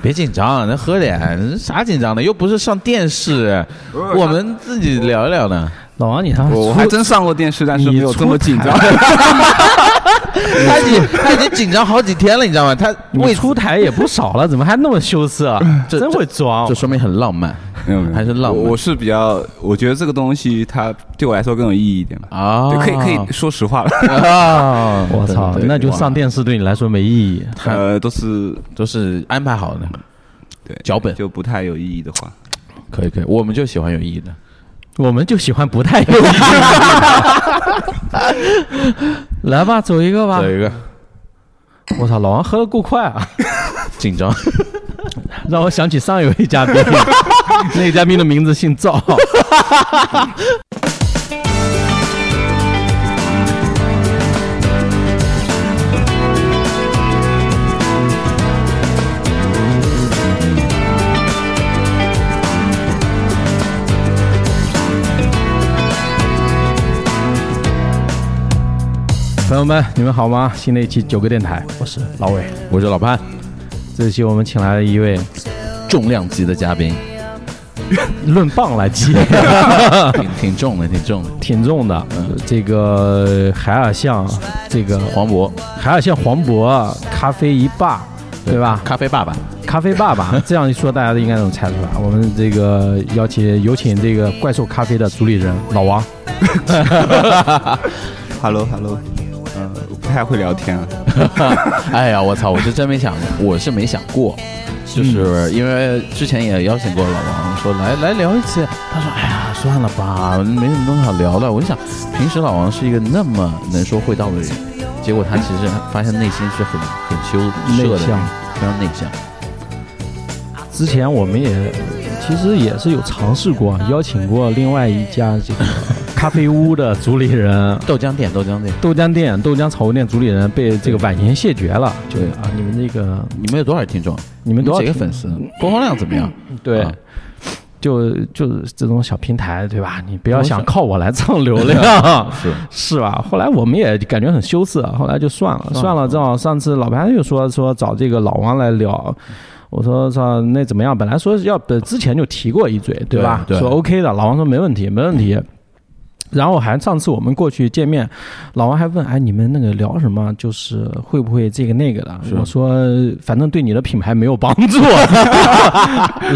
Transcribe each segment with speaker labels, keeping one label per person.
Speaker 1: 别紧张，能喝点，啥紧张的？又不是上电视，我们自己聊一聊呢。
Speaker 2: 老王，你他妈
Speaker 3: 我我
Speaker 2: 出
Speaker 3: 还真上过电视，但是没有这么紧张。
Speaker 1: 他已经 他已经紧张好几天了，你知道吗？他
Speaker 2: 你出台也不 少了，怎么还那么羞涩？啊
Speaker 1: 这
Speaker 2: 真会装
Speaker 1: 这！说明很浪漫，
Speaker 3: 没有没有
Speaker 1: 还是浪漫
Speaker 3: 我我是比较，我觉得这个东西它对我来说更有意义一点吧。
Speaker 1: 啊！
Speaker 3: 对，可以可以说实话了。
Speaker 1: 啊！
Speaker 2: 我操，
Speaker 1: 对对对
Speaker 2: 那就上电视对你来说没意义。
Speaker 3: 呃，都是
Speaker 1: 都是安排好的，
Speaker 3: 对
Speaker 1: 脚本
Speaker 3: 就不太有意义的话，
Speaker 1: 可以可以，我们就喜欢有意义的。
Speaker 2: 我们就喜欢不太有 意义。来吧，走一个
Speaker 3: 啊
Speaker 2: 吧
Speaker 1: 走。一个
Speaker 2: 我操，老王喝的够快啊！
Speaker 1: 紧张，
Speaker 2: 让我想起上一位嘉宾，那个嘉宾的名字姓赵。朋友们，你们好吗？新的一期九个电台，我是老伟。
Speaker 1: 我是老潘，
Speaker 2: 这一期我们请来了一位
Speaker 1: 重量级的嘉宾，
Speaker 2: 论磅来 接，
Speaker 3: 啊
Speaker 1: 挺挺重的，挺重的。
Speaker 2: 挺重的。这个海尔巷，这个
Speaker 1: 黄渤，
Speaker 2: 海尔巷黄渤咖啡一霸，对吧？
Speaker 1: 咖啡爸 爸，
Speaker 2: 咖啡爸 爸，这样一说大家都应该能猜出来。我们这个邀请有请这个怪兽咖啡的主理人老王。
Speaker 3: Hello Hello，嗯、我不太会聊天啊。
Speaker 1: 哎呀，我操！我是真没想，我是没想过，
Speaker 2: 嗯
Speaker 1: 就是因为之前也邀请过老王，说来来聊一次，他说哎呀，算了吧，没什么东西好聊的。我就想，平时老王是一个那么能说会道的人，结果他其实发现内心是很很羞涩的
Speaker 2: 内
Speaker 1: 人
Speaker 2: 向，
Speaker 1: 非常内向。
Speaker 2: 之前我们也其实也是有尝试过，邀请过另外一家这个咖啡屋的主理人。
Speaker 1: 豆浆店，豆浆店，
Speaker 2: 豆浆店、豆浆草屋店主理人被这个婉言谢绝了，就是啊，你们这个
Speaker 1: 你们有多少听众？啊
Speaker 2: 你们多少
Speaker 1: 几个
Speaker 2: 听
Speaker 1: 粉丝？播放量怎么样？
Speaker 2: 对，
Speaker 1: 啊
Speaker 2: 就就是这种小平台，对吧？你不要
Speaker 1: 这种
Speaker 2: 想
Speaker 1: 小
Speaker 2: 靠我来蹭流量，
Speaker 1: 是
Speaker 2: 是吧？后来我们也感觉很羞涩，后来就算了，
Speaker 1: 算了
Speaker 2: 算了。正好上次老潘又说说找这个老王来聊。我说操，那怎么样？本来说要不之前就提过一嘴，对吧？
Speaker 1: 对对嗯
Speaker 2: 说 OK 的，老王说没问题，没问题。然后还上次我们过去见面，老王还问，哎，你们那个聊什么？就是会不会这个那个的？我说，反正对你的品牌没有帮 助。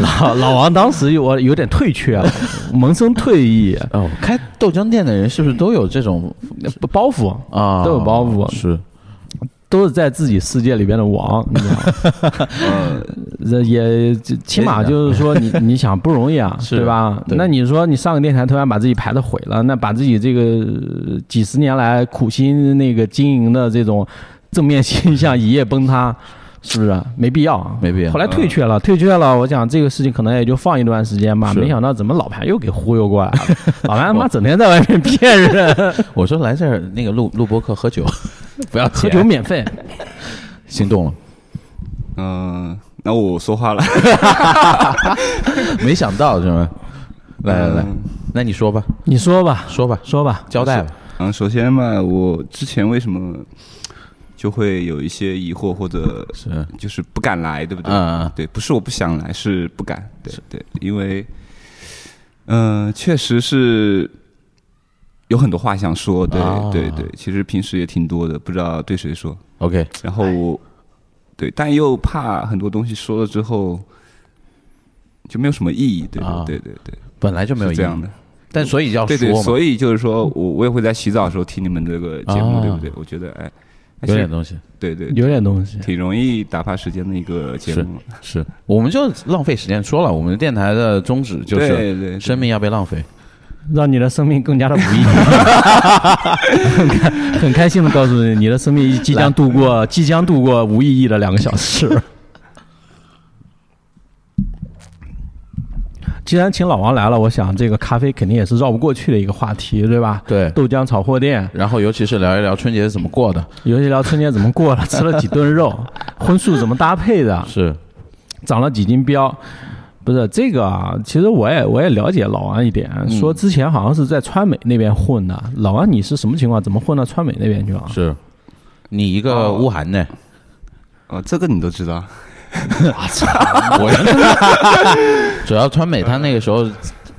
Speaker 2: 老老王当时我有点退却了，萌生退意，
Speaker 1: 哦，开豆浆店的人是不是都有这种
Speaker 2: 包袱
Speaker 1: 啊？
Speaker 2: 都有包袱
Speaker 1: 是
Speaker 2: 都是在自己世界里边的 王，你知道吗？
Speaker 1: 嗯
Speaker 2: 这也这起码就是 说你你想不容易啊，
Speaker 1: 啊是
Speaker 2: 对吧？
Speaker 1: 对
Speaker 2: 那你说你上个电台突然把自己牌子毁了，那把自己这个呃几十年来苦心那个经营的这种正面形象一夜崩塌，是不是没必要啊？
Speaker 1: 没必要嗯
Speaker 2: 后来退却了，退却了。我想这个事情可能也就放一段时间吧。
Speaker 1: 是
Speaker 2: 没想到怎么老盘又给忽悠 过来了，老盘他妈整天在外面骗人，
Speaker 1: 我说来这儿那个录录播课喝 酒，不要
Speaker 2: 喝
Speaker 1: 钱，
Speaker 2: 酒 免费。
Speaker 1: 心动了。
Speaker 3: 嗯、那我说话 了。
Speaker 1: 没想到是吗？来来来
Speaker 3: 嗯，
Speaker 1: 那你说吧，
Speaker 2: 你说吧，
Speaker 1: 说吧，
Speaker 2: 说吧，
Speaker 1: 交代吧。
Speaker 3: 嗯，首先嘛，我之前为什么就会有一些疑惑或者
Speaker 1: 是，嗯
Speaker 3: 就是不敢来，对不对？
Speaker 1: 嗯，嗯
Speaker 3: 对，不是我不想来，是不敢。对对，因为，嗯、确实是有很多话想说。对、
Speaker 1: 啊
Speaker 3: 对对，其实平时也挺多的，不知道对谁说。
Speaker 1: ，OK，
Speaker 3: 然后，对，但又怕很多东西说了之后就没有什么意义。对、
Speaker 1: 啊
Speaker 3: 对对对，
Speaker 1: 本来就没有
Speaker 3: 是这
Speaker 1: 意
Speaker 3: 样
Speaker 1: 义
Speaker 3: 的。
Speaker 1: 但所以要
Speaker 3: 对
Speaker 1: 说
Speaker 3: 对，
Speaker 1: 嘛，
Speaker 3: 所以就是说我我也会在洗澡的时候听你们这个节目，
Speaker 1: 啊
Speaker 3: 对不对？我觉得哎，
Speaker 1: 有
Speaker 3: 还是
Speaker 1: 点东西
Speaker 3: 对对，
Speaker 2: 有点东西。
Speaker 3: 挺容易打发时间的一个节目。
Speaker 1: 是，我们就浪费时间说了，我们电台的宗旨就
Speaker 3: 对
Speaker 1: 是
Speaker 3: 对对，
Speaker 1: 生命要被浪费。
Speaker 2: 让你的生命更加的无意义。很开 很开心的告诉你，你的生命即将度过即将度过无意义的两个小 时。既然请老王来了，我想这个咖啡肯定也是绕不过去的一个话题，对吧？
Speaker 1: 对，
Speaker 2: 豆浆炒货店，
Speaker 1: 然后尤其是聊一聊春节是怎么过的，
Speaker 2: 尤其聊春节怎么过了，吃了几顿 肉，荤素怎么搭配的，
Speaker 1: 是
Speaker 2: 长了几斤膘。不是这个啊，其实我也我也了解老王一点，
Speaker 3: 嗯
Speaker 2: 说之前好像是在川美那边混的。老王，你是什么情况？怎么混到川美那边去了？啊
Speaker 1: 是，你一个
Speaker 3: 哦
Speaker 1: 乌涵呢？
Speaker 3: 哦，这个你都知道。
Speaker 1: 我操！ 我 主要川美他那个时候，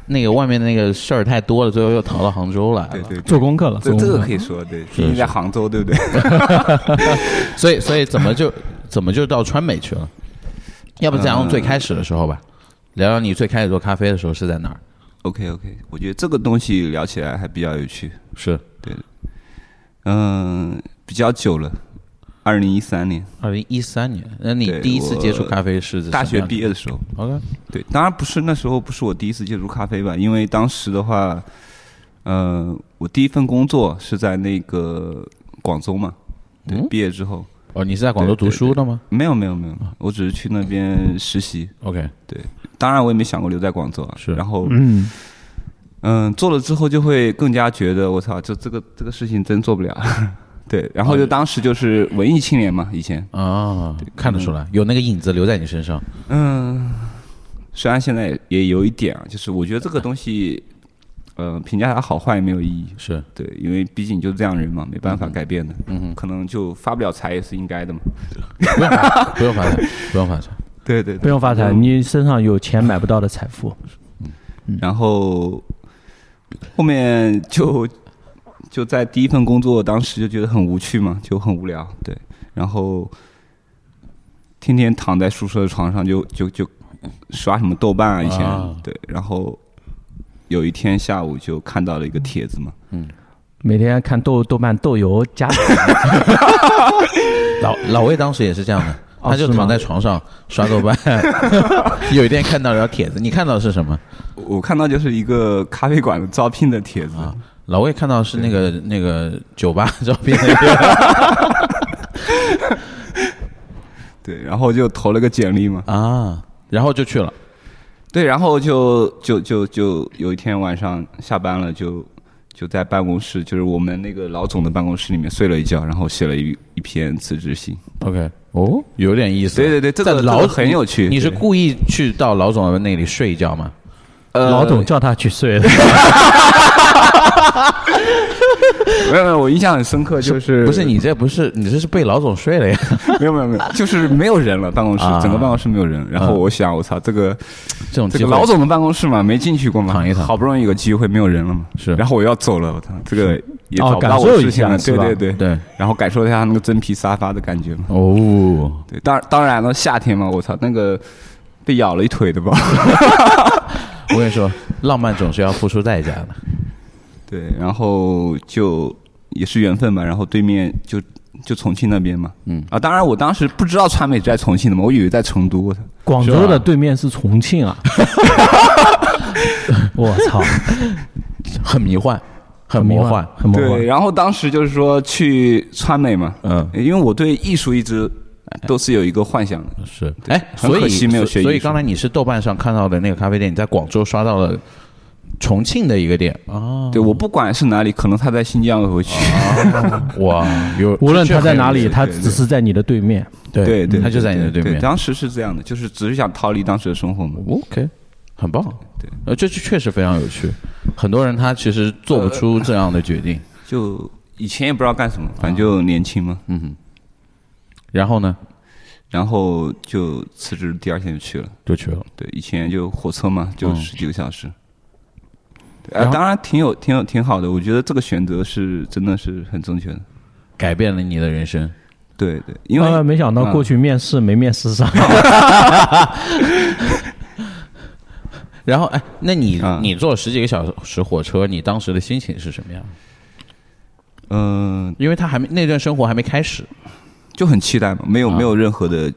Speaker 1: 那个外面的那个事儿太多了，最后又逃到杭州来
Speaker 3: 对
Speaker 1: 了。
Speaker 3: 对，对
Speaker 2: 做功课了，
Speaker 3: 这
Speaker 2: 做
Speaker 3: 这
Speaker 2: 功
Speaker 3: 个
Speaker 2: 课
Speaker 1: 啊
Speaker 3: 可以说对，毕竟在杭州，对不 对？
Speaker 1: 所以所以怎么就怎么就到川美去了？要不这样，
Speaker 3: 嗯
Speaker 1: 最开始的时候吧，聊聊你最开始做咖啡的时候是在哪儿？
Speaker 3: OK OK，我觉得这个东西聊起来还比较有趣。
Speaker 1: 是
Speaker 3: 嗯，比较久了，二零一三年
Speaker 1: 二零一三年。那你
Speaker 3: 对
Speaker 1: 第一次接触咖啡是在
Speaker 3: 大
Speaker 1: 什么
Speaker 3: 学
Speaker 1: 样的
Speaker 3: 毕业的时候。
Speaker 1: ？OK，
Speaker 3: 对，当然不是那时候不是我第一次接触咖啡吧，因为当时的话，呃，我第一份工作是在那个广州嘛，对，
Speaker 1: 嗯
Speaker 3: 毕业之后
Speaker 1: 哦，你是在广州
Speaker 3: 对对
Speaker 1: 读书的吗
Speaker 3: 没有没有没有，我只是去那边实习，
Speaker 1: ？OK，
Speaker 3: 当然我也没想过留在广州啊，
Speaker 1: 是
Speaker 3: 然后
Speaker 2: 嗯，
Speaker 3: 嗯、做了之后就会更加觉得我操，就这个这个事情真做不了， 对，然后就当时就是文艺青年嘛，以前，
Speaker 1: 啊，看得出来，有那个影子留在你身上。
Speaker 3: 嗯，虽然现在也也有一点啊，就是我觉得这个东西，呃，评价它好坏没有意义。
Speaker 1: 是，
Speaker 3: 对，因为毕竟就是这样人嘛，没办法改变的。嗯，可能就发不了财也是应该的嘛。
Speaker 1: 不用发，不用发财，不用发财。
Speaker 3: 对对
Speaker 2: 不用发财，你身上有钱买不到的财富，
Speaker 3: 然后后面就就在第一份工作，当时就觉得很无趣嘛，就很无聊。对，然后天天躺在宿舍的床上就就就刷什么豆瓣啊，以前、
Speaker 1: 啊
Speaker 3: 对，然后有一天下午就看到了一个帖子嘛，
Speaker 2: 每天看豆豆瓣豆油加
Speaker 1: 老老魏当时也是这样的，
Speaker 2: 哦
Speaker 1: 他就是
Speaker 2: 吗
Speaker 1: 躺在床上刷豆 瓣， 有一天看到一条帖子，你看到的是什么？
Speaker 3: 我看到就是一个咖啡馆的招聘的帖子。
Speaker 1: 老魏看到的是那个那个酒吧照片，
Speaker 3: 对，然后就投了个简历嘛，
Speaker 1: 啊，然后就去了。
Speaker 3: 对，然后就就就就有一天晚上下班了就，就在办公室，就是我们那个老总的办公室里面睡了一觉，然后写了一一篇辞职信。
Speaker 1: OK，哦，有点意思。
Speaker 3: 对对对，这个
Speaker 1: 在
Speaker 3: 这个
Speaker 1: 老
Speaker 3: 很有趣。
Speaker 1: 你是
Speaker 3: 对
Speaker 1: 故意去到老总的那里睡一觉吗？
Speaker 3: 呃
Speaker 2: 老总叫他去睡 的，
Speaker 3: 没有没有，我印象很深刻，就是
Speaker 1: 不是你这不是你这是被老总睡了 呀？
Speaker 3: 没有没有没有，就是没有人了，办公室、
Speaker 1: 啊
Speaker 3: 整个办公室没有人。然后我想，我操，这个
Speaker 1: 这种
Speaker 3: 这
Speaker 1: 机
Speaker 3: 个
Speaker 1: 会
Speaker 3: 老总的办公室嘛，没进去过嘛，
Speaker 1: 躺一躺
Speaker 3: 好不容易有个机会，没有人了嘛，
Speaker 1: 是
Speaker 3: 然后我要走了，我操，这个也
Speaker 2: 哦
Speaker 3: 找不
Speaker 2: 感
Speaker 3: 到
Speaker 2: 受
Speaker 3: 我
Speaker 2: 一
Speaker 3: 事情
Speaker 2: 下
Speaker 3: 了，
Speaker 2: 是
Speaker 3: 对
Speaker 2: 吧
Speaker 3: 对对。
Speaker 1: 对
Speaker 3: 然后感受一下那个真皮沙发的感觉嘛。
Speaker 1: 哦，
Speaker 3: 对，当当然了，夏天嘛，我操，那个被咬了一腿的吧？
Speaker 1: 我跟你说，浪漫总是要付出代价的。
Speaker 3: 对，然后就也是缘分吧，然后对面就就重庆那边嘛，
Speaker 1: 嗯
Speaker 3: 啊，当然我当时不知道川美是在重庆的嘛，我以为在成都，我操，
Speaker 2: 广州的对面是重庆 啊！我操，
Speaker 1: 很迷幻，很魔幻。，
Speaker 2: 很魔幻
Speaker 3: 对，。然后当时就是说去川美嘛，
Speaker 1: 嗯，哎
Speaker 3: 因为我对艺术一直都是有一个幻想的，
Speaker 1: 是。哎，
Speaker 3: 很
Speaker 1: 所以
Speaker 3: 可惜没有学
Speaker 1: 所以
Speaker 3: 艺术
Speaker 1: 刚才你是豆瓣上看到的那个咖啡店，你在广州刷到了重庆的一个店啊。
Speaker 3: 对我不管是哪里，可能他在新疆我也会去，
Speaker 1: 哦哇， 有
Speaker 2: 无论他在哪里，
Speaker 3: 这确实
Speaker 2: 他
Speaker 3: 对
Speaker 2: 只是在你的对面。
Speaker 1: 对
Speaker 3: 对对，
Speaker 1: 他就在你的
Speaker 3: 对
Speaker 1: 面。
Speaker 3: 当时是这样的，就是只是想逃离当时的生活嘛，
Speaker 1: OK，很棒。
Speaker 3: 对，
Speaker 1: 呃，这确实非常有趣。很多人他其实做不出这样的决定。
Speaker 3: 呃就以前也不知道干什么，反正
Speaker 1: 哦
Speaker 3: 就年轻嘛，
Speaker 1: 然后呢，
Speaker 3: 然后就辞职，第二天就去了。
Speaker 1: 就去了。
Speaker 3: 对，以前就火车嘛，就
Speaker 1: 嗯
Speaker 3: 十几个小时。对
Speaker 1: 然
Speaker 3: 啊，
Speaker 1: 后
Speaker 3: 当然挺有、挺有、挺好的。我觉得这个选择是真的是很正确的。
Speaker 1: 改变了你的人生，
Speaker 3: 对对，因为、
Speaker 2: 万万没想到
Speaker 3: 嗯
Speaker 2: 过去面试没面试上，
Speaker 1: 然后哎，那你、
Speaker 3: 啊
Speaker 1: 你坐十几个小时火车，你当时的心情是什么样？
Speaker 3: 嗯、
Speaker 1: 因为他还没那段生活还没开始，
Speaker 3: 就很期待嘛，没有、
Speaker 1: 啊
Speaker 3: 没有任何的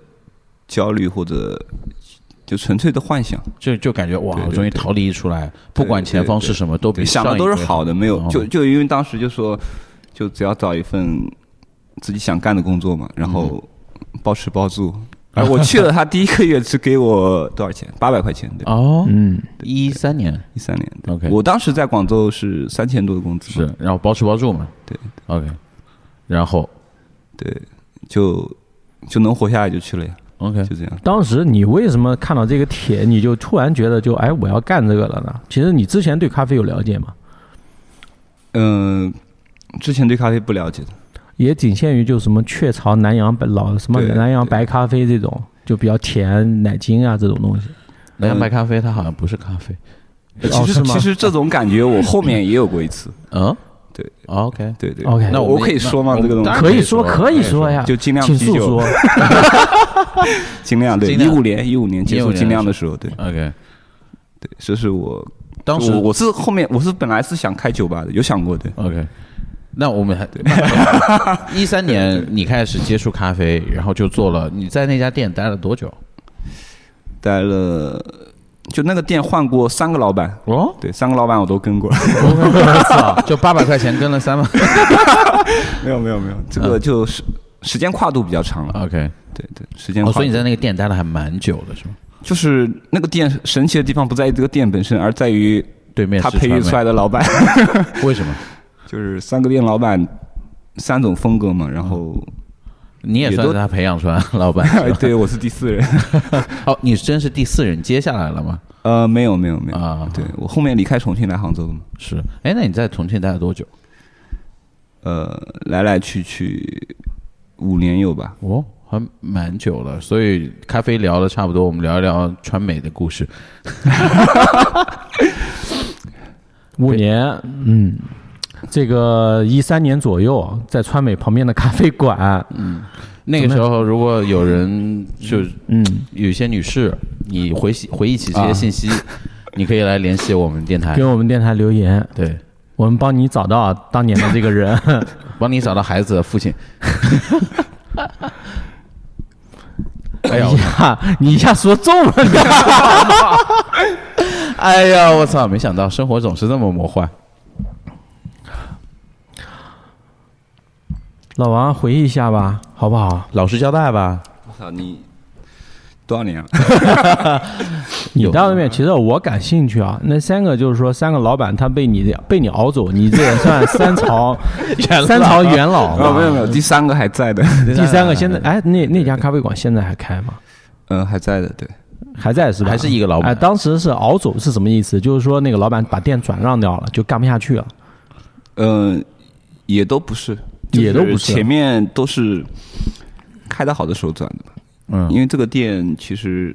Speaker 3: 焦虑或者就纯粹的幻想，
Speaker 1: 就就感觉哇，
Speaker 3: 对对
Speaker 1: 我终于逃离出来，不管前方是什么，都比
Speaker 3: 想
Speaker 1: 上一
Speaker 3: 的都
Speaker 1: 个
Speaker 3: 是好的，没有
Speaker 1: 哦
Speaker 3: 就就因为当时就说，就只要找一份自己想干的工作嘛，然后
Speaker 1: 嗯
Speaker 3: 包吃 包住。哎，我去了，他第一个月只给我多少钱？八百块钱，对吧？
Speaker 1: 哦。
Speaker 2: 嗯，
Speaker 1: 一三年
Speaker 3: 一三年。对
Speaker 1: OK
Speaker 3: 我当时在广州是三千多的工资，
Speaker 1: 是，然后包吃包住嘛，
Speaker 3: 对
Speaker 1: ，OK，然后
Speaker 3: 对，就就能活下来就去了呀，
Speaker 1: OK，
Speaker 3: 就这样。
Speaker 2: 当时你为什么看到这个帖，你就突然觉得就哎我要干这个了呢？其实你之前对咖啡有了解吗？
Speaker 3: 嗯，之前对咖啡不了解的，
Speaker 2: 也仅限于就什么雀巢、南洋白老什么
Speaker 3: 对
Speaker 2: 南洋白咖啡这种，就比较甜、奶精啊这种东西。
Speaker 1: 那麦咖啡它好像不是咖啡，
Speaker 3: 呃
Speaker 2: 哦是
Speaker 3: 其实
Speaker 2: 吗
Speaker 3: 其实这种感觉我后面也有过 一次，
Speaker 1: 嗯，
Speaker 3: 对
Speaker 1: ，OK，
Speaker 3: 对对。
Speaker 2: OK
Speaker 1: 那
Speaker 3: 我
Speaker 1: 们
Speaker 3: 可以说吗？
Speaker 1: 那
Speaker 3: 这个东
Speaker 1: 当
Speaker 3: 西
Speaker 1: 然
Speaker 2: 可以
Speaker 1: 说，
Speaker 2: 说可以说呀，
Speaker 3: 就尽量
Speaker 2: 请
Speaker 3: 啤
Speaker 2: 诉
Speaker 3: 酒
Speaker 2: 说。
Speaker 3: 尽量对，
Speaker 1: 尽
Speaker 3: 一
Speaker 1: 量
Speaker 3: 五年一五年结
Speaker 1: 15
Speaker 3: 束
Speaker 1: 年
Speaker 3: 尽量的时候，对
Speaker 1: OK，
Speaker 3: 对，这是我
Speaker 1: 当时
Speaker 3: 我我是后面我是本来是想开酒吧的，有想过的，
Speaker 1: OK，那我们还 一三年你开始接触咖啡，然后就做了。你在那家店待了多久？
Speaker 3: 待了就那个店换过三个老板，
Speaker 1: 哦，
Speaker 3: 对，三个老板我都跟过，
Speaker 1: 就八百块钱跟了三万。
Speaker 3: 没有没有没有，这
Speaker 2: 嗯
Speaker 3: 个就是时间跨度比较长了，
Speaker 1: OK，
Speaker 3: 对对，时间
Speaker 1: 哦，
Speaker 3: 跨
Speaker 1: 所以你
Speaker 3: 度
Speaker 1: 在那个店待了还蛮久的，是吗？
Speaker 3: 就是那个店神奇的地方不在于这个店本身，而在于
Speaker 1: 对面
Speaker 3: 他
Speaker 1: 是
Speaker 3: 培育出
Speaker 1: 传
Speaker 3: 来的老板，
Speaker 1: 媒，为什么？
Speaker 3: 就是三个店老板三种风格嘛，然后
Speaker 1: 你也
Speaker 3: 也
Speaker 1: 算
Speaker 3: 都
Speaker 1: 是他培养出来的老 板。
Speaker 3: 对我是第四人，
Speaker 1: 哦，你真是第四人接下来了吗？
Speaker 3: 呃，没有没有没有，
Speaker 1: 啊，
Speaker 3: 对我后面离开重庆来杭州了嘛。
Speaker 1: 是。哎，那你在重庆待了多久？
Speaker 3: 呃，来来去去五年有吧。
Speaker 1: 哦，还蛮久了。所以咖啡聊的差不多，我们聊一聊川美的故事。
Speaker 2: 五年，嗯，这个一三年左右，在川美旁边的咖啡馆，
Speaker 1: 那个时候，如果有人就
Speaker 2: 嗯，
Speaker 1: 有一些女士，你回忆回忆起这些信 息，你可以来联系我们电台
Speaker 2: 给，我们电台留言，
Speaker 1: 对，
Speaker 2: 我们帮你找到当年的这个人。
Speaker 1: 帮你找到孩子的父亲。 哎呀，
Speaker 2: 一下， 你一下说中了，你知道吗
Speaker 1: 哎呀，我操！没想到生活总是这么魔幻。
Speaker 2: 老王回忆一下吧，好不好？
Speaker 1: 老实交代吧，
Speaker 3: 我操，你多少年了？
Speaker 2: 你
Speaker 1: 有
Speaker 2: 到那边，其实我感兴趣啊。那三个就是说，三个老板他被你被你熬走，你这也算三朝三朝元老
Speaker 3: 哦，没有
Speaker 2: 吧？
Speaker 3: 没有，第三个还在的，
Speaker 2: 第三个现在哎，那那家咖啡馆现在还开吗？
Speaker 3: 嗯，还在的，对，
Speaker 2: 还在是吧？
Speaker 1: 还是一个老板
Speaker 2: 哎，当时是熬走是什么意思？就是说那个老板把店转让掉了，就干不下去了。
Speaker 3: 嗯，也都不是，
Speaker 2: 也都不是
Speaker 3: 就前面都是开的好的时候转的吧，
Speaker 1: 嗯
Speaker 3: 因为这个店其实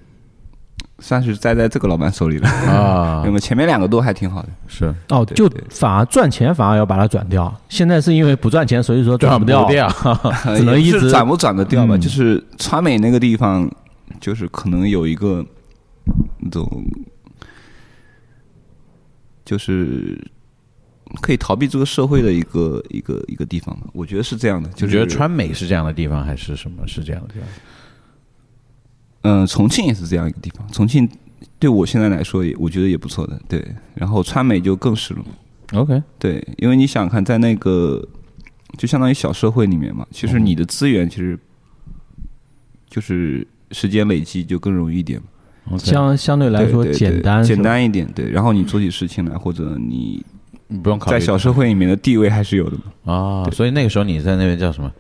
Speaker 3: 算是栽在这个嗯老板手里了，
Speaker 1: 啊
Speaker 3: 那，么前面两个都还挺好的，
Speaker 1: 是
Speaker 2: 哦，
Speaker 3: 对
Speaker 2: 就
Speaker 3: 对
Speaker 2: 反而赚钱反而要把它转掉。现在是因为不赚钱，所以说
Speaker 1: 转
Speaker 2: 不
Speaker 1: 掉
Speaker 2: 掉。，只能
Speaker 3: 呃也
Speaker 2: 一
Speaker 3: 是
Speaker 2: 直
Speaker 3: 转不转得掉吧？
Speaker 2: 嗯
Speaker 3: 就是川美那个地方，就是可能有一个那种，就是可以逃避这个社会的一个一个一个地方吧。我觉得是这样的，就
Speaker 1: 就是觉得川美是这样的地方，还是什么是这样的地方？
Speaker 3: 嗯、重庆也是这样一个地方。重庆对我现在来说也我觉得也不错的，对。然后川美就更是了，
Speaker 1: OK，
Speaker 3: 对，因为你想看在那个就相当于小社会里面嘛，其实你的资源其实就是时间累积就更容易一点嘛。
Speaker 2: 相相对来说
Speaker 3: 对对对
Speaker 2: 简单，
Speaker 3: 简
Speaker 2: 是吧
Speaker 3: 单一点，对。然后你做起事情来，或者你
Speaker 1: 你不用考虑
Speaker 3: 在小社会里面的地位还是有的嘛。
Speaker 1: 啊。所以那个时候你在那边叫什么？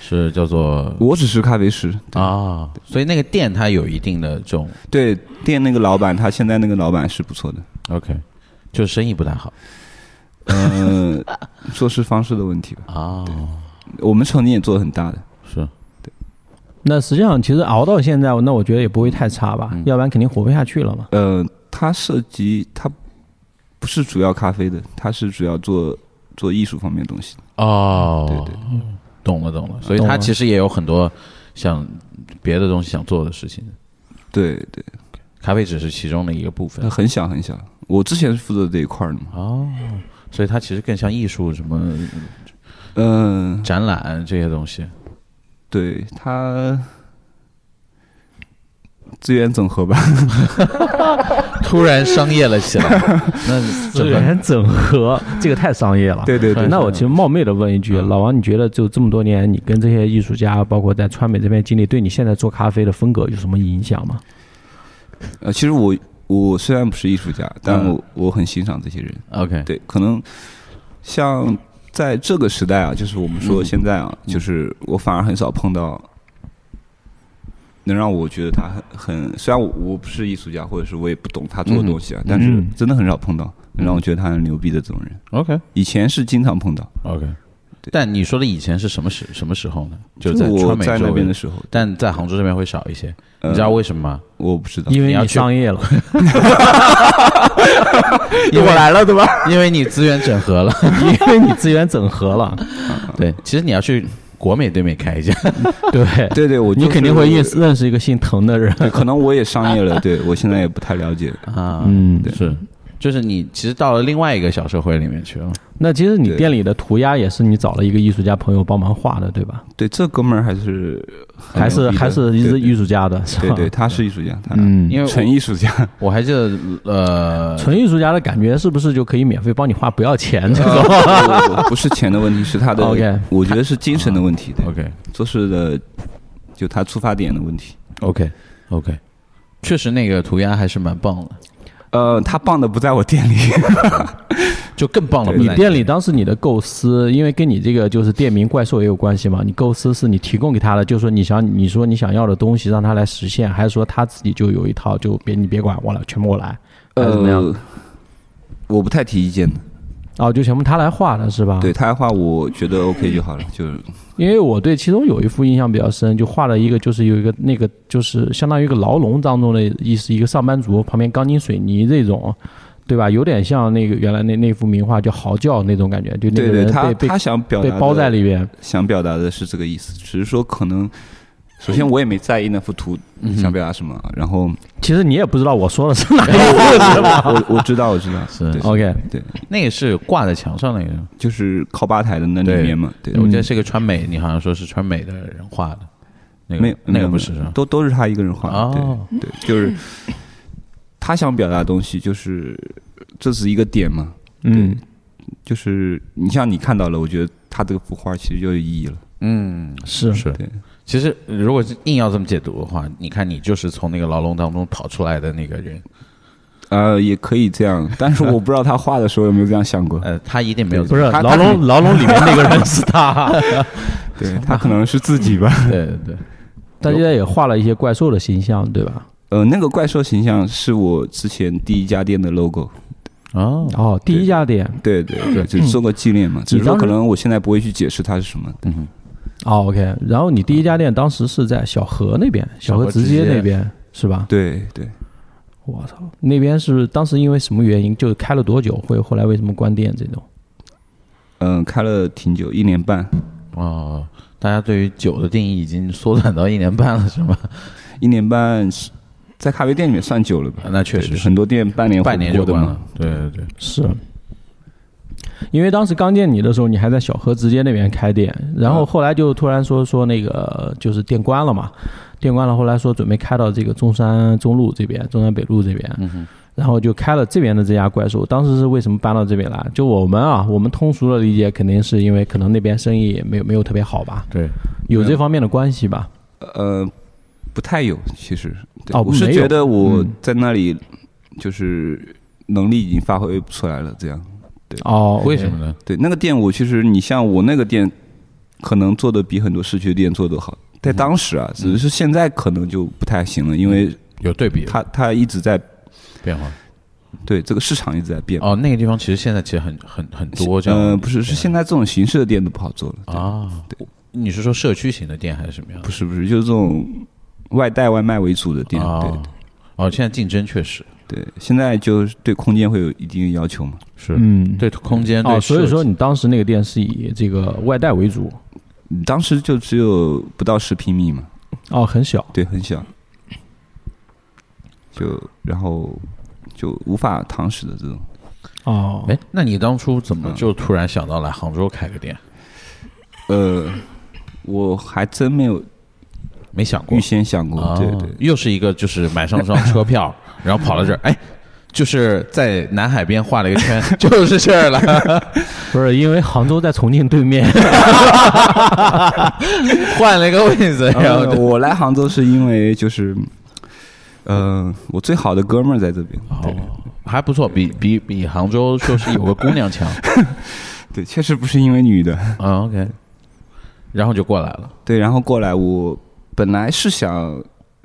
Speaker 1: 是叫做
Speaker 3: 我只是咖啡师，
Speaker 1: 啊，所以那个店它有一定的这种
Speaker 3: 对店那个老板，他现在那个老板是不错的。
Speaker 1: OK，就是生意不太好
Speaker 3: 嗯、做事方式的问题吧，
Speaker 1: 啊，
Speaker 3: 我们曾经也做的很大的。
Speaker 1: 是
Speaker 2: 那实际上，其实熬到现在，那我觉得也不会太差
Speaker 3: 嗯
Speaker 2: 吧，要不然肯定活不下去了 嘛。
Speaker 3: 呃，他涉及他不是主要咖啡的，他是主要做做艺术方面的东西的。
Speaker 1: 哦，
Speaker 3: 对对，
Speaker 1: 懂了懂了。所以
Speaker 2: 懂
Speaker 1: 他
Speaker 2: 了
Speaker 1: 其实也有很多想别的东西想做的事情，
Speaker 3: 对对，
Speaker 1: 咖啡只是其中的一个部分
Speaker 3: 它很小很小。我之前是负责这一块儿的嘛。
Speaker 1: 哦。所以它其实更像艺术，什么
Speaker 3: 嗯、
Speaker 1: 展览这些东西。
Speaker 3: 对他资源整合吧，
Speaker 1: 突然商业了 起来，那
Speaker 2: 资
Speaker 1: 整个
Speaker 2: 源整合，这个太商业了。
Speaker 3: 对对对，嗯
Speaker 2: 那我其实冒昧的问一句，老王，你觉得就这么多年，你跟这些艺术家，包括在川美这边经历，对你现在做咖啡的风格有什么影响吗？
Speaker 3: 呃，其实我我虽然不是艺术家，但我、我很欣赏这些人。
Speaker 1: OK
Speaker 3: 对，可能像在这个时代啊，就是我们说现在啊，就是我反而很少碰到能让我觉得他很很，虽然我我不是艺术家，或者是我也不懂他做的东西啊，但是
Speaker 2: 嗯
Speaker 3: 真的很少碰到能让我觉得他很牛逼的这种人。
Speaker 1: OK
Speaker 3: 以前是经常碰到，
Speaker 1: OK，但你说的以前是什么时什么时候呢？就
Speaker 3: 就
Speaker 1: 在
Speaker 3: 我
Speaker 1: 川美
Speaker 3: 在
Speaker 1: 周
Speaker 3: 那边
Speaker 1: 围
Speaker 3: 的，时候，
Speaker 1: 但在杭州这边会少一些。
Speaker 3: 呃
Speaker 1: 你知道为什么 吗？
Speaker 3: 我不知道，
Speaker 2: 因
Speaker 1: 你
Speaker 2: 为
Speaker 1: 要
Speaker 2: 你
Speaker 1: 去
Speaker 2: 商业了，
Speaker 1: 因为
Speaker 3: 来了，对吧？
Speaker 1: 因为你资源整合 了。
Speaker 2: 因为你资源整合了，
Speaker 1: 对，其实你要去国美对面开一家，
Speaker 2: 对，
Speaker 3: 对对，我
Speaker 2: 你
Speaker 3: 就是
Speaker 2: 肯定会认识认识一个姓滕的人。
Speaker 3: 对，可能我也商业 了，对我现在也不太了解。
Speaker 1: 啊，
Speaker 2: 嗯，
Speaker 1: 是，就是你其实到了另外一个小社会里面去了。
Speaker 2: 那其实你
Speaker 3: 对
Speaker 2: 店里的涂鸦也是你找了一个艺术家朋友帮忙画的，对吧？
Speaker 3: 对，这哥们儿还是很
Speaker 2: 还是
Speaker 3: 牛逼的
Speaker 2: 还是一直
Speaker 3: 对对
Speaker 2: 艺术家的，是
Speaker 3: 对
Speaker 2: 吧？
Speaker 3: 对，他是艺术家，他
Speaker 2: 嗯，
Speaker 1: 因为
Speaker 3: 纯艺术家，
Speaker 1: 我还记得，呃，
Speaker 2: 纯艺术家的感觉是不是就可以免费帮你画，不要钱这种？
Speaker 3: 呃不不是钱的问题，是他
Speaker 2: 哦 OK 啊
Speaker 3: 的，我觉得是精神的问题，对，
Speaker 1: OK
Speaker 3: 做事的就他出发点的问题。
Speaker 1: OK OK，确实那个涂鸦还是蛮棒的，
Speaker 2: 嗯
Speaker 3: 呃，他棒的不在我店里，
Speaker 1: 就更棒了。
Speaker 2: 你
Speaker 1: 不然
Speaker 2: 店里当时你的构思，因为跟你这个就是店名怪兽也有关系嘛。你构思是你提供给他的，就是说你想你说你想要的东西让他来实现，还是说他自己就有一套，就别你别管我了，全部我来， 还是怎么样？
Speaker 3: 呃，我不太提意见的，
Speaker 2: 哦，就全部他来画的是吧？
Speaker 3: 对他的话，我觉得 OK 就好了，就是
Speaker 2: 因为我对其中有一幅印象比较深，就画了一个，就是有一个那个，就是相当于一个牢笼当中的意思，一个上班族旁边钢筋水泥这种，对吧？有点像那个原来那那幅名画叫《嚎叫》那种感觉，就那
Speaker 3: 对
Speaker 2: 个
Speaker 3: 对，
Speaker 2: 人
Speaker 3: 他
Speaker 2: 被被
Speaker 3: 他想表达
Speaker 2: 被
Speaker 3: 的
Speaker 2: 包在里边。
Speaker 3: 想表达的是这个意思，只是说可能，首先我也没在意那幅图想表达什么，啊然后
Speaker 2: 其实你也不知道 我说的是哪一幅。
Speaker 3: 我我知道我知道，
Speaker 1: 是
Speaker 3: 对
Speaker 2: OK，
Speaker 3: 对，
Speaker 1: 那个是挂在墙上那个，嗯
Speaker 3: 就是靠吧台的那里面嘛，对，
Speaker 1: 我记得是个川美，你好像说是川美的人画的，那个
Speaker 3: 没有
Speaker 1: 那个不
Speaker 3: 没
Speaker 1: 是
Speaker 3: 有
Speaker 1: 是
Speaker 3: 没有
Speaker 1: 吧？
Speaker 3: 都都是他一个人画的，
Speaker 1: 哦
Speaker 3: 对对，就是他想表达的东西，就是这是一个点嘛，
Speaker 2: 嗯，
Speaker 3: 就是你像你看到了，我觉得他这个幅画其实就有意义了，
Speaker 1: 嗯，
Speaker 2: 是
Speaker 1: 是
Speaker 3: 对。
Speaker 1: 其实如果是硬要这么解读的话，你看你就是从那个牢笼当中跑出来的那个人，，
Speaker 3: 呃，也可以这样，但是我不知道他画的时候有没有这样想过
Speaker 1: 呃，他一定没有这
Speaker 2: 不
Speaker 1: 么
Speaker 2: 是
Speaker 3: 他
Speaker 2: 牢笼牢笼里 面那个人是他，
Speaker 3: 对他可能是自己吧。
Speaker 1: 对对对，
Speaker 2: 他现在也画了一些怪兽的形象，对吧？
Speaker 3: 呃，那个怪兽形象是我之前第一家店的 logo，
Speaker 1: 哦，
Speaker 2: 哦，第一家店，
Speaker 3: 对对对，
Speaker 1: 嗯
Speaker 3: 就做个纪念嘛。只是说可能我现在不会去解释它是什么，
Speaker 2: 哦，OK。然后你第一家店当时是在小河那边，小河直街那边是吧？
Speaker 3: 对对，
Speaker 2: 我操，那边是不是当时因为什么原因就开了多久？会后来为什么关店这种？
Speaker 3: 嗯、开了挺久，一年半，
Speaker 1: 哦，大家对于酒的定义已经缩短到一年半了，是吗？
Speaker 3: 一年半是在咖啡店里面算久了吧？
Speaker 1: 那确实
Speaker 3: 对
Speaker 1: 是
Speaker 3: 很多店半年
Speaker 1: 半年
Speaker 3: 火
Speaker 1: 就
Speaker 3: 锅的
Speaker 1: 关
Speaker 3: 嘛
Speaker 1: 了。，对对对，
Speaker 2: 是嗯因为当时刚见你的时候，你还在小河直街那边开店，然后后来就突然说说那个就是店关了嘛，店关了，后来说准备开到这个中山中路这边，中山北路这边，然后就开了这边的这家怪兽。当时是为什么搬到这边来？就我们啊，我们通俗的理解肯定是因为可能那边生意也没有没有特别好吧，
Speaker 1: 对，
Speaker 2: 有这方面的关系吧？
Speaker 3: 呃，不太有，其实对
Speaker 2: 哦
Speaker 3: 我是
Speaker 2: 没有
Speaker 3: 觉得我
Speaker 1: 嗯
Speaker 3: 在那里就是能力已经发挥不出来了，这样。
Speaker 2: 哦，
Speaker 1: 为什么？呢？
Speaker 3: 对，那个店我其实你像我那个店，可能做的比很多市区店做的好，在
Speaker 1: 嗯
Speaker 3: 当时啊，只是现在可能就不太行了，因为
Speaker 1: 有对比
Speaker 3: 它它一直在
Speaker 1: 变化。
Speaker 3: 对这个市场一直在变。
Speaker 1: 哦，那个地方其实现在其实很很很多这样的。
Speaker 3: 呃，不是，是现在这种形式的店都不好做了。
Speaker 1: 啊，你是说社区型的店还是什么样的
Speaker 3: 不？是不是，就是这种外带外卖为主的店。
Speaker 1: 哦，哦，现在竞争确实
Speaker 3: 对对，现在就是对空间会有一定的要求嘛。
Speaker 1: 是
Speaker 2: 嗯，
Speaker 1: 对空间
Speaker 2: 哦，
Speaker 1: 对
Speaker 2: 所以
Speaker 1: 设计
Speaker 2: 说你当时那个店是以这个外带为主，
Speaker 3: 你当时就只有不到十平米嘛，
Speaker 2: 哦，很小。
Speaker 3: 对，很小，就然后就无法堂食的这种。
Speaker 2: 哦，
Speaker 1: 哎，那你当初怎么就突然想到来杭州开个店？
Speaker 3: 呃，我还真没有
Speaker 1: 没想过
Speaker 3: 预，先想过，
Speaker 1: 哦
Speaker 3: 对对，
Speaker 1: 又是一个就是买上张车票，然后跑到这儿，哎，就是在南海边画了一个圈， 就是这儿了，
Speaker 2: 不是，因为杭州在重庆对面。
Speaker 1: 换了一个位置， 然后
Speaker 3: 呃
Speaker 1: 就
Speaker 3: 我来杭州是因为就是，呃，我最好的哥们儿在这边，对
Speaker 1: 哦，还不错，比比比杭州说是有个姑娘强
Speaker 3: 对，确实不是因为女的，
Speaker 1: 啊，OK，然后就过来了，
Speaker 3: 对，然后过来，我本来是想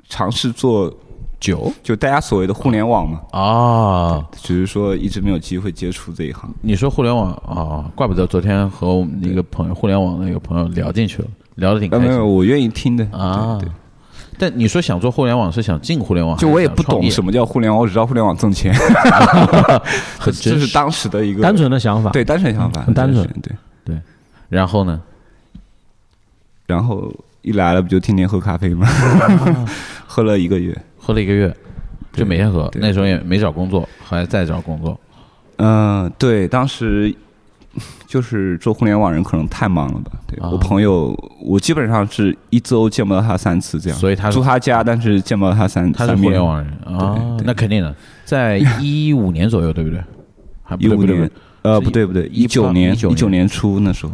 Speaker 3: 尝试做
Speaker 1: 九
Speaker 3: 就大家所谓的互联网嘛，
Speaker 1: 啊，
Speaker 3: 只是说一直没有机会接触这一行。
Speaker 1: 你说互联网啊，怪不得昨天和我们一个朋友，互联网的一个朋友聊进去了，聊得挺开
Speaker 3: 呃，没
Speaker 1: 心
Speaker 3: 有，
Speaker 1: 的
Speaker 3: 我愿意听的
Speaker 1: 啊
Speaker 3: 对对
Speaker 1: 但你说想做互联网是想进互联网，
Speaker 3: 就我也不懂什
Speaker 1: 么，
Speaker 3: 么叫互联网，我只知道互联网挣钱，
Speaker 1: 很
Speaker 3: 这
Speaker 1: 真
Speaker 3: 是
Speaker 1: 实。
Speaker 3: 当时的一个
Speaker 2: 单纯的想法，
Speaker 3: 对单纯想法，
Speaker 2: 很单纯
Speaker 3: 对。
Speaker 1: 然后呢？
Speaker 3: 然后一来了不就天天喝咖啡 吗？喝了一个月，
Speaker 1: 喝了一个月，就每天喝。
Speaker 3: 对
Speaker 1: 那时候也没找工作，后来再找工作。
Speaker 3: 嗯、对，当时就是做互联网人可能太忙了吧？对、
Speaker 1: 啊
Speaker 3: 我朋友，我基本上是一周见不到他三次这样，
Speaker 1: 所以他是
Speaker 3: 住他家，但是见不到他三
Speaker 1: 他是
Speaker 3: 三
Speaker 1: 互
Speaker 3: 面
Speaker 1: 联。网人啊
Speaker 3: 对，对
Speaker 1: 那肯定的，在一五年左右，对不对？还不
Speaker 3: 一
Speaker 1: 对
Speaker 3: 五
Speaker 1: 不对
Speaker 3: 年，，呃，
Speaker 1: 是
Speaker 3: 不对不对，一
Speaker 1: 18
Speaker 3: 九年，
Speaker 1: 19
Speaker 3: 一九年初那时候，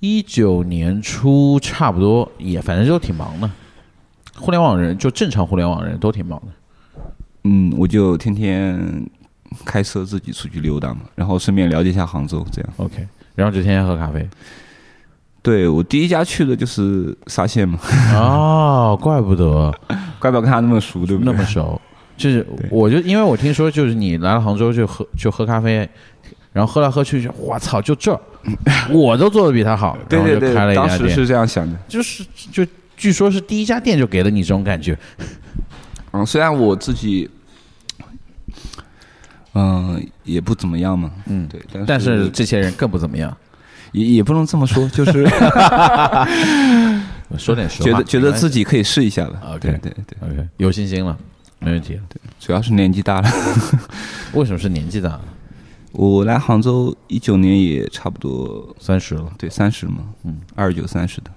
Speaker 1: 一九年初差不多也，反正就挺忙的。互联网人就正常互联网人都挺忙的。
Speaker 3: 嗯，我就天天开车自己出去溜达嘛，然后顺便了解一下杭州这样。
Speaker 1: OK，然后就天天喝咖啡。
Speaker 3: 对我第一家去的就是沙县嘛，
Speaker 1: 哦，怪不得
Speaker 3: 怪不得跟他那么熟，对不
Speaker 1: 那
Speaker 3: 对？
Speaker 1: 么熟。就是我就因为我听说，就是你来了杭州就喝就喝咖啡，然后喝来喝去就，我操，就这儿，我都做的比他好，
Speaker 3: 对对
Speaker 1: 然后就开了
Speaker 3: 对，
Speaker 1: 一
Speaker 3: 当
Speaker 1: 家
Speaker 3: 时
Speaker 1: 店，
Speaker 3: 是这样想的。
Speaker 1: 就是就据说是第一家店就给了你这种感觉，
Speaker 3: 嗯，虽然我自己，嗯、也不怎么样嘛，
Speaker 1: 嗯
Speaker 3: 对，但是
Speaker 1: 但是这些人更不怎么样。
Speaker 3: 也也不能这么说，就是
Speaker 1: 说点实话，
Speaker 3: 觉得觉得自
Speaker 1: 己
Speaker 3: 己可以试一下吧。
Speaker 1: OK
Speaker 3: 对对对，
Speaker 1: OK 有信心了，没问题。
Speaker 3: 主要是年纪大了。
Speaker 1: 为什么是年纪大？
Speaker 3: 我来杭州一九年也差不多，
Speaker 1: 三十了，
Speaker 3: 对，三十嘛，
Speaker 1: 嗯，
Speaker 3: 二十九三十的。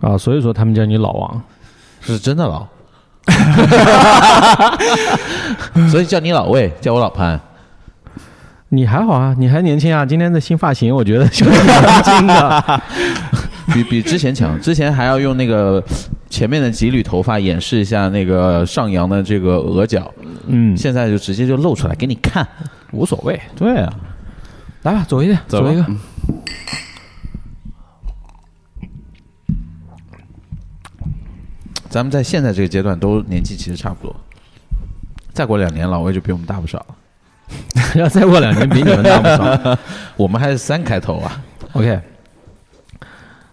Speaker 2: 啊，所以说他们叫你老王。
Speaker 1: 是真的老，所以叫你老魏，叫我老潘。
Speaker 2: 你还好啊，你还年轻啊！今天的新发型，我觉得 挺年轻的。
Speaker 1: 比比之前强，之前还要用那个前面的几缕头发掩饰一下那个上扬的这个额角，
Speaker 2: 嗯，
Speaker 1: 现在就直接就露出来给你看。
Speaker 2: 无所谓。
Speaker 1: 对啊，
Speaker 2: 来吧，走一个，
Speaker 1: 走吧
Speaker 2: 走一个。
Speaker 1: 咱们在现在这个阶段都年纪其实差不多，再过两年老魏就比我们大不少了，
Speaker 2: 然后再过两年比你们大不 少。
Speaker 1: 我们还是三开头啊。
Speaker 2: OK，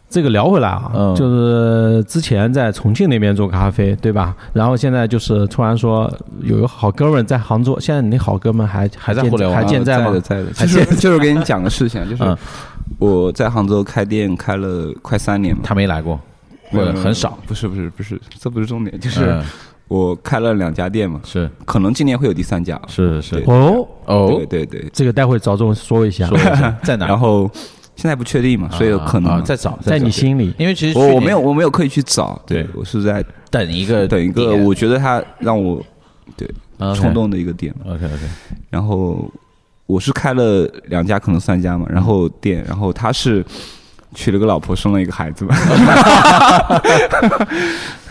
Speaker 2: 这个聊回来啊，
Speaker 1: 嗯
Speaker 2: 就是之前在重庆那边做咖啡，对吧？然后现在就是突然说有个好哥们儿在杭州，现在你那好哥们儿还还
Speaker 1: 在
Speaker 2: 健
Speaker 1: 互联网
Speaker 2: 还
Speaker 1: 啊
Speaker 2: 健在
Speaker 3: 在
Speaker 2: 吗
Speaker 3: 的，？在的。就是就是给你讲个事 情，啊就是
Speaker 1: 嗯
Speaker 3: 我在杭州开店开了快三年嘛，
Speaker 1: 他没来过，或者
Speaker 3: 嗯
Speaker 1: 很少，
Speaker 3: 不是不是不是，这不是重点，就是
Speaker 1: 嗯
Speaker 3: 我开了两家店嘛，
Speaker 1: 是
Speaker 3: 可能今年会有第三家了。
Speaker 1: 是是
Speaker 3: 对
Speaker 2: 哦，
Speaker 1: 哦
Speaker 3: 对，对对，
Speaker 2: 这个待会着重说一下，
Speaker 1: 说一下在哪
Speaker 3: 然
Speaker 1: 儿？
Speaker 3: 后现在不确定嘛，所以有可能
Speaker 1: 啊啊
Speaker 3: 嘛
Speaker 1: 再找，
Speaker 2: 在
Speaker 1: 再找
Speaker 2: 你心里。
Speaker 1: 因为其实去
Speaker 3: 我我
Speaker 1: 年
Speaker 3: 没有我没有刻意去找，对
Speaker 1: 对
Speaker 3: 我是在
Speaker 1: 等一个
Speaker 3: 等一个我觉得他让我冲动的一个点嘛。
Speaker 1: OK OK，
Speaker 3: 然后我是开了两家，可能三家嘛，然后店，然后他是娶了个老婆，生了一个孩子嘛。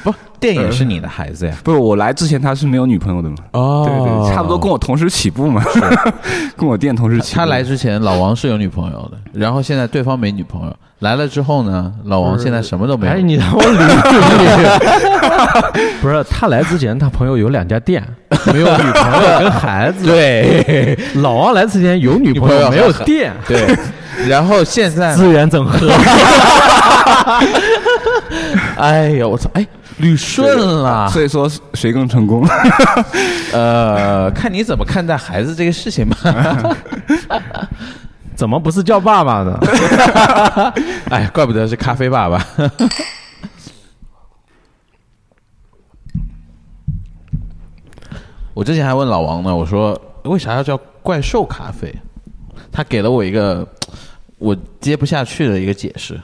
Speaker 1: 不，电影是你的孩子呀。
Speaker 3: 不是我来之前他是没有女朋友的嘛，
Speaker 1: 哦
Speaker 3: 对对，差不多跟我同时起步嘛， 跟我店同时起步。
Speaker 1: 他来之前，老王是有女朋友的，然后现在对方没女朋友。来了之后呢，老王现在什么都没
Speaker 2: 哎，
Speaker 1: 有。
Speaker 2: 你让我捋 捋捋，不是他来之前，他朋友有两家店，没有女朋友跟孩 子。
Speaker 1: 对
Speaker 2: 老王来之前有女朋
Speaker 1: 女朋
Speaker 2: 友
Speaker 1: 友
Speaker 2: 没有店，
Speaker 1: 对，然后现在，
Speaker 2: 资源整合。
Speaker 1: 哎呀，我操，哎，捋顺了。
Speaker 3: 所以说谁更成功？
Speaker 1: 呃，看你怎么看待孩子这个事情 吧。
Speaker 2: 怎么不是叫爸爸 呢？
Speaker 1: 哎，怪不得是咖啡爸 爸。我之前还问老王呢，我说为啥要叫怪兽咖啡？他给了我一个我接不下去的一个解释。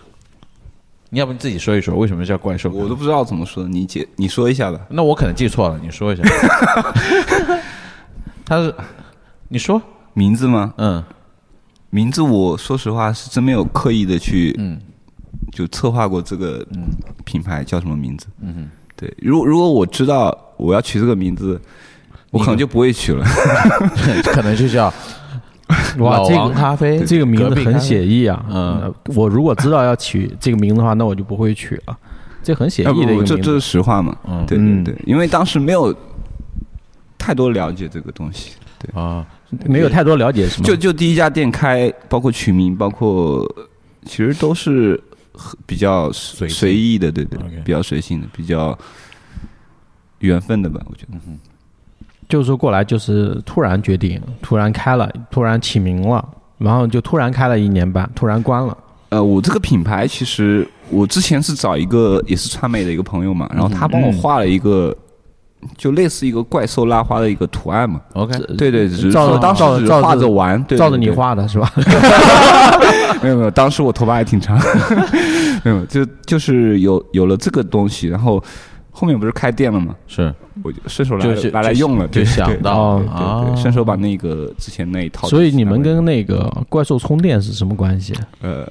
Speaker 1: 你要不你自己说一说，为什么叫怪兽？
Speaker 3: 我都不知道怎么说，你姐你说一下吧。
Speaker 1: 那我可能记错了，你说 一下。他是你说，
Speaker 3: 名字吗？
Speaker 1: 嗯
Speaker 3: 名字我说实话是真没有刻意的去，
Speaker 1: 嗯
Speaker 3: 就策划过这个品牌叫什么名字。
Speaker 1: 嗯
Speaker 3: 对，如如果我知道我要取这个名字，我可能就不会取了。
Speaker 1: 哼，可能就叫
Speaker 2: 哇
Speaker 1: 老，
Speaker 2: 这
Speaker 1: 王
Speaker 2: 个
Speaker 1: 咖啡，
Speaker 2: 这个名
Speaker 1: 隔
Speaker 2: 字
Speaker 1: 壁咖
Speaker 2: 很
Speaker 1: 啡
Speaker 2: 写意啊。
Speaker 1: 嗯
Speaker 2: 嗯，我如果知道要取这个名字的话，那我就不会取了。这很写
Speaker 3: 啊
Speaker 2: 意的一
Speaker 1: 呃
Speaker 3: 不
Speaker 2: 个
Speaker 3: 这
Speaker 2: 名
Speaker 3: 这
Speaker 2: 字
Speaker 3: 是实话嘛？
Speaker 1: 嗯
Speaker 3: 对对对，因为当时没有太多了解这个东西，
Speaker 1: 啊，
Speaker 2: 没有太多了解是吗？
Speaker 3: 就就第一家店开，包括取名，包括其实都是很比较
Speaker 1: 随
Speaker 3: 随
Speaker 1: 性
Speaker 3: 随意的，对对
Speaker 1: OK
Speaker 3: 比较随性的，比较缘分的吧，我觉得。
Speaker 2: 就是说过来就是突然决定，突然开了，突然起名了，然后就突然开了一年半，突然关了。
Speaker 3: 呃，我这个品牌其实我之前是找一个也是川美的一个朋友嘛，然后他帮
Speaker 2: 嗯
Speaker 3: 我画了一个。就类似一个怪兽拉花的一个图案嘛，
Speaker 1: OK，
Speaker 3: 对对，只是
Speaker 2: 照
Speaker 3: 说
Speaker 2: 着
Speaker 3: 当时
Speaker 2: 照着
Speaker 3: 只是
Speaker 2: 照着
Speaker 3: 画着玩，对
Speaker 2: 照着你，
Speaker 3: 对对
Speaker 2: 画的是吧？
Speaker 3: 没有没有，当时我头发还挺 长，没有，就就是有有了这个东西，然后后面不是开店了嘛，
Speaker 1: 是
Speaker 3: 我就顺手拿
Speaker 1: 就是
Speaker 3: 拿来用了，
Speaker 1: 就
Speaker 3: 对
Speaker 1: 想
Speaker 3: 对
Speaker 1: 到
Speaker 3: 对
Speaker 1: 啊
Speaker 3: 对，对，顺手把那个之前那一套东西拿
Speaker 2: 所
Speaker 3: 来。
Speaker 2: 以你们跟那个怪兽充电是什么关系
Speaker 3: 呃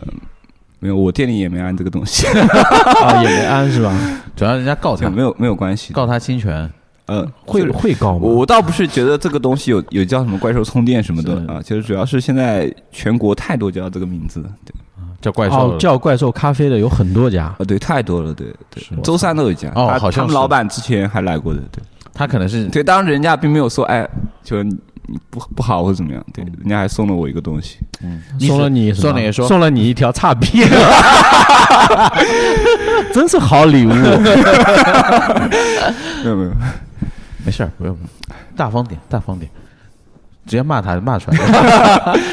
Speaker 3: 没有，我店里也没安这个 东西，
Speaker 2: 啊？也没安是吧？
Speaker 1: 主要人家告他
Speaker 3: 没有没有关系。
Speaker 1: 告他侵权，
Speaker 3: 呃，
Speaker 2: 会
Speaker 3: 就是
Speaker 2: 会告
Speaker 3: 我
Speaker 2: 吗？
Speaker 3: 我倒不是觉得这个东西有有叫什么怪兽充电什么的啊，就是主要是现在全国太多叫这个名字了，对
Speaker 1: 叫怪兽
Speaker 2: 哦，叫怪兽咖啡的有很多家，
Speaker 3: 啊对太多了，对对
Speaker 1: 是吗，
Speaker 3: 周三都有一家，
Speaker 1: 哦
Speaker 3: 他
Speaker 1: 好像
Speaker 3: 他们
Speaker 1: 是
Speaker 3: 老板之前还来过的，对
Speaker 1: 他可能是
Speaker 3: 对，当然人家并没有说哎就是你你不不好或者怎么样，对，
Speaker 1: 嗯
Speaker 3: 人家还送了我一个 东西，
Speaker 1: 你是
Speaker 2: 送了你什么
Speaker 1: 送了你说
Speaker 2: 送了你一条叉 B，真是好礼物。
Speaker 3: 没有没有，
Speaker 1: 没事儿，不用，大方点，大方点，直接骂他骂出 来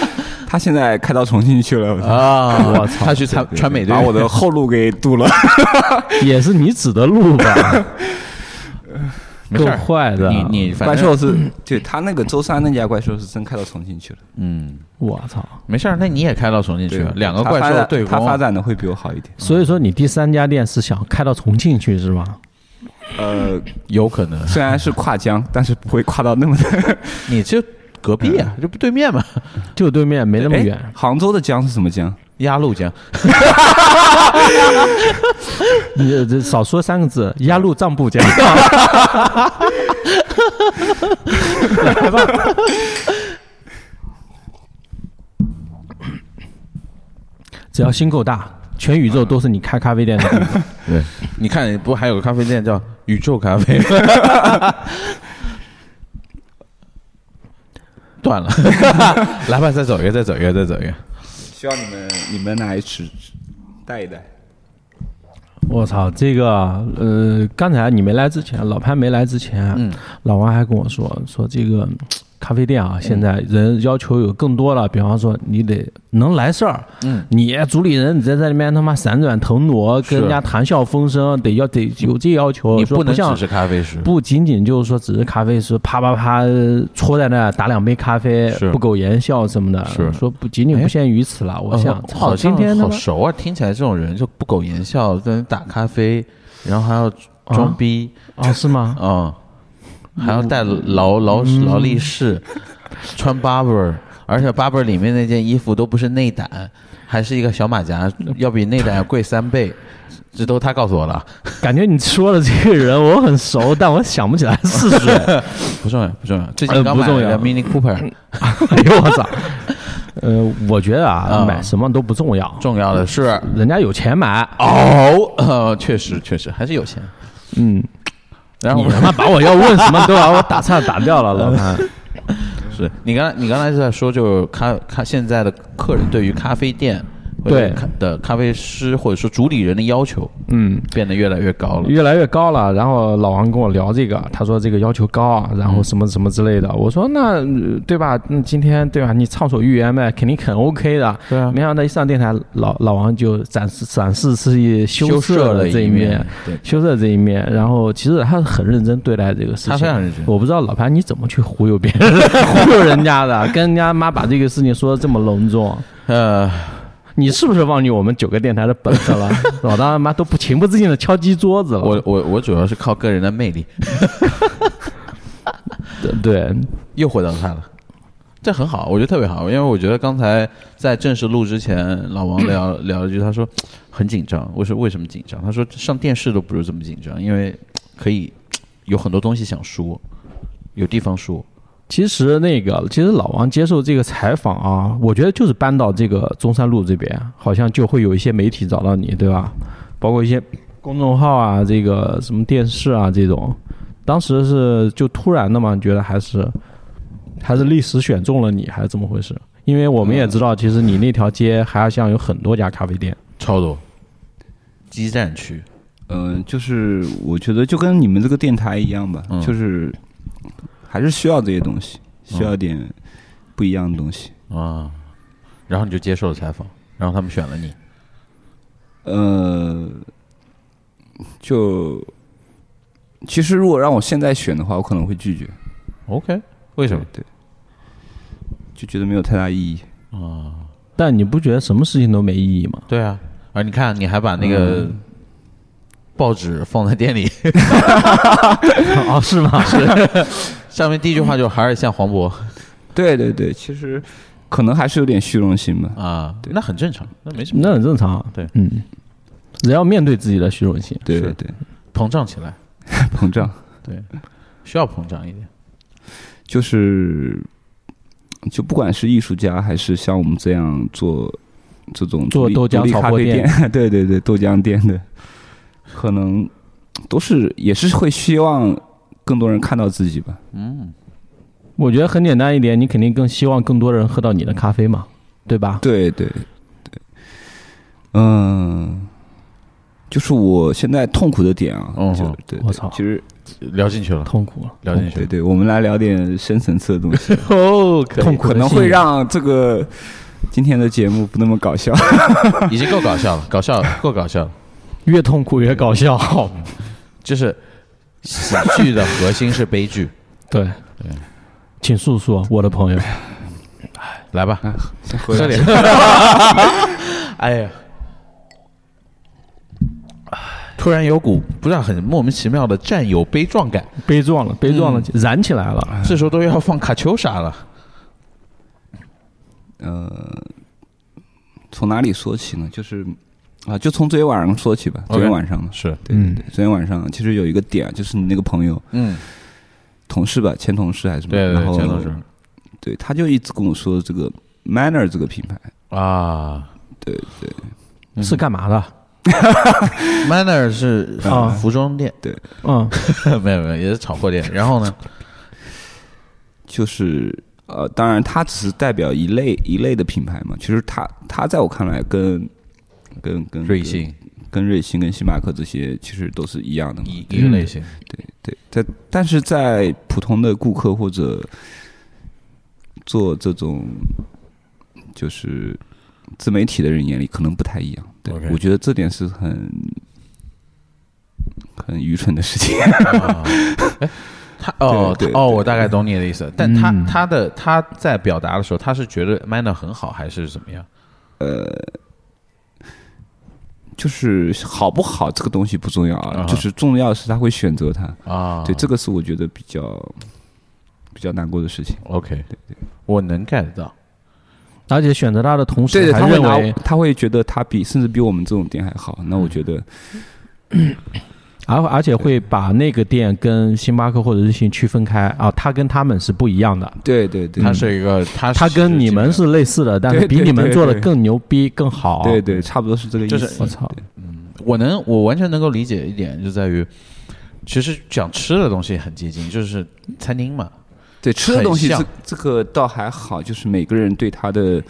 Speaker 3: 他现在开到重庆去了，我操
Speaker 1: 啊！
Speaker 2: 我操
Speaker 1: 他去川
Speaker 3: 对对
Speaker 1: 川美队
Speaker 3: 把我的后路给堵了。
Speaker 2: 也是你指的路吧？
Speaker 1: 没事儿
Speaker 2: 够坏的
Speaker 1: 你 你反
Speaker 3: 怪
Speaker 1: 正
Speaker 3: 兽是，对他那个周三那家怪兽是真开到重庆去了，
Speaker 1: 嗯，
Speaker 2: 我操！
Speaker 1: 没事儿，那你也开到重庆去
Speaker 3: 对
Speaker 1: 了，啊两个
Speaker 3: 他
Speaker 1: 怪
Speaker 3: 发
Speaker 1: 兽
Speaker 3: 展
Speaker 1: 对
Speaker 3: 他发
Speaker 1: 攻，
Speaker 3: 展的会比我好一点。
Speaker 2: 所以说你第三家店是想开到重庆去是吧？
Speaker 3: 呃，
Speaker 1: 有可能
Speaker 3: 虽然是跨江，但是不会跨到那么的哎
Speaker 1: 你这隔壁啊，
Speaker 3: 嗯
Speaker 1: 这不对面嘛，
Speaker 2: 就对面没那么远。
Speaker 3: 哎杭州的江是什么江？
Speaker 1: 鸭绿江
Speaker 2: 你这少说三个字，鸭绿藏布江。 来吧。只要心够大，全宇宙都是你开咖啡店的地方。
Speaker 1: 对，你看，不还有个咖啡 店叫宇宙咖啡？断了， 来吧，再走一个，再走一个，再走一个。
Speaker 3: 需要你们你们来吃带一带。
Speaker 2: 我操，这个呃，刚才你没来之前，老潘没来之前，
Speaker 1: 嗯
Speaker 2: 老王还跟我说说这个嗯咖啡店啊，现在人要求有更多了，比方说你得能来事儿，嗯，你主理人你在这里面他妈闪转腾挪，跟人家谈笑风生，得要得有这要求，
Speaker 1: 你
Speaker 2: 说
Speaker 1: 不
Speaker 2: 不
Speaker 1: 能
Speaker 2: 像
Speaker 1: 只是咖啡师，
Speaker 2: 不仅仅就是说只是咖啡师啪啪啪呃戳在那儿打两杯咖啡
Speaker 1: 是
Speaker 2: 不苟言笑什么的，
Speaker 1: 是哎
Speaker 2: 说不仅仅不限于此了，我
Speaker 1: 哦
Speaker 2: 想
Speaker 1: 我好
Speaker 2: 操今
Speaker 1: 像
Speaker 2: 天他
Speaker 1: 好
Speaker 2: 妈
Speaker 1: 熟啊！听起来这种人就不苟言笑，在那打咖啡，然后还要装逼，
Speaker 2: 哦是吗？
Speaker 1: 嗯，还要带劳劳
Speaker 2: 嗯
Speaker 1: 劳力士，穿 barber，而且 barber 里面那件衣服都不是内胆，还是一个小马甲，要比内胆要贵三倍，这都他告诉我了，
Speaker 2: 感觉你说的这个人我很熟，但我想不起来 是谁。
Speaker 1: 不重要不重要。最
Speaker 2: 呃
Speaker 1: 近刚
Speaker 2: 不
Speaker 1: 买
Speaker 2: 重
Speaker 1: 了个
Speaker 2: 要
Speaker 1: Mini Cooper，
Speaker 2: 哎呦我操！呃，我觉得啊，
Speaker 1: 啊
Speaker 2: 买什么都不重要，
Speaker 1: 重要的是
Speaker 2: 人家有钱 买。
Speaker 1: 哦， 呃确实确实还是有钱，
Speaker 2: 嗯，
Speaker 1: 然后
Speaker 2: 你
Speaker 1: 我们
Speaker 2: 他妈把我要问什 么都把我打岔打掉了，老潘。
Speaker 1: 是你刚才你刚才是在说，就是咖咖现在的客人对于咖啡店或者
Speaker 2: 对
Speaker 1: 咖的咖啡师或者说主理人的要求
Speaker 2: 嗯，
Speaker 1: 变得越来越高了。
Speaker 2: 越来越高了。然后老王跟我聊这个，他说这个要求高啊，然后什么什么之类
Speaker 1: 嗯
Speaker 2: 的。我说那呃对吧？嗯今天对吧？你畅所欲言呗，肯定很 OK 的。
Speaker 1: 对啊
Speaker 2: 没想到一上电台，老老王就展示展示自己羞
Speaker 1: 羞
Speaker 2: 涩
Speaker 1: 涩
Speaker 2: 的
Speaker 1: 了
Speaker 2: 这
Speaker 1: 一
Speaker 2: 一面
Speaker 1: 面，对
Speaker 2: 羞涩这一面。然后其实他是很认真对待这个事情，
Speaker 1: 他非常认真
Speaker 2: 我不知道老潘你怎么去忽悠别人、忽悠人家的，跟人家妈把这个事情说的这么隆重。
Speaker 1: 呃，
Speaker 2: 你是不是忘记我们九个电台的本 色了？老大妈都不情不自禁的敲击桌子了。
Speaker 1: 我我我主要是靠个人的魅力
Speaker 2: 对，
Speaker 1: 诱惑到他了，这很好，我觉得特别好，因为我觉得刚才在正式录之前，老王聊 聊了一句，他说很紧张，我说为什么紧张？他说上电视都不是这么紧张，因为可以有很多东西想说，有地方说，
Speaker 2: 其实那个，其实老王接受这个采访啊，我觉得就是搬到这个中山路这边，好像就会有一些媒体找到你，对吧？包括一些公众号啊，这个什么电视啊这种，当时是就突然的嘛？你觉得还是还是历史选中了你，还是怎么回事？因为我们也知道，其实你那条街海尔巷有很多家咖啡店，
Speaker 1: 超多，基站区，
Speaker 3: 嗯、就是我觉得就跟你们这个电台一样吧，
Speaker 1: 嗯
Speaker 3: 就是还是需要这些东西，需要点不一样的东西。
Speaker 1: 啊，然后你就接受了采访，然后他们选了你，
Speaker 3: 呃，就其实如果让我现在选的话，我可能会拒绝。
Speaker 1: OK，为什么？
Speaker 3: 对，就觉得没有太大意义。
Speaker 2: 但你不觉得什么事情都没意义 吗？
Speaker 1: 对啊，啊，你看你还把那个报纸放在店里，
Speaker 2: 啊，是吗？
Speaker 1: 上面第一句话就是还是像黄渤
Speaker 3: 对对对，其实可能还是有点虚荣心吧。
Speaker 1: 啊，那很正常，那没什么
Speaker 2: 那很正常啊。
Speaker 1: 对
Speaker 2: 嗯，人要面对自己的虚荣心。
Speaker 3: 对
Speaker 1: 是
Speaker 3: 对对，
Speaker 1: 膨胀起来，
Speaker 3: 膨胀
Speaker 1: 对，需要膨胀一点，
Speaker 3: 就是就不管是艺术家还是像我们这样做这种
Speaker 2: 做
Speaker 3: 独立
Speaker 2: 豆浆
Speaker 3: 独立
Speaker 2: 炒
Speaker 3: 咖
Speaker 2: 货
Speaker 3: 啡
Speaker 2: 店
Speaker 3: 店， 对对对，豆浆店的，可能都是也是会希望更多人看到自己吧。
Speaker 1: 嗯
Speaker 2: 我觉得很简单一点，你肯定更希望更多人喝到你的咖啡嘛，对吧？
Speaker 3: 对对对，嗯，就是我现在痛苦的点啊，
Speaker 1: 嗯
Speaker 3: 就
Speaker 1: 哼
Speaker 3: 对，
Speaker 2: 我
Speaker 3: 对
Speaker 2: 操
Speaker 3: 其实
Speaker 1: 聊进去了，
Speaker 2: 痛苦了，
Speaker 1: 聊进去
Speaker 3: 对
Speaker 1: 了，
Speaker 3: 对，我们来聊点深层次的东西，
Speaker 2: 哦，痛苦
Speaker 3: 可
Speaker 2: 的
Speaker 3: 能
Speaker 2: 信
Speaker 3: 会
Speaker 2: 仰
Speaker 3: 让这个今天的节目不那么搞笑。
Speaker 1: 已经够搞笑了，搞笑了，够搞笑了，
Speaker 2: 越痛苦越搞笑。
Speaker 1: 就是喜剧的核心是悲剧，
Speaker 2: 对，请诉说，我的朋友。
Speaker 1: 来吧，
Speaker 3: 回来
Speaker 1: 这里， 哎呀，突然有股不知道很莫名其妙的战友悲壮感，
Speaker 2: 悲壮了，悲
Speaker 3: 嗯
Speaker 2: 壮了，燃起来
Speaker 3: 啊
Speaker 2: 了。
Speaker 1: 这时候都要放卡秋莎了，
Speaker 3: 从哪里说起呢？就是啊，就从昨天晚上说起吧。
Speaker 1: OK
Speaker 3: 昨天晚上嘛，
Speaker 1: 是，
Speaker 3: 对对
Speaker 2: 嗯
Speaker 3: 对，昨天晚上其实有一个点啊，就是你那个朋友、
Speaker 1: 嗯，
Speaker 3: 同事吧，前同事还是什么？
Speaker 1: 对对
Speaker 3: 然
Speaker 1: 对，
Speaker 3: 后
Speaker 1: 全都是
Speaker 3: 对，他就一直跟我说这个 Manner 这个品牌，
Speaker 1: 啊
Speaker 2: 是干嘛的？
Speaker 1: ，Manner 是呃
Speaker 2: 啊
Speaker 1: 服装 店，
Speaker 2: 嗯，
Speaker 1: 没有没有，也是炒货店。然后呢，
Speaker 3: 就是呃，当然它只是代表一类一类的品牌嘛。其实它它在我看来跟跟跟
Speaker 1: 瑞、幸
Speaker 3: 跟瑞幸、跟星巴克这些其实都是一样的嘛。
Speaker 1: 一一个类型，
Speaker 3: 对，在但是在普通的顾客或者做这种就是自媒体的人眼里，可能不太一样。对
Speaker 1: OK
Speaker 3: 我觉得这点是很很愚蠢的事情。
Speaker 1: 他哦
Speaker 3: 对对
Speaker 1: 他哦，我大概懂你的意思，但他
Speaker 2: 嗯
Speaker 1: 他的他在表达的时候，他是觉得 Manner 很好还是怎么样？
Speaker 3: 就是好不好这个东西不重要啊
Speaker 1: 啊，
Speaker 3: 就是重要的是他会选择它。
Speaker 1: 啊，
Speaker 3: 对，这个是我觉得比较比较难过的事情。
Speaker 1: OK，我能 get 到，
Speaker 2: 而且选择他的同
Speaker 3: 对
Speaker 2: 时
Speaker 3: 对，
Speaker 2: 还
Speaker 3: 他会
Speaker 2: 认
Speaker 3: 拿
Speaker 2: 为，
Speaker 3: 他会觉得他比甚至比我们这种店还好。那我觉得，
Speaker 2: 而而且会把那个店跟星巴克或者日信区分开啊，他跟他们是不一样的。
Speaker 3: 对对对，
Speaker 1: 他是一个他
Speaker 2: 他跟你们是类似的，但是
Speaker 3: 对
Speaker 2: 比
Speaker 3: 对
Speaker 2: 你们
Speaker 3: 对
Speaker 2: 做的
Speaker 3: 对
Speaker 2: 更牛逼、更好。
Speaker 3: 对对，差不多是这个意
Speaker 1: 就是
Speaker 3: 思。
Speaker 2: 我操，
Speaker 1: 我能，我完全能够理解一点，就在于，其实讲吃的东西很接近，就是餐厅嘛，
Speaker 3: 对吃的东
Speaker 1: 很
Speaker 3: 西这
Speaker 1: 像
Speaker 3: 这个倒还好，就是每个人对它的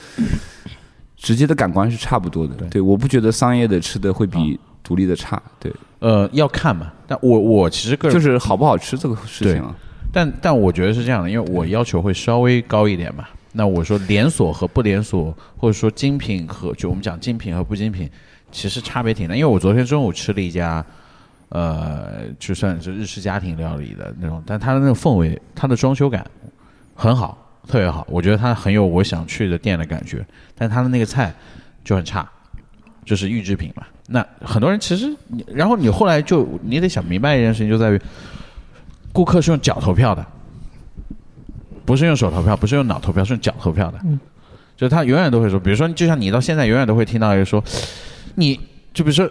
Speaker 3: 直接的感官是差不多的。对，我不觉得商业的吃的会
Speaker 1: 嗯
Speaker 3: 比独立的差。对，
Speaker 1: 呃，要看嘛。但我我其实个人，
Speaker 3: 就是好不好吃这个事情啊。
Speaker 1: 但但我觉得是这样的，因为我要求会稍微高一点嘛。那我说连锁和不连锁，或者说精品和就我们讲精品和不精品，其实差别挺大。因为我昨天中午吃了一家，呃，就算是日式家庭料理的那种，但它的那种氛围，它的装修感很好，特别好。我觉得它很有我想去的店的感觉，但它的那个菜就很差，就是预制品嘛。那很多人其实你，然后你后来就你得想明白一件事情，就在于顾客是用脚投票的，不是用手投票，不是用脑投票，是用脚投票的。就是他永远都会说，比如说，就像你到现在永远都会听到一个说，你就比如说，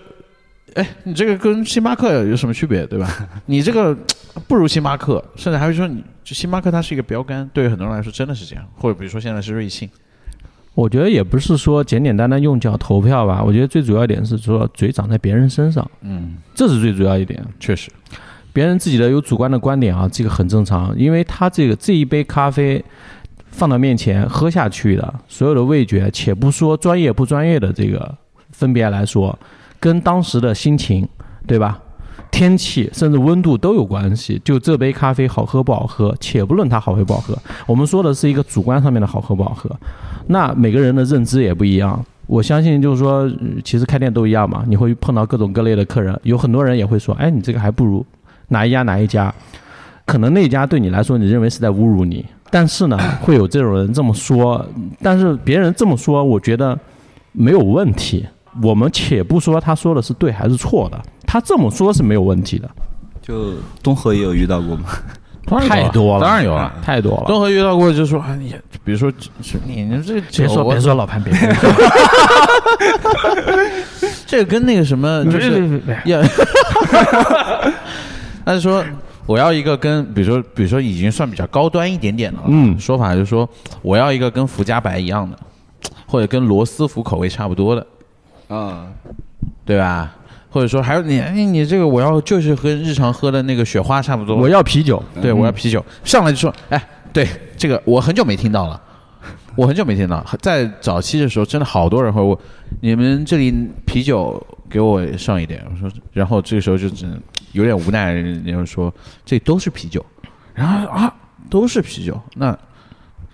Speaker 1: 哎，你这个跟星巴克有什么区别，对吧？ 你这个不如星巴克，甚至还会说你，就星巴克它是一个标杆，对于很多人来说真的是这样，或者比如说现在是瑞幸，
Speaker 2: 我觉得也不是说简简单单用脚投票吧，我觉得最主要一点是说嘴长在别人身上，嗯，这是最主要一点。
Speaker 1: 确实
Speaker 2: 别人自己的有主观的观点啊，这个很正常，因为他这个这一杯咖啡放到面前喝下去的所有的味觉，且不说专业不专业的这个分别来说，跟当时的心情，对吧？天气甚至温度都有关系，就这杯咖啡好喝不好喝，且不论它好喝不好喝，我们说的是一个主观上面的好喝不好喝。那每个人的认知也不一样。我相信，就是说，呃其实开店都一样嘛，你会碰到各种各类的客人，有很多人也会说，哎，你这个还不如哪一家哪一家，可能那家对你来说，你认为是在侮辱你，但是 呢，会有这种人这么说，但是别人这么说，我觉得没有问题。我们且不说他说的是对还是错的，他这么说是没有问题的，
Speaker 3: 就东河也有遇到过嘛，
Speaker 2: 太多了，
Speaker 1: 当然有了。
Speaker 2: 太多了。
Speaker 1: 综合遇到过就说啊，你比如说这你你这个
Speaker 2: 别说
Speaker 1: 酒
Speaker 2: 别说，老潘，别 说，
Speaker 1: 这个跟那个什么就
Speaker 2: 别
Speaker 1: 是
Speaker 2: 别 别，
Speaker 1: 呀，他就说我要一个跟，比如说，比如说已经算比较高端一点点的了，
Speaker 2: 嗯
Speaker 1: 说法就是说我要一个跟福加白一样的，或者跟罗斯福口味差不多的，
Speaker 3: 啊，
Speaker 1: 对吧？或者说还有你，哎，你这个我要就是和日常喝的那个雪花差不多，
Speaker 2: 我要啤酒，
Speaker 1: 对
Speaker 2: 嗯
Speaker 1: 我要啤酒，上来就说，哎，对这个我很久没听到了。 我很久没听到，在早期的时候，真的好多人会问你们这里啤酒给我上一点。我说，然后啊这个时候就只能有点无奈，人家说这都是啤酒，然后啊都是啤酒，那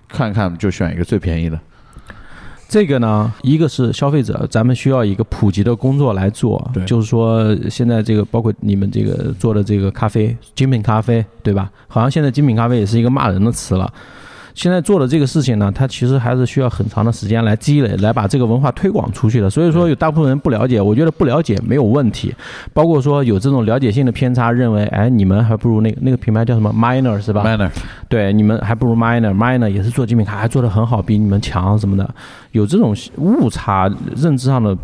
Speaker 1: 看看就选一个最便宜的。
Speaker 2: 这个呢，一个是消费者，咱们需要一个普及的工作来做
Speaker 1: 对，
Speaker 2: 就是说现在这个包括你们这个做的这个咖啡，精品咖啡，对吧？好像现在精品咖啡也是一个骂人的词了。现在做的这个事情呢，它其实还是需要很长的时间来积累，来把这个文化推广出去的。所以说，有大部分人不了解，我觉得不了解没有问题。包括说有这种了解性的偏差，认为哎，你们还不如那个那个品牌叫什么 Minor 是吧
Speaker 1: Manner，
Speaker 2: 对，你们还不如 Miner，Miner 也是做精品卡，还做得很好，比你们强什么的，有这种误差认知上的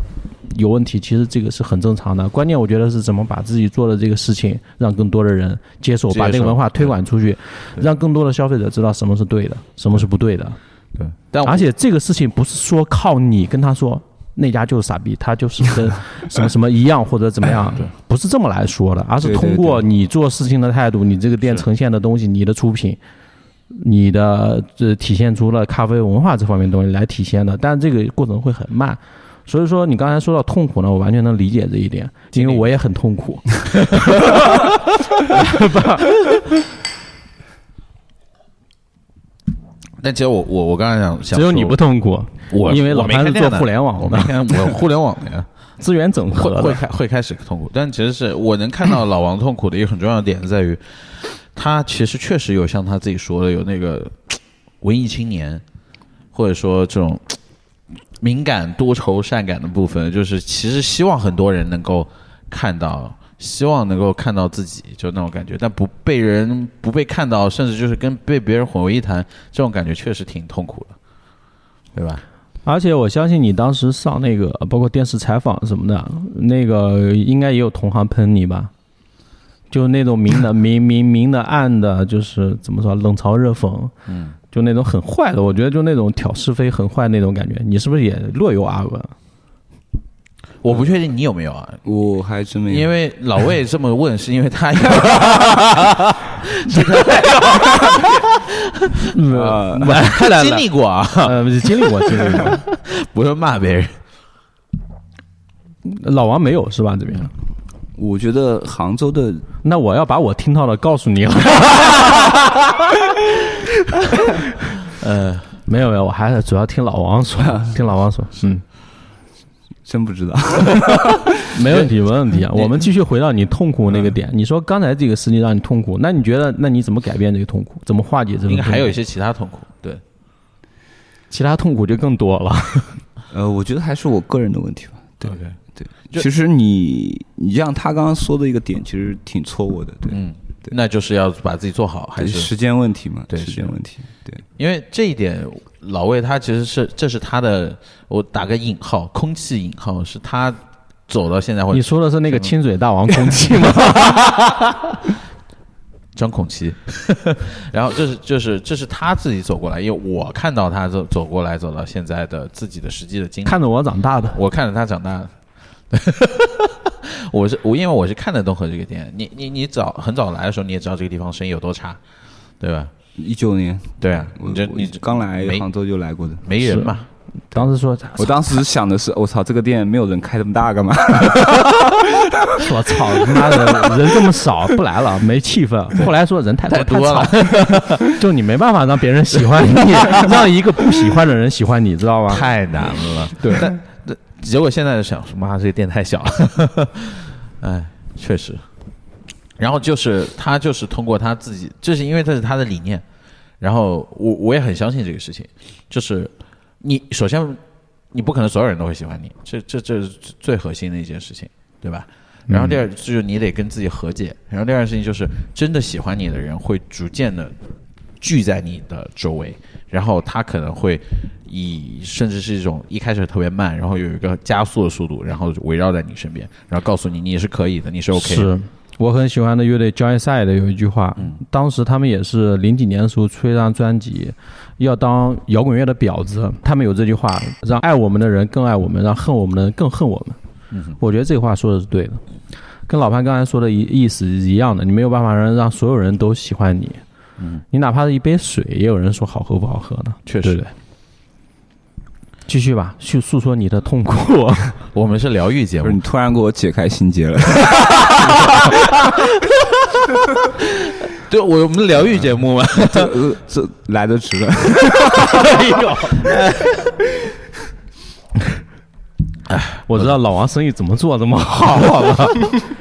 Speaker 2: 有问题，其实这个是很正常的。关键我觉得是怎么把自己做的这个事情让更多的人接受，
Speaker 1: 接受
Speaker 2: 把这个文化推广出去，让更多的消费者知道什么是对的，什么是不对的。
Speaker 1: 对，但我
Speaker 2: 而且这个事情不是说靠你跟他说那家就是傻逼，他就是跟什么什么一样或者怎么样，不是这么来说的，而是
Speaker 3: 对对
Speaker 2: 通过你做事情的态度，你这个店呈现的东西，你的出品。你的这、体现出了咖啡文化这方面的东西来体现的，但这个过程会很慢，所以说你刚才说到痛苦呢，我完全能理解这一点，因为我也很痛苦。
Speaker 1: 但其实我我我刚才想想，
Speaker 2: 只有你不，痛苦，
Speaker 1: 我
Speaker 2: 因为老
Speaker 1: 我没
Speaker 2: 潘是
Speaker 1: 开店
Speaker 2: 做
Speaker 1: 的
Speaker 2: 互联网
Speaker 1: 我
Speaker 2: 的
Speaker 1: 没看我互联网的呀。
Speaker 2: 资源整
Speaker 1: 会
Speaker 2: 合
Speaker 1: 会
Speaker 2: 的，
Speaker 1: 开会开始痛苦，但其实是我能看到老王痛苦的一个很重要的点在于，他其实确实有像他自己说的有那个文艺青年，或者说这种敏感多愁善感的部分，就是其实希望很多人能够看到。希望能够看到自己，就那种感觉，但不被人不被看到，甚至就是跟被别人混为一谈，这种感觉确实挺痛苦的，对吧？
Speaker 2: 而且我相信你当时上那个，包括电视采访什么的，那个应该也有同行喷你吧？就那种明的明明明的暗的，就是怎么说冷嘲热讽，
Speaker 1: 嗯，
Speaker 2: 就那种很坏的，我觉得就那种挑是非很坏那种感觉，你是不是也略有耳闻？
Speaker 1: 我不确定你有没有啊，
Speaker 3: 我还真没有，
Speaker 1: 因为老魏这么问，是因为他有，
Speaker 3: 啊
Speaker 2: 来来
Speaker 1: 经
Speaker 2: 来，
Speaker 1: 历过啊，
Speaker 2: 呃，经历过经历过，
Speaker 1: 不是骂别人。
Speaker 2: 老王没有是吧？这边，
Speaker 3: 我觉得杭州的
Speaker 2: 那我要把我听到的告诉你了。呃，没有没有，我还是主要听老王说，听老王说，嗯。
Speaker 3: 真不知道，
Speaker 2: 没问题，没问 题啊！我们继续回到你痛苦那个点。
Speaker 1: 嗯
Speaker 2: 你说刚才这个事情让你痛苦，那你觉得，那你怎么改变这个痛苦？怎么化解这 种？
Speaker 1: 应该还有一些其他痛苦，对，
Speaker 2: 其他痛苦就更多了。
Speaker 3: 呃，我觉得还是我个人的问题吧。对
Speaker 1: 对，就
Speaker 3: 其实你你像他刚刚说的一个点，其实挺戳我的，对，
Speaker 1: 嗯，那就是要把自己做好，还
Speaker 3: 对
Speaker 1: 是
Speaker 3: 时间问题嘛，
Speaker 1: 对
Speaker 3: 时间问题，对，
Speaker 1: 因为这一点，老魏他其实是这是他的，我打个引号，空气引号是他走到现在会
Speaker 2: 你说的是那个亲嘴大王空气 吗？
Speaker 1: 张孔奇， 然后这是就是这是他自己走过来，因为我看到他走走过来走到现在的自己的实际的经历，
Speaker 2: 看着我长大的，
Speaker 1: 我看着他长大， 我是我，因为我是看得懂和这个店。你你你早很早来的时候，你也知道这个地方生意有多差，对吧？
Speaker 3: 一九年，
Speaker 1: 对啊，
Speaker 3: 我
Speaker 1: 你这
Speaker 3: 我
Speaker 1: 你
Speaker 3: 刚来
Speaker 1: 没啊
Speaker 3: 杭州就来过的。
Speaker 1: 没人嘛，
Speaker 2: 当时说，
Speaker 3: 我当时想的是，我操，这个店没有人开这么大干
Speaker 1: 哦
Speaker 3: 嘛？
Speaker 2: 我操他妈的人这么少，不来了，没 气氛。后来说人太
Speaker 1: 太多了，
Speaker 2: 太吵就你没办法让别人喜欢你，让一个不喜欢的人喜欢你，知道吗？
Speaker 1: 太难了。
Speaker 2: 对，
Speaker 1: 但但结果现在想说，妈，这个店太小了。 哎，确实。然后就是他就是通过他自己，就是因为这是他的理念。然后我我也很相信这个事情，就是你首先你不可能所有人都会喜欢你，这这这是最核心的一件事情，对吧？然后第二就是你得跟自己和解，然后第二件事情就是真的喜欢你的人会逐渐的聚在你的周围，然后他可能会以甚至是一种一开始特别慢，然后有一个加速的速度，然后围绕在你身边，然后告诉你你是可以的，你是 OK 嗯的。
Speaker 2: 是我很喜欢的乐队 Joy Side 有一句话，当时他们也是零几年的时候出一张专辑，要当摇滚乐的婊子。他们有这句话：让爱我们的人更爱我们，让恨我们的人更恨我们。
Speaker 1: 嗯
Speaker 2: 我觉得这话说的是对的，跟老潘刚才说的一意思是一样的。你没有办法让让所有人都喜欢你，你哪怕是一杯水，也有人说好喝不好喝呢。
Speaker 1: 嗯确实
Speaker 2: 对不对继续吧，去诉说你的痛苦。
Speaker 1: 我们是疗愈节
Speaker 3: 不是
Speaker 1: 目
Speaker 3: 你，突然给我解开心 结了，
Speaker 1: 对我们疗愈节目嘛。
Speaker 3: 这呃这来得迟了。
Speaker 2: 哎呦！我知道老王生意怎么做这么好，好吧？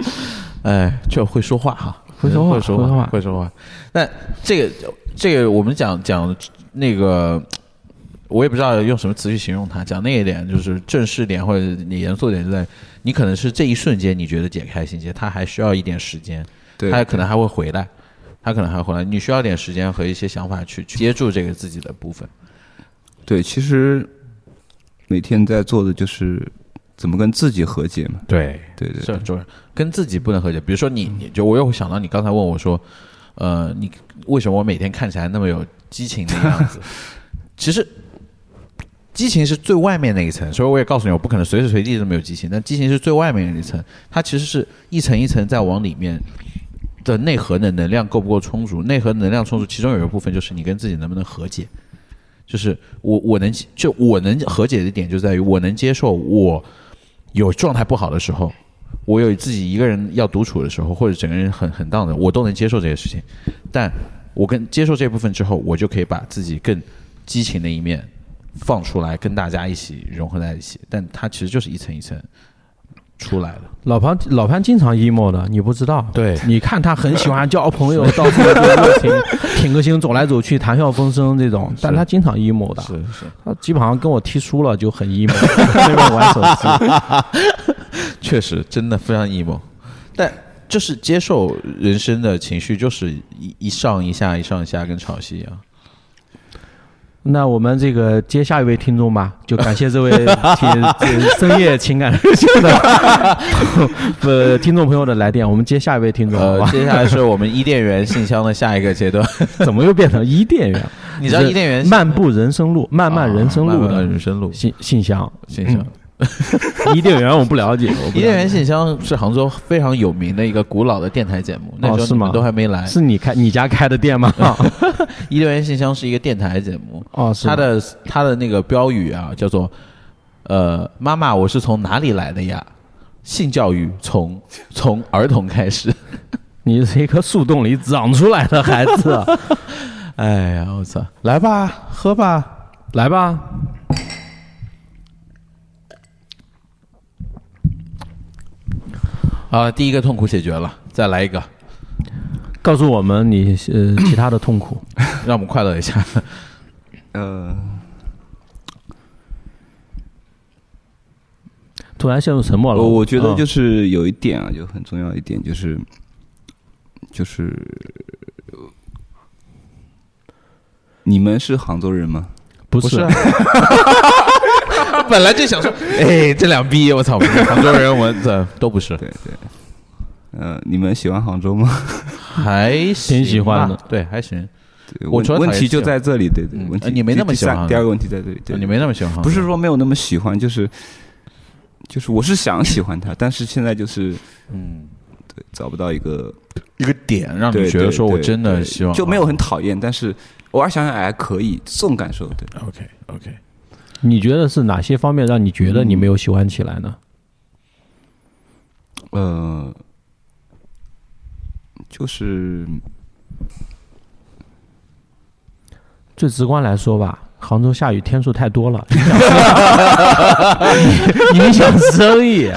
Speaker 1: 哎，就会说话哈，
Speaker 2: 会说话
Speaker 1: 会说
Speaker 2: 会说话
Speaker 1: 会说话。那这个这个，我们讲讲那个，我也不知道用什么词去形容它。讲那一点就是正式点或者你严肃点，就在你可能是这一瞬间你觉得解开心结，它还需要一点时间，
Speaker 3: 对
Speaker 1: 它可能还会回来，它可能还会回来。你需要点时间和一些想法去去接住这个自己的部分。
Speaker 3: 对，其实每天在做的就是怎么跟自己和解嘛。
Speaker 1: 对，
Speaker 3: 对对，嗯
Speaker 1: 是很重要，跟自己不能和解。比如说你，你就我又想到你刚才问我说，呃，你为什么我每天看起来那么有激情的样 子？其实，激情是最外面那一层，所以我也告诉你，我不可能随时随地这么有激情。但激情是最外面那一层，它其实是一层一层在往里面的内核的能量够不够充足？内核能量充足，其中有一部分就是你跟自己能不能和解。就是我我能就我能和解的点就在于我能接受我有状态不好的时候，我有自己一个人要独处的时候，或者整个人很很 down 的，我都能接受这些事情。但我跟接受这部分之后，我就可以把自己更激情的一面放出来，跟大家一起融合在一起。但它其实就是一层一层出来的。
Speaker 2: 老潘老潘经常 emo 的，你不知道。
Speaker 1: 对
Speaker 2: 你看他很喜欢交朋友，到处都 挺挺个星走来走去，谈笑风生这种，但他经常 emo 的，
Speaker 1: 是，
Speaker 2: 他基本上跟我踢输了就很 emo，那边玩手 机。
Speaker 1: 确实真的非常 emo，但就是接受人生的情绪，就是一一上一下，一上一下，跟潮汐一样。
Speaker 2: 那我们这个接下一位听众吧，就感谢这位挺挺深夜情感热线的 呃听众朋友的来电。我们接下一位听众，好
Speaker 1: 呃
Speaker 2: 吧，？
Speaker 1: 接下来是我们伊甸园信箱的下一个阶段。
Speaker 2: 怎么又变成伊甸园？
Speaker 1: 呃你知道
Speaker 2: 这
Speaker 1: 伊甸园
Speaker 2: 漫步人生路、漫漫人生路嗯
Speaker 1: 啊漫漫
Speaker 2: 的
Speaker 1: 人生路
Speaker 2: 信信箱？
Speaker 1: 信箱。
Speaker 2: 伊甸园我不了解，我不
Speaker 1: 伊
Speaker 2: 了
Speaker 1: 甸
Speaker 2: 解
Speaker 1: 园信箱是杭州非常有名的一个古老的电台节目，那时候
Speaker 2: 哦是
Speaker 1: 你们
Speaker 2: 吗
Speaker 1: 都还没来。
Speaker 2: 是你开你家开的 店吗？
Speaker 1: 伊甸园信箱是一个电台节目，
Speaker 2: 哦，是
Speaker 1: 它的它的那个标语啊叫做“呃，妈妈，我是从哪里来的呀？性教育从从儿童开始。
Speaker 2: 你是一棵树洞里长出来的孩子，” 啊
Speaker 1: 哎呀，我操！来吧，喝吧，
Speaker 2: 来吧。
Speaker 1: 啊，第一个痛苦解决了，再来一个，
Speaker 2: 告诉我们你呃其他的痛 苦，
Speaker 1: 让我们快乐一下。
Speaker 3: 呃，
Speaker 2: 突然陷入沉默了。
Speaker 3: 我我觉得
Speaker 2: 嗯
Speaker 3: 就是有一点啊，就很重要一点，就是就是你们是杭州人吗？
Speaker 2: 不
Speaker 1: 不
Speaker 2: 是
Speaker 1: 是啊， 本来就想 说，哎，这两逼，我 操，我们杭州人，我这都不是，
Speaker 3: 对对。 呃，你们喜欢杭州吗？
Speaker 1: 还挺
Speaker 2: 挺喜欢的，
Speaker 1: 对，还行。
Speaker 3: 对
Speaker 1: 我
Speaker 3: 问
Speaker 1: 除了讨
Speaker 3: 问
Speaker 1: 厌
Speaker 3: 题就
Speaker 1: 喜欢
Speaker 3: 在这里，对对，
Speaker 1: 嗯
Speaker 3: 问
Speaker 1: 呃
Speaker 3: 题
Speaker 1: 你没
Speaker 3: 第
Speaker 1: 那么
Speaker 3: 第
Speaker 1: 喜
Speaker 3: 三
Speaker 1: 欢哦
Speaker 3: 第二个问题在这里，对，
Speaker 1: 你没那么喜欢，
Speaker 3: 不是说没有那么喜欢，就是就是我是想喜欢他，但是现在就是
Speaker 1: 嗯，
Speaker 3: 对找不到一个
Speaker 1: 一个点让你
Speaker 3: 对
Speaker 1: 觉得
Speaker 3: 对
Speaker 1: 说我
Speaker 3: 对
Speaker 1: 真的
Speaker 3: 对
Speaker 1: 希望哦啊
Speaker 3: 就没有很讨厌，但是偶尔想想哎还可以这种感受，对，
Speaker 1: OK OK，
Speaker 2: 你觉得是哪些方面让你觉得你没有喜欢起来
Speaker 1: 嗯
Speaker 2: 呢？
Speaker 3: 呃，就是
Speaker 2: 最直观来说吧，杭州下雨天数太 多了，影响 生意，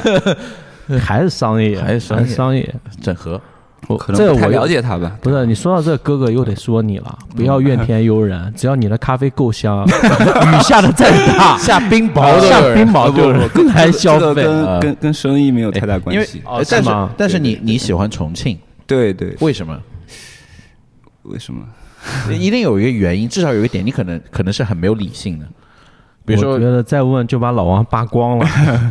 Speaker 2: 还是商业，
Speaker 1: 还是商业
Speaker 2: 还商业。
Speaker 1: 整合哦
Speaker 2: 我
Speaker 3: 可
Speaker 2: 这个
Speaker 3: 能不太
Speaker 2: 我
Speaker 3: 了解他吧，
Speaker 2: 不是你说到这，哥哥又得说你了，
Speaker 1: 嗯
Speaker 2: 不要怨天尤 人，只要你的咖啡够香，雨下的再大，
Speaker 1: 下冰
Speaker 2: 薄
Speaker 1: 的
Speaker 2: 下冰
Speaker 3: 啊
Speaker 2: 雹
Speaker 3: 不
Speaker 2: 就
Speaker 3: 不
Speaker 2: 是
Speaker 3: 不跟
Speaker 2: 来消
Speaker 3: 这个
Speaker 2: 费。
Speaker 1: 啊哎
Speaker 3: 跟跟跟生意没有太大
Speaker 1: 因
Speaker 3: 关
Speaker 1: 为
Speaker 3: 系，
Speaker 2: 哦
Speaker 1: 但是
Speaker 2: 是吗
Speaker 1: 但是你你喜欢重庆，
Speaker 3: 对对，
Speaker 1: 为什么？
Speaker 3: 为什么？
Speaker 2: 嗯
Speaker 1: 一定有一个原因，至少有一点，你可能可能是很没有理性的，比如
Speaker 2: 我
Speaker 1: 说
Speaker 2: 觉得再问就把老王扒 光了。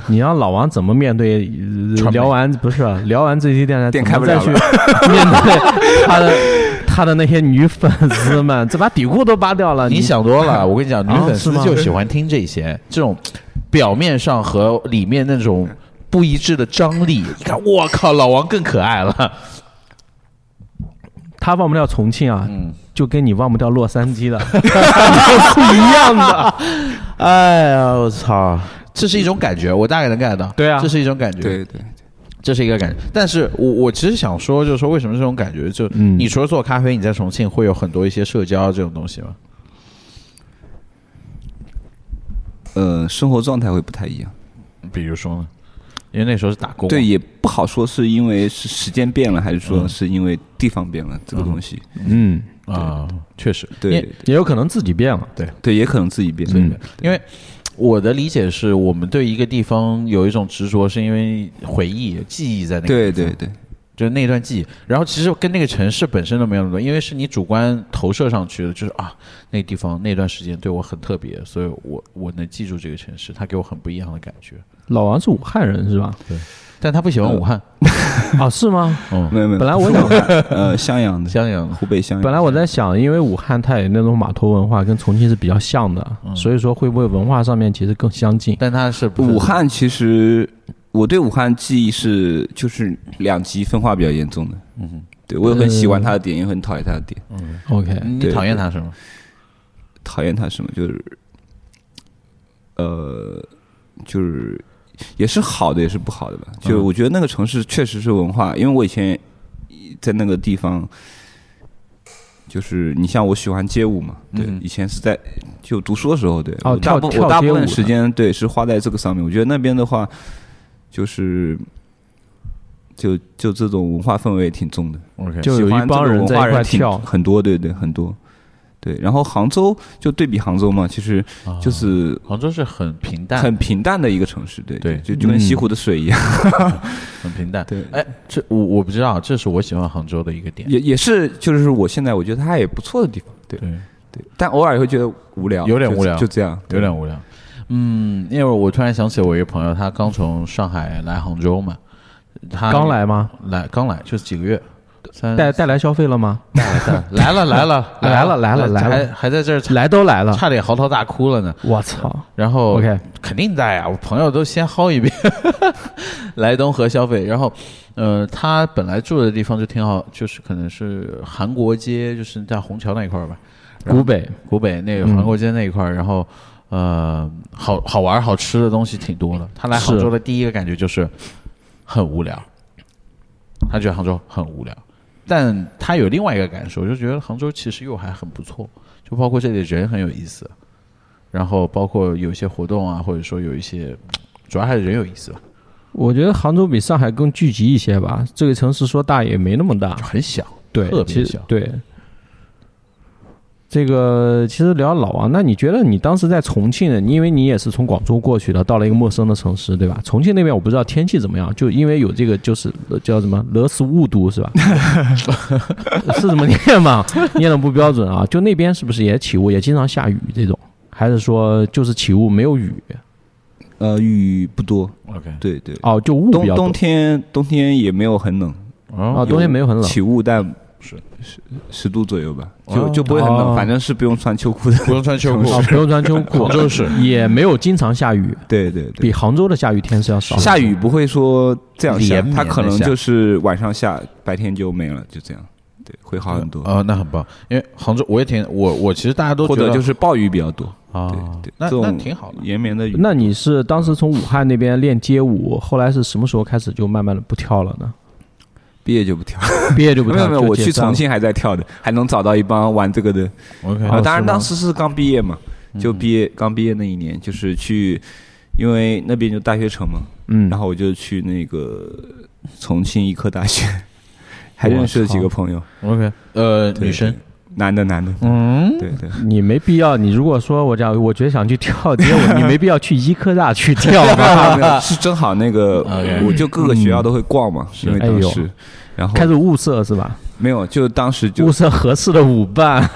Speaker 2: 你让老王怎么面对？呃
Speaker 1: 传媒
Speaker 2: 聊完不是聊完这期电台，
Speaker 3: 店
Speaker 2: 怎么
Speaker 3: 开不了
Speaker 2: 再 去面对他的他的那些女粉丝们，这把底裤都扒掉了。
Speaker 1: 你想多 了。我跟你讲，女
Speaker 2: 啊
Speaker 1: 粉
Speaker 2: 是
Speaker 1: 丝
Speaker 2: 吗
Speaker 1: 就喜欢听这些，这种表面上和里面那种不一致的张力。你看，我靠，老王更可爱了。
Speaker 2: 他忘不掉重庆啊，
Speaker 1: 嗯，
Speaker 2: 就跟你忘不掉洛杉矶 的 是一样的。
Speaker 1: 哎呀，我操！这是一种感觉，我大概能 get 到。
Speaker 2: 对啊
Speaker 1: 这是一种感觉。
Speaker 3: 对对，
Speaker 1: 这是一个感觉。但是我我其实想说，就是说为什么这种感觉，就
Speaker 2: 嗯
Speaker 1: 你除了做咖啡，你在重庆会有很多一些社交这种东西吗？
Speaker 3: 呃，生活状态会不太一样。
Speaker 1: 比如说呢？因为那时候是打工，
Speaker 3: 对，，也不好说是因为是时间变了，还是说是因为地方变了，这个东西，
Speaker 2: 嗯，
Speaker 1: 啊、确实，因为
Speaker 3: 对
Speaker 2: 也有可能自己变了。
Speaker 3: 对，也可能自己变。
Speaker 2: 嗯
Speaker 1: 因为我的理解是我们对一个地方有一种执着，是因为回忆、记忆在那个，
Speaker 3: 对对，对，
Speaker 1: 就是那段记忆。然后其实跟那个城市本身都没有那么多，因为是你主观投射上去的，就是啊，那地方那段时间对我很特别，所以我我能记住这个城市，它给我很不一样的感觉。
Speaker 2: 老王是武汉人 是吧？
Speaker 1: 但他不
Speaker 3: 呃
Speaker 1: 喜欢武汉，
Speaker 2: 啊，是吗？
Speaker 1: 嗯，
Speaker 3: 没有没有。
Speaker 2: 本来我
Speaker 3: 想，呃，襄阳的，
Speaker 1: 襄阳，
Speaker 3: 湖北襄阳。
Speaker 2: 本来我在想，因为武汉它有那种码头文化，跟重庆是比较像的，
Speaker 1: 嗯
Speaker 2: 所以说会不会文化上面其实更相近？
Speaker 1: 但他是不是
Speaker 3: 武汉，其实我对武汉记忆是就是两极分化比较严重的。嗯对我有很
Speaker 2: 嗯
Speaker 3: 喜欢他的点，也有很讨厌他的点。
Speaker 2: OK，
Speaker 1: 你
Speaker 3: 对
Speaker 1: 讨厌他什么？
Speaker 3: 讨厌他什么？就是，呃，就是也是好的，也是不好的吧。
Speaker 2: 嗯
Speaker 3: 就我觉得那个城市确实是文化，因为我以前在那个地方，就是你像我喜欢街舞嘛，对，
Speaker 1: 嗯
Speaker 3: 以前是在就读书的时候，对，
Speaker 2: 哦
Speaker 3: 我大
Speaker 2: 跳
Speaker 3: 部
Speaker 2: 跳
Speaker 3: 我大
Speaker 2: 街
Speaker 3: 部
Speaker 2: 舞的
Speaker 3: 分时间对是花在这个上面。我觉得那边的话，就是。就就这种文化氛围也挺重的，
Speaker 1: OK，
Speaker 2: 就有
Speaker 3: 喜欢
Speaker 2: 一
Speaker 3: 这
Speaker 2: 帮
Speaker 3: 种
Speaker 2: 人
Speaker 3: 文
Speaker 2: 在
Speaker 3: 化
Speaker 2: 一块
Speaker 3: 挺
Speaker 2: 跳，
Speaker 3: 很多，对对，很多，对。然后杭州就对比杭州嘛，其实就是
Speaker 1: 啊杭州是很平哦淡，
Speaker 3: 很平淡的一个城市，对
Speaker 1: 对
Speaker 3: 就就跟西
Speaker 2: 嗯
Speaker 3: 湖的水一样，
Speaker 1: 很平淡。
Speaker 3: 对
Speaker 1: 哎，这我我不知道，这是我喜欢杭州的一个点。
Speaker 3: 也也是就是我现在我觉得它也不错的地方，对
Speaker 1: 对，
Speaker 3: 对，但偶尔也会觉得无聊，
Speaker 1: 有点
Speaker 3: 就
Speaker 1: 无聊
Speaker 3: 就这样，
Speaker 1: 有点无聊。嗯，因为我突然想起我一个朋友，他刚从上海来杭州嘛，他
Speaker 2: 刚来吗？
Speaker 1: 来刚来就是几个月，三
Speaker 2: 带带来消费了吗？
Speaker 1: 来了来了
Speaker 2: 来了
Speaker 1: 来
Speaker 2: 来了来了嗯
Speaker 1: 还还在这儿差
Speaker 2: 来都来了，
Speaker 1: 差点嚎啕大哭了呢。
Speaker 2: 我操
Speaker 1: 然后
Speaker 2: ！OK，
Speaker 1: 肯定带啊，我朋友都先薅一遍， 来东河消费。然后，呃，他本来住的地方就挺好，就是可能是韩国街，就是在虹桥那一块儿吧，嗯
Speaker 2: 古北
Speaker 1: 古北那个
Speaker 2: 嗯
Speaker 1: 韩国街那一块儿。然后，呃，好好玩儿好吃的东西挺多的。他来
Speaker 2: 是
Speaker 1: 杭州的第一个感觉就是很无聊，他觉得杭州很无聊。但他有另外一个感受，就觉得杭州其实又还很不错，就包括这里人很有意思，然后包括有一些活动啊，或者说有一些，主要还是人有意思吧，
Speaker 2: 我觉得杭州比上海更聚集一些吧，这个城市说大也没那么大
Speaker 1: 就，很小，
Speaker 2: 对，
Speaker 1: 特
Speaker 2: 其
Speaker 1: 别
Speaker 2: 实
Speaker 1: 小。
Speaker 2: 对。这个其实聊老王，那你觉得你当时在重庆的，你因为你也是从广州过去的，到了一个陌生的城市，对吧？重庆那边我不知道天气怎么样，就因为有这个就是呃叫什么勒斯雾都 是吧？ 是怎么念嘛？念的不标准啊！就那边是不是也起雾，也经常下雨这种？还是说就是起雾没有雨？
Speaker 3: 呃，雨不多，
Speaker 1: OK，
Speaker 3: 对对，
Speaker 2: 哦，就雾
Speaker 3: 冬
Speaker 2: 比较多
Speaker 3: 冬天冬天也没有很冷，
Speaker 1: 哦
Speaker 2: 啊，冬天没有很冷，
Speaker 3: 起雾但
Speaker 1: 是
Speaker 3: 十度左右吧，
Speaker 1: 哦
Speaker 3: 就就不会很冷，
Speaker 2: 哦
Speaker 3: 反正是不用穿秋裤的。
Speaker 1: 不用穿 秋裤
Speaker 2: 啊，不用穿秋裤
Speaker 1: 广，州市
Speaker 2: 也没有经常下雨，
Speaker 3: 对对对
Speaker 2: 比，杭州的下雨天是要少。
Speaker 3: 下雨不会说这样下
Speaker 1: 哦连，绵
Speaker 3: 它
Speaker 1: 地
Speaker 3: 可能
Speaker 1: 下
Speaker 3: 就是晚上下，白天就没了，就这样，对，会好很多。
Speaker 1: 啊，那很棒，因为杭州我也挺我我其实大家都
Speaker 3: 或
Speaker 1: 觉
Speaker 3: 者
Speaker 1: 得
Speaker 3: 就是暴雨比较多，
Speaker 1: 啊
Speaker 3: 对，对，
Speaker 1: 那
Speaker 3: 这
Speaker 1: 那
Speaker 3: 种
Speaker 1: 挺好的。
Speaker 3: 延绵的雨。
Speaker 2: 那你是当时从武汉那边练街舞，后来是什么时候开始就慢慢的不跳了呢？
Speaker 3: 毕业就不 跳，
Speaker 2: 毕业就不
Speaker 3: 没
Speaker 2: 跳，
Speaker 3: 有没有，
Speaker 2: 就
Speaker 3: 我
Speaker 2: 解
Speaker 3: 去
Speaker 2: 散
Speaker 3: 重
Speaker 2: 了。
Speaker 3: 庆还在跳的，还能找到一帮玩这个的。
Speaker 1: OK，
Speaker 3: 啊，
Speaker 2: 哦是
Speaker 3: 当然
Speaker 2: 吗
Speaker 3: 当时是刚毕业嘛，
Speaker 1: 嗯
Speaker 3: 就毕业刚毕业那一年，就是去，因为那边就大学城嘛，
Speaker 2: 嗯，
Speaker 3: 然后我就去那个重庆医科大学，还认识了几个朋友，
Speaker 1: OK，呃，
Speaker 3: 对
Speaker 1: 女生，
Speaker 3: 男的男的，
Speaker 1: 嗯，
Speaker 3: 对对，
Speaker 2: 你没必要。你如果说我讲，我觉得想去跳街舞，你没必要去医科大去跳吧。
Speaker 3: 没有是正好那个
Speaker 1: OK，
Speaker 3: 我就各个学校都会逛嘛，因为
Speaker 2: 嗯哎
Speaker 3: 当
Speaker 2: 呦
Speaker 3: 时，然后
Speaker 2: 开始物色是吧？
Speaker 3: 没有，就当时就
Speaker 2: 物色合适的舞伴。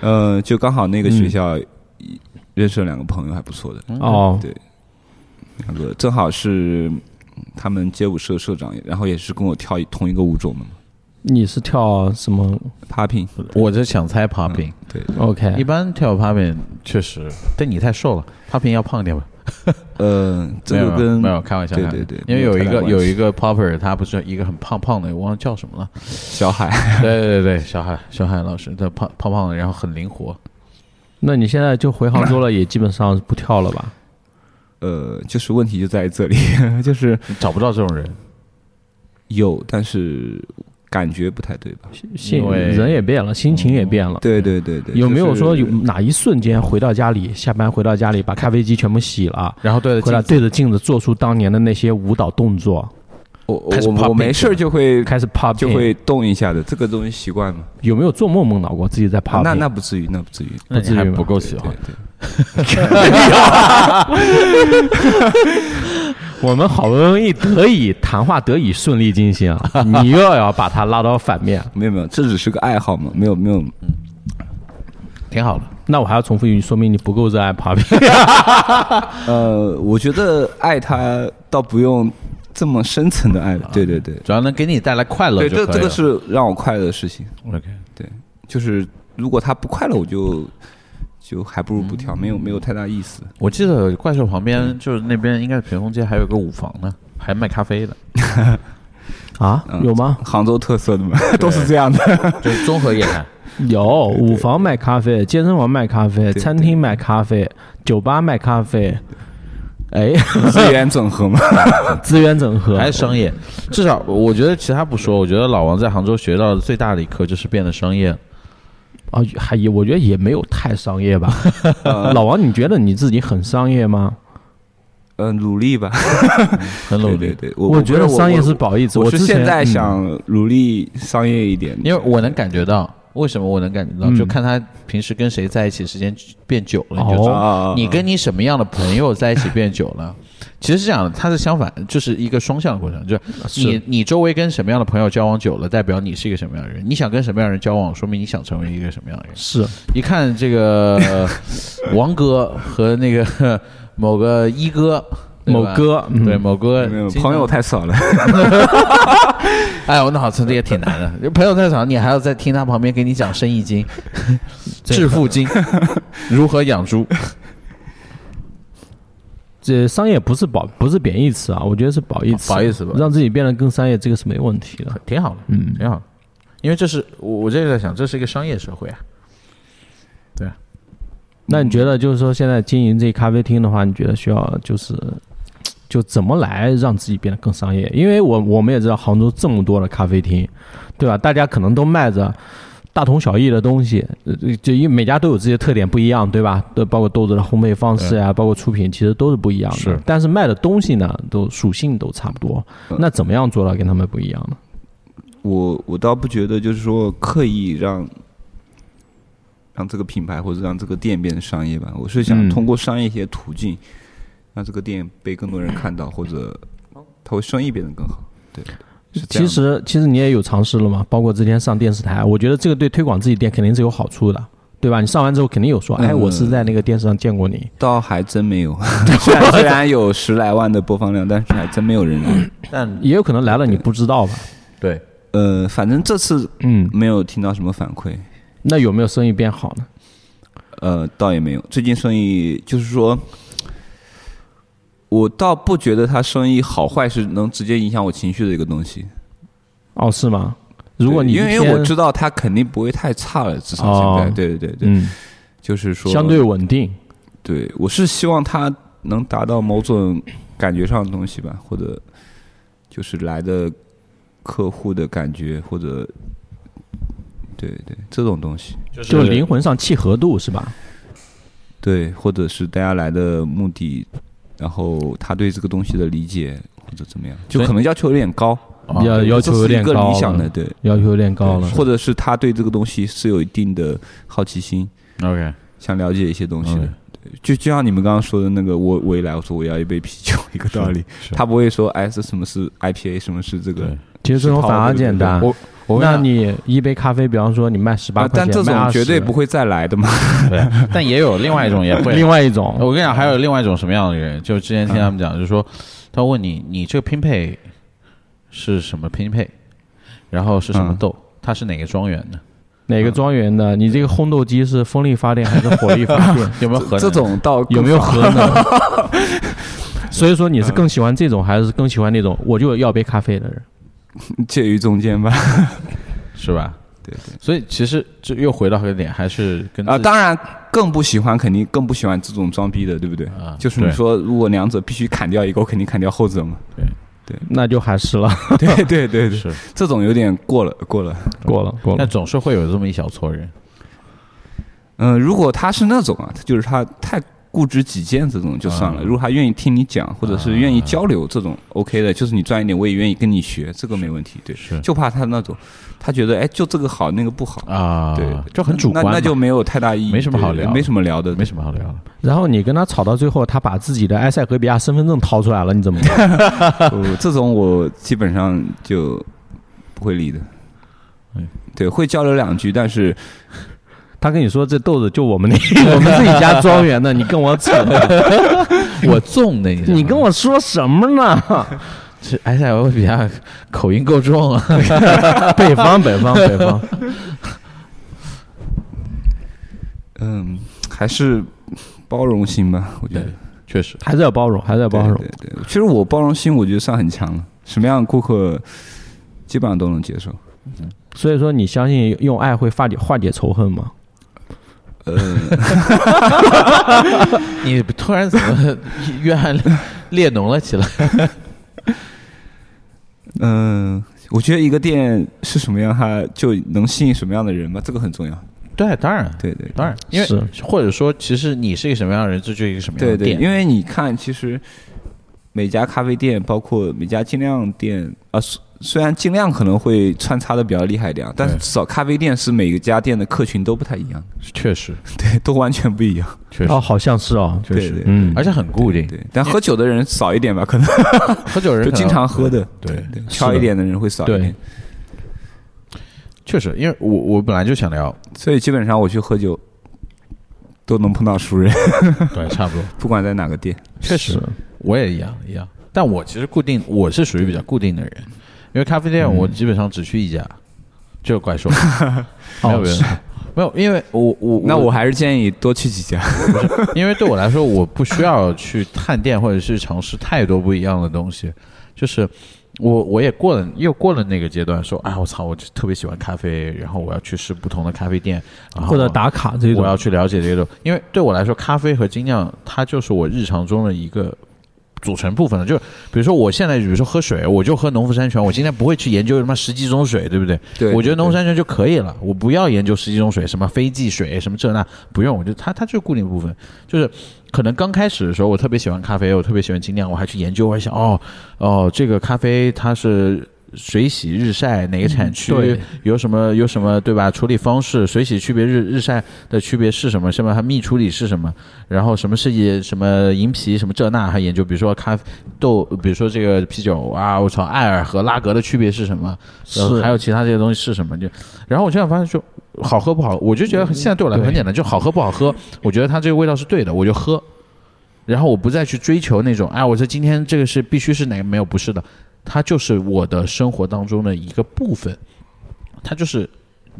Speaker 3: 呃，就刚好那个学校
Speaker 2: 嗯
Speaker 3: 认识了两个朋友，还不错的，
Speaker 2: 哦，
Speaker 3: 嗯对两个正好是嗯他们街舞社社长，然后也是跟我跳一同一个舞种的嘛
Speaker 2: 你是跳什么
Speaker 3: ，popping，
Speaker 1: 我就想猜 popping，
Speaker 3: 对，
Speaker 1: 一
Speaker 2: ？OK，
Speaker 1: 般跳 popping 嗯哎确实，但你太瘦了，popping 要胖点吧？
Speaker 3: 呃，这
Speaker 1: 没
Speaker 3: 个
Speaker 1: 有啊
Speaker 3: 跟
Speaker 1: 没有开玩笑，
Speaker 3: 对
Speaker 1: 开玩
Speaker 3: 对
Speaker 1: 笑因
Speaker 3: 对
Speaker 1: 为有一
Speaker 3: 没有太大
Speaker 1: 个
Speaker 3: 关系
Speaker 1: 有一个 popper，他不是一个很胖胖的，我忘了叫什么 了。
Speaker 3: 小海，
Speaker 1: 对对对，小海小海老师，他胖胖胖的，然后很灵活。
Speaker 2: 那你现在就回杭州了，也基本上不跳了吧？
Speaker 3: 呃，就是问题就在这里， 就是
Speaker 1: 找不到这种人，
Speaker 3: 有，但是感觉不太对吧？
Speaker 2: 心
Speaker 1: 因为
Speaker 2: 人也变了，心情也变了。
Speaker 3: 对对对嗯对，
Speaker 2: 有没有
Speaker 3: 就是
Speaker 2: 说有哪一瞬间回到家里，下班回到家里把咖啡机全部洗了，
Speaker 1: 然后对着
Speaker 2: 回来
Speaker 1: 镜子，
Speaker 2: 对着镜子做出当年的那些舞蹈动作，
Speaker 3: 我
Speaker 1: 开始
Speaker 3: 我
Speaker 1: popping
Speaker 3: 我没事儿就会
Speaker 2: 开始 pop，
Speaker 3: 就会动一下的，这个东西习惯嘛。
Speaker 2: 有没有做梦梦到过自己在 pop？
Speaker 3: 那那不至于，那不至于。
Speaker 2: 不
Speaker 1: 那
Speaker 2: 至
Speaker 1: 你
Speaker 2: 于吧
Speaker 1: 还不够喜
Speaker 3: 对
Speaker 1: 欢。
Speaker 3: 对，
Speaker 2: 我们好不容易得以谈话得以顺利进行，你又要把它拉到反面，
Speaker 3: 没有没有，这只是个爱好嘛，没有没有。
Speaker 1: 挺好的。
Speaker 2: 那我还要重复一句，说明你不够热爱 popping。
Speaker 3: 呃，我觉得爱它倒不用这么深层的爱吧。对对对，
Speaker 1: 主要能给你带来快乐
Speaker 3: 对
Speaker 1: 就可以
Speaker 3: 这
Speaker 1: 了。
Speaker 3: 这个是让我快乐的事情。
Speaker 1: OK，
Speaker 3: 对，就是如果它不快乐，我就就还不如不跳，没有没有太大意思。
Speaker 1: 我记得怪兽旁边就是那边应该是屏风街还有个舞房呢，还卖咖 啡的，
Speaker 2: 啊， 有吗？
Speaker 3: 杭州特色的嘛，都是这样的。
Speaker 1: 就是综合夜谈。
Speaker 2: 有，舞房卖咖啡，健身房卖咖啡，餐厅卖咖啡，酒吧卖咖啡。哎，
Speaker 3: 资源整合嘛，
Speaker 2: 资源整合，
Speaker 1: 还是商业。啊至少我觉得其他不说，我觉得老王在杭州学到的最大的一课就是变得商业。
Speaker 2: 啊，还也我觉得也没有太商业吧。老王，你觉得你自己很商业吗？
Speaker 3: 呃，努力吧，
Speaker 1: 很努力。
Speaker 3: 对对对，我
Speaker 2: 觉得商业是褒义词。
Speaker 3: 我
Speaker 2: 我
Speaker 3: 是
Speaker 2: 之前嗯
Speaker 3: 现在想努力商业一点，
Speaker 1: 因为我能感觉到，为什么我能感觉到，
Speaker 2: 嗯
Speaker 1: 就看他平时跟谁在一起时间变久了，你就知
Speaker 2: 哦
Speaker 1: 道。
Speaker 3: 啊，
Speaker 1: 你跟你什么样的朋友在一起变久 了？其实是这样的，它是相反，就是一个双向的过程。啊就是你
Speaker 2: 是
Speaker 1: 你周围跟什么样的朋友交往久了，代表你是一个什么样的人。你想跟什么样的人交往，说明你想成为一个什么样的人。
Speaker 2: 是
Speaker 1: 一看这个 王哥和那个 某个一哥，对吧
Speaker 2: 某哥嗯
Speaker 1: 对某哥
Speaker 3: 没有朋友，太少了，
Speaker 1: 哎，我脑子这也挺难 的。朋友在场，你还要在听他旁边给你讲生意经、 致富经、 如何养猪。
Speaker 2: 这商业不是褒不是贬义词啊，我觉得是褒义词，
Speaker 1: 褒义词吧
Speaker 2: 让自己变得更商业，这个是没问题的。
Speaker 1: 挺好的，嗯，挺好的，因为这是我我这个在想，这是一个商业社会啊，对啊，
Speaker 2: 那你觉得就是说，现在经营这咖啡厅的话，你觉得需要就是就怎么来让自己变得更商业？因为我我们也知道杭州这么多的咖啡厅，对吧？大家可能都卖着。大同小异的东西，呃就因为每家都有自己的特点不一样，对吧？对，包括豆子的烘焙方式呀、啊包括出品，其实都是不一样的。
Speaker 1: 是
Speaker 2: 但是卖的东西呢，都属性都差不多。那怎么样做到跟他们不一样呢？
Speaker 3: 我我倒不觉得就是说刻意让让这个品牌或者让这个店变得商业吧，我是想
Speaker 2: 嗯
Speaker 3: 通过商业一些途径，让这个店被更多人看到，或者它会生意变得更好。对，是这
Speaker 2: 其
Speaker 3: 样的
Speaker 2: 实其实你也有尝试了嘛，包括之前上电视台，我觉得这个对推广自己店肯定是有好处的，对吧？你上完之后肯定有说，哎，
Speaker 3: 嗯
Speaker 2: 我是在那个电视上见过你。
Speaker 3: 倒还真没 有，虽然虽然有十来万的播放量，但是还真没有人来。
Speaker 1: 但
Speaker 2: 也有可能来了你不知道吧？
Speaker 1: 对，
Speaker 3: 呃，反正这次
Speaker 2: 嗯，
Speaker 3: 没有听到什么反馈，
Speaker 2: 那有没有生意变好呢？
Speaker 3: 呃，倒也没有。最近生意就是说，我倒不觉得他生意好坏是能直接影响我情绪的一个东西。
Speaker 2: 哦，是吗？如果
Speaker 3: 对
Speaker 2: 你一
Speaker 3: 因为因为我
Speaker 2: 天
Speaker 3: 知道他肯定不会太差了，至少现在，
Speaker 2: 哦
Speaker 3: 对对对对，
Speaker 2: 嗯，
Speaker 3: 就是说
Speaker 2: 相对稳定，
Speaker 3: 对，我是希望他能达到某种感觉上的东西吧，或者就是来的客户的感觉，或者对对这种东西，
Speaker 1: 就
Speaker 2: 就灵魂上契合度是吧？
Speaker 3: 对，或者是大家来的目的，然后他对这个东西的理解或者怎么样，就
Speaker 1: 所以
Speaker 3: 可能要求有点高，
Speaker 1: 哦
Speaker 2: 比较呃要求有点
Speaker 3: 啊这是一
Speaker 2: 高
Speaker 3: 个
Speaker 2: 了，
Speaker 3: 理想的对。
Speaker 2: 要求有点高了
Speaker 3: 对。或者是他对这个东西是有一定的好奇心，
Speaker 1: OK，
Speaker 3: 想了解一些东西
Speaker 2: 嗯
Speaker 3: 的
Speaker 1: OK。
Speaker 3: 对就就像你们刚刚说的那个，我我一来我说我要一杯啤酒一个道理，
Speaker 1: 是
Speaker 3: 他不会说哎这什么是 IPA，什么是这个
Speaker 1: 对，
Speaker 2: 其实这种反而简单。
Speaker 1: 我我
Speaker 2: 那你一杯咖啡，比方说你卖十八
Speaker 3: 啊
Speaker 2: 块钱，
Speaker 3: 但这
Speaker 2: 卖
Speaker 3: 种
Speaker 2: 20
Speaker 3: 绝对不。会再来的嘛。
Speaker 1: 对，但也有另外一种也 会
Speaker 2: 另外一
Speaker 3: 哦
Speaker 2: 种，
Speaker 1: 我跟你讲，还有另外一种什么样的人？就之前听他
Speaker 3: 嗯
Speaker 1: 们讲，就是说，他问你，你这个拼配是什么拼配，然后是什么
Speaker 3: 嗯
Speaker 1: 豆，它是哪个庄园的，
Speaker 2: 哪个庄园的？你这个烘豆机是风力发电还是火力发 电？
Speaker 1: 有没有核能
Speaker 3: 这种倒
Speaker 2: 有没有核 能？所以说你是更喜欢这种，还是更喜欢那种我就要杯咖啡的人？
Speaker 3: 介于中间吧？
Speaker 1: 是吧？
Speaker 3: 对对
Speaker 1: 所以其实这又回到一个点，还是跟
Speaker 3: 啊，
Speaker 1: 自己
Speaker 3: 当然更不喜欢，肯定更不喜欢这种装逼的，对不对？
Speaker 1: 啊
Speaker 3: 就是你
Speaker 1: 对
Speaker 3: 说如果两者必须砍掉一个，我肯定砍掉 后者嘛。
Speaker 2: 那就还是了，
Speaker 3: 对对对对，
Speaker 1: 是，
Speaker 3: 这种有点过了过了。
Speaker 2: 过了过
Speaker 1: 但
Speaker 2: 了。
Speaker 1: 总是会有这么一小撮人，
Speaker 3: 嗯，如果他是那种啊，就是他太固执己见这种就算了。
Speaker 1: 啊
Speaker 3: 如果他愿意听你讲，或者是愿意交流这种 OK 的，就是你赚一点，我也愿意跟你学，这个没问题。对，
Speaker 1: 啊是
Speaker 3: 就怕他那种，他觉得哎，就这个好，那个不好，
Speaker 1: 啊，
Speaker 3: 对，
Speaker 1: 就很主观
Speaker 3: 那
Speaker 1: 嘛，
Speaker 3: 那就没有太大意义，
Speaker 1: 没什么好
Speaker 3: 对
Speaker 1: 聊的
Speaker 3: 没什么聊的，
Speaker 1: 没什么好聊了。
Speaker 2: 然后你跟他吵到最后，他把自己的埃塞俄比亚身份证掏出来了，你怎么办？
Speaker 3: 呃这种我基本上就不会理的
Speaker 1: 哎。
Speaker 3: 对，会交流两句，但是
Speaker 2: 他跟你说这豆子就我们那我们自己家庄园的，你跟我扯，
Speaker 1: 我纵的一 下，
Speaker 2: 你跟我说什么呢？
Speaker 1: 这埃塞俄哎比亚口音够重啊，
Speaker 2: 北方北方北方，
Speaker 3: 嗯，还是包容心吧，我觉得
Speaker 1: 对。 确实
Speaker 2: 还是要包容，还是要包容
Speaker 3: 对。对对，其实我包容心我觉得算很强了，什么样的顾客基本上都能接受。
Speaker 2: 所以说，你相信用爱会化解化解仇恨吗？
Speaker 3: 呃，
Speaker 1: 你突然怎么 约翰列侬了起来？
Speaker 3: 嗯，我觉得一个店是什么样，它就能吸引什么样的人吧，这个很重要。
Speaker 1: 对，当然，
Speaker 3: 对对
Speaker 1: 当然，因为
Speaker 2: 是
Speaker 1: 或者说，其实你是一个什么样的人，这就是一个什么样
Speaker 3: 对
Speaker 1: 的
Speaker 3: 对，
Speaker 1: 店。
Speaker 3: 因为你看，其实每家咖啡店，包括每家精酿店啊，虽虽然精酿可能会穿插的比较厉害一点啊，但是
Speaker 1: 对
Speaker 3: 至少咖啡店是每个家店的客群都不太一样，
Speaker 1: 确实，
Speaker 3: 对，都完全不一样。
Speaker 1: 确实，
Speaker 2: 哦，好像是哦，
Speaker 1: 确实
Speaker 3: 对，对
Speaker 2: 嗯，
Speaker 1: 而且很固定，
Speaker 3: 对，但喝酒的人少一点吧，可能
Speaker 1: 喝酒人可
Speaker 3: 就
Speaker 1: 能
Speaker 3: 经常喝的，
Speaker 1: 对
Speaker 3: 对，
Speaker 1: 是
Speaker 3: 挑
Speaker 1: 的
Speaker 3: 一点的人会少一
Speaker 2: 对
Speaker 3: 点。
Speaker 1: 确实，因为我我本来就想 聊，
Speaker 3: 所以基本上我去喝酒都能碰到熟人，
Speaker 1: 对，差不多，
Speaker 3: 不管在哪个店。
Speaker 1: 确实，我也一样一样。但我其实固定，我是属于比较固定的人，因为咖啡
Speaker 3: 嗯
Speaker 1: 店我基本上只去一家，就是怪
Speaker 3: 哦
Speaker 1: 兽，没有
Speaker 2: 哦
Speaker 1: 别的
Speaker 2: 是，
Speaker 1: 没有，因为我我
Speaker 3: 那我还是建议多去几家。
Speaker 1: 因为对我来说，我不需要去探店或者是尝试太多不一样的东西，就是我我也过了又过了那个阶段，说啊，我操，我就特别喜欢咖啡，然后我要去试不同的咖啡店，然后
Speaker 2: 或者打卡这
Speaker 1: 我
Speaker 2: 种
Speaker 1: 要，去了解这种，因为对我来说，咖啡和精酿它就是我日常中的一个。组成部分的，就是比如说我现在，比如说喝水，我就喝农夫山泉，我今天不会去研究什么十几种水，对不对？
Speaker 3: 对
Speaker 1: 我觉得农夫山泉就可以了，我不要研究十几种水，什么飞济水，什么这那，不用，我就它它就是固定部分，就是可能刚开始的时候，我特别喜欢咖啡，我特别喜欢精酿，我还去研究，我还想哦哦，这个咖啡它是水洗、日晒哪个产区，
Speaker 2: 对
Speaker 1: 有什么有什么对吧？处理方式，水洗区别日日晒的区别是什么？什么它蜜处理是什么？然后什么是也什么银皮什么这那还研究，比如说咖啡豆，比如说这个啤酒啊，我操，艾尔和拉格的区别是什么？呃
Speaker 2: 是
Speaker 1: 还有其他这些东西是什么？就然后我现在发现就好喝不好，我就觉得现在对我来说
Speaker 2: 对
Speaker 1: 很简单，就好喝不好喝，我觉得它这个味道是对的，我就喝。然后我不再去追求那种，哎，我这今天这个是必须是哪个没有，不是的，它就是我的生活当中的一个部分，它就是，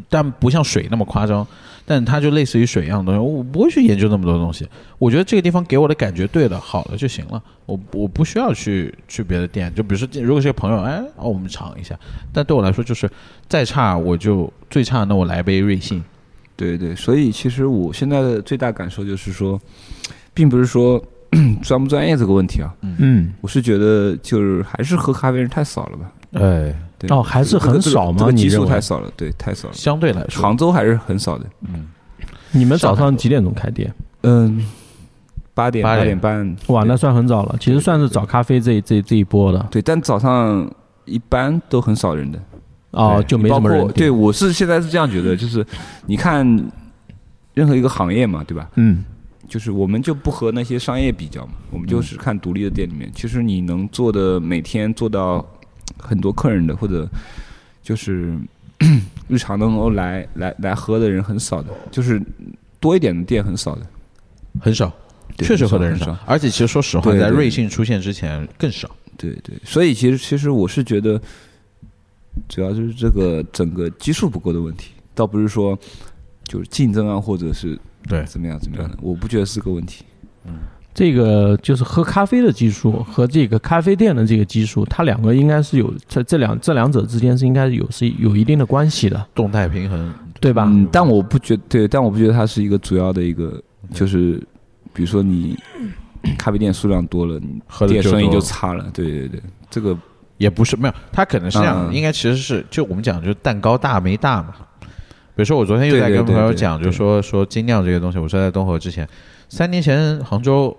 Speaker 1: 但不像水那么夸张，但它就类似于水一样的东西。我不会去研究那么多东西，我觉得这个地方给我的感觉对了，好了就行了。我我不需要去去别的店，就比如说如果是个朋友，哎，哦，我们尝一下。但对我来说，就是再差我就最差，那我来杯瑞幸。
Speaker 3: 对对，所以其实我现在的最大感受就是说，并不是说 专不专业这个问题啊，
Speaker 2: 嗯，
Speaker 3: 我是觉得就是还是喝咖啡人太少了吧？
Speaker 1: 哎，
Speaker 3: 对
Speaker 2: 哦还是很少吗
Speaker 3: 这个这个
Speaker 2: 你
Speaker 3: 基
Speaker 2: 认
Speaker 3: 数
Speaker 2: 为
Speaker 3: 太少了，对，太少了。
Speaker 1: 相对来说，
Speaker 3: 杭州还是很少的，
Speaker 2: 你们早上几点钟开店？
Speaker 3: 嗯，八点
Speaker 1: 八
Speaker 3: 八
Speaker 1: 点
Speaker 3: 点半，
Speaker 2: 哇，那算很早了，其实算是早咖啡这一这一这一波的
Speaker 3: 对，但早上一般都很少人的，
Speaker 2: 哦，
Speaker 1: 对
Speaker 2: 就没
Speaker 3: 包
Speaker 2: 什么人
Speaker 3: 括
Speaker 2: 点。
Speaker 3: 对我是现在是这样觉得，就是你看任何一个行业嘛，对吧？
Speaker 2: 嗯，
Speaker 3: 就是我们就不和那些商业比较嘛，我们就是看独立的店里面，其实你能做的每天做到很多客人的，或者就是 日常能够来来来喝的人很少的，就是多一点的店很少的，
Speaker 1: 很少，
Speaker 3: 对
Speaker 1: 确实喝的人
Speaker 3: 很
Speaker 1: 少。而且其实说实话，
Speaker 3: 对
Speaker 1: 在
Speaker 3: 对
Speaker 1: 瑞幸出现之前更少。
Speaker 3: 对对，所以其实其实我是觉得，主要就是这个整个基数不够的问题，倒不是说就是竞争啊，或者是
Speaker 1: 对
Speaker 3: 怎么样怎么样的，我不觉得是个问题。
Speaker 2: 这个就是喝咖啡的技术和这个咖啡店的这个技术，它两个应该是有这这两这两者之间是应该有是有一定的关系的，
Speaker 1: 动态平衡，
Speaker 2: 对吧？
Speaker 3: 嗯，但我不觉对，但我不觉得它是一个主要的一个，就是比如说你咖啡店数量多了，你
Speaker 1: 喝的
Speaker 3: 店
Speaker 1: 就
Speaker 3: 生意
Speaker 1: 多
Speaker 3: 就
Speaker 1: 了
Speaker 3: 差了。对对对，这个
Speaker 1: 也不是没有，他可能是这样，
Speaker 3: 嗯
Speaker 1: 应该其实是就我们讲，就是蛋糕大没大嘛。比如说，我昨天又在
Speaker 3: 对对
Speaker 1: 跟朋
Speaker 3: 对
Speaker 1: 友
Speaker 3: 对
Speaker 1: 讲，就说说精酿这个东西，我说在东河之前，三年前杭州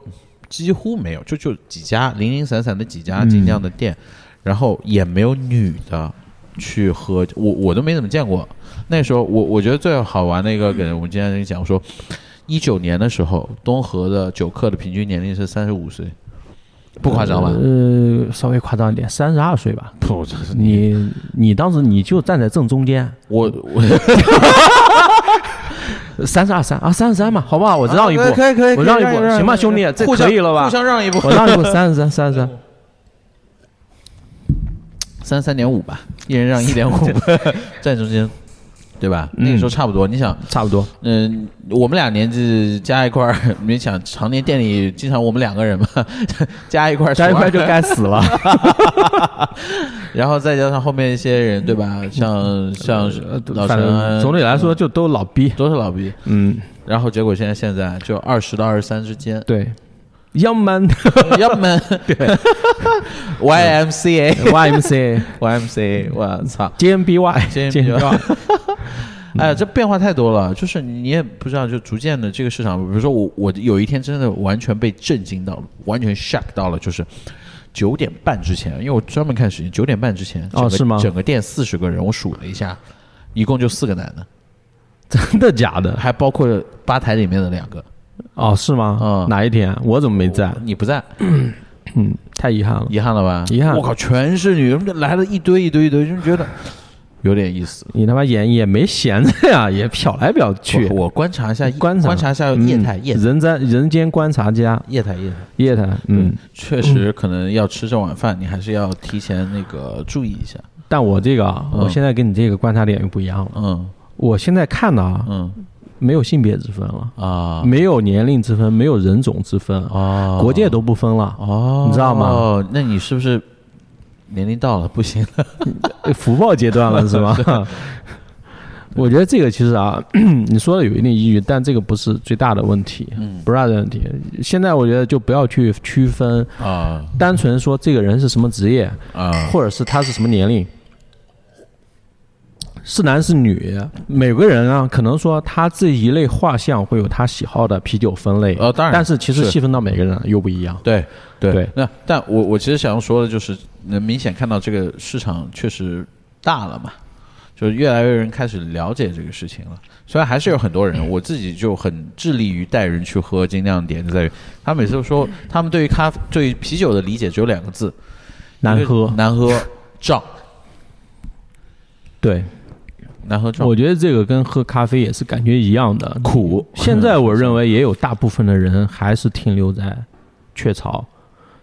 Speaker 1: 几乎没有，就就几家零零散散的几家
Speaker 2: 嗯
Speaker 1: 精酿的店，然后也没有女的去喝，我我都没怎么见过。那时候我我觉得最好玩的一个给我们今天讲说，一九年的时候，东河的酒客的平均年龄是三十五岁，不夸张吧？
Speaker 2: 呃，稍微夸张一点，三十二岁吧。
Speaker 1: 不，
Speaker 2: 你你当时你就站在正中间，
Speaker 1: 我我
Speaker 2: 三十二三啊，三十三嘛，好不好？我让一步，
Speaker 1: 啊可以可以，
Speaker 2: 我让一步，行吧，兄弟，这可以了吧
Speaker 1: 互？相让一步，
Speaker 2: 我让一步，三十三，三十三，
Speaker 1: 三三点五吧，一人让一 点五，站中间，对吧？
Speaker 2: 嗯
Speaker 1: 那个时候差不多，你想，
Speaker 2: 差不多。
Speaker 1: 嗯，我们俩年纪加一块儿，你想常年店里经常我们两个人嘛， 加一块 儿
Speaker 2: 加一块就
Speaker 1: 12
Speaker 2: 该死了，
Speaker 1: 然后再加上后面一些人，对吧？像像老
Speaker 2: 嗯呃反正
Speaker 1: 陈，啊嗯
Speaker 2: 总体来说就都老逼。
Speaker 1: 都是老逼，
Speaker 2: 嗯，，
Speaker 1: 然后结果现在现在就二十到二十三之间 哎
Speaker 2: 对 ，Young Man
Speaker 1: 要么 YMCA
Speaker 2: YMC
Speaker 1: YMCA，我操！
Speaker 2: JNBY
Speaker 1: 今天比 较
Speaker 2: 嗯
Speaker 1: 哎呀，这变化太多了，就是你也不知道，就逐渐的这个市场，比如说我，我有一天真的完全被震惊到了，完全 shock 到了，就是九点半之前，因为我专门看时间，九点半之前，
Speaker 2: 哦
Speaker 1: 整个
Speaker 2: 是吗
Speaker 1: 整个店四十个人，我数了一下，一共就四个男的，
Speaker 2: 真的假的？
Speaker 1: 还包括吧台里面的两个，
Speaker 2: 哦，是吗
Speaker 1: 嗯？哦
Speaker 2: 哪一天？啊我怎么没在？
Speaker 1: 你不在，
Speaker 2: 嗯，太遗憾了。
Speaker 1: 遗憾了吧？
Speaker 2: 遗憾
Speaker 1: 我靠，全是女人，来了一堆一堆一堆，就觉得有点意思。
Speaker 2: 你他妈眼也没闲着呀，也瞟来瞟去
Speaker 1: 我，我观察一下，
Speaker 2: 观察嗯
Speaker 1: 观察一下业态，业态，
Speaker 2: 人在人间观察家，
Speaker 1: 业态，业态。
Speaker 2: 业态，嗯，
Speaker 1: 确实可能要吃这碗饭，你还是要提前那个注意一下。
Speaker 2: 但我这个啊，
Speaker 1: 嗯
Speaker 2: 我现在跟你这个观察点又不一样了。
Speaker 1: 嗯
Speaker 2: 我现在看的啊，
Speaker 1: 嗯
Speaker 2: 没有性别之分了，
Speaker 1: 啊
Speaker 2: 没有年龄之分，没有人种之分，
Speaker 1: 啊
Speaker 2: 国界都不分了，
Speaker 1: 哦，
Speaker 2: 你知道吗
Speaker 1: 哦，那你是不是年龄到了不行了？
Speaker 2: 福报阶段了是 吧？ 我觉得这个其实啊， 你说的有一定依据，但这个不是最大的问题，
Speaker 1: 嗯
Speaker 2: 不是大的问题。现在我觉得就不要去区分，
Speaker 1: 啊
Speaker 2: 单纯说这个人是什么职业，
Speaker 1: 啊
Speaker 2: 或者是他是什么年龄，是男是女，每个人啊，可能说他这一类画像会有他喜好的啤酒分类，
Speaker 1: 呃，当然，
Speaker 2: 但是其实
Speaker 1: 是
Speaker 2: 细分到每个人啊又不一样。
Speaker 1: 对对
Speaker 2: 对
Speaker 1: 那但我我其实想要说的就是，能明显看到这个市场确实大了嘛。就是越来越人开始了解这个事情了，虽然还是有很多
Speaker 2: 嗯
Speaker 1: 人，我自己就很致力于带人去喝精酿的点，就在于他每次都说，他们对于咖啡、对于啤酒的理解只有两个字，
Speaker 2: 难喝，
Speaker 1: 难喝，胀，
Speaker 2: 对，
Speaker 1: 难喝胀。
Speaker 2: 我觉得这个跟喝咖啡也是感觉一样的苦。现在我认为也有大部分的人还是停留在雀巢，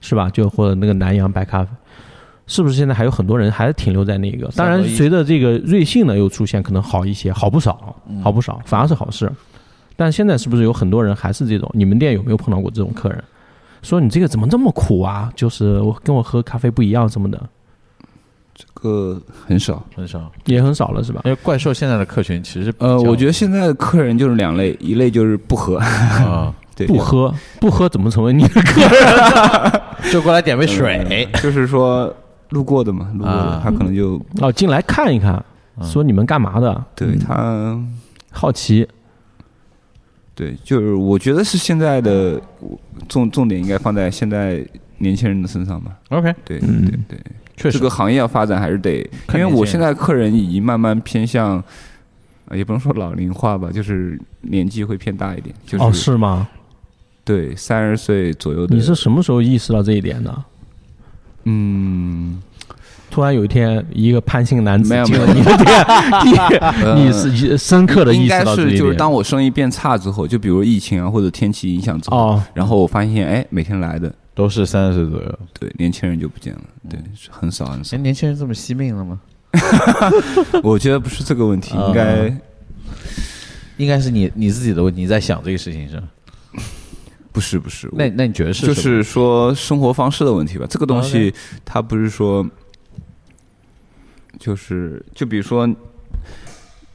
Speaker 2: 是吧？就或者那个南洋白咖啡，是不是现在还有很多人还停留在那个？当然，随着这个瑞幸呢又出现，可能好一些，好不少，好不少，反而是好事。但现在是不是有很多人还是这种？你们店有没有碰到过这种客人？说你这个怎么这么苦啊？就是我跟我喝咖啡不一样什么的，
Speaker 3: 这个很少。
Speaker 1: 很少。
Speaker 2: 也很少了是吧？
Speaker 1: 因为怪兽现在的客群其实
Speaker 3: 呃，我觉
Speaker 1: 得
Speaker 3: 得现在的客人就是两类，一类就是不喝，
Speaker 1: 啊，
Speaker 3: 对，
Speaker 2: 不喝不喝怎么成为你的客 人？
Speaker 1: 就过来点杯
Speaker 3: 嗯
Speaker 1: 水，
Speaker 3: 就是说路过的嘛，路过的
Speaker 1: 啊
Speaker 3: 他可能就
Speaker 2: 哦，进来看一看，
Speaker 3: 嗯
Speaker 2: 说你们干嘛的？
Speaker 3: 对他
Speaker 2: 好奇，
Speaker 3: 对，就是我觉得是现在的我重重点应该放在现在年轻人的身上吧。
Speaker 1: OK，
Speaker 3: 对
Speaker 2: 嗯
Speaker 3: 对对，
Speaker 1: 确实
Speaker 3: 这个行业要发展还是得，因
Speaker 1: 看
Speaker 3: 为
Speaker 1: 年
Speaker 3: 我
Speaker 1: 轻
Speaker 3: 现在客人已经慢慢偏向，呃也不能说老龄化吧，就是年纪会偏大一点，就是、
Speaker 2: 哦，是吗？
Speaker 3: 对三十岁左右的。
Speaker 2: 你是什么时候意识到这一点的？
Speaker 3: 嗯，
Speaker 2: 突然有一天，一个潘姓男子
Speaker 3: 没有
Speaker 2: 进了
Speaker 3: 没有
Speaker 2: 你的店，
Speaker 3: 呃
Speaker 2: 你你是一深刻的
Speaker 3: 应
Speaker 2: 意
Speaker 3: 该
Speaker 2: 识到这
Speaker 3: 是
Speaker 2: 一
Speaker 3: 就是
Speaker 2: 点。
Speaker 3: 当我生意变差之后，就比如疫情啊或者天气影响之后，
Speaker 2: 哦，
Speaker 3: 然后我发现哎每天来的
Speaker 1: 都是三十左右。
Speaker 3: 对年轻人就不见了，对
Speaker 2: 嗯
Speaker 3: 是很少很少
Speaker 1: 哎，。年轻人这么惜命了吗？
Speaker 3: 我觉得不是这个问题，
Speaker 2: 呃
Speaker 1: 啊
Speaker 3: 应该
Speaker 1: 应该是你你自己的问题，你在想这个事情是吧？
Speaker 3: 不是不是，我
Speaker 1: 那那你觉得是
Speaker 3: 就
Speaker 1: 什么
Speaker 3: 是说生活方式的问题吧。这个东西它不是说，就是就比如说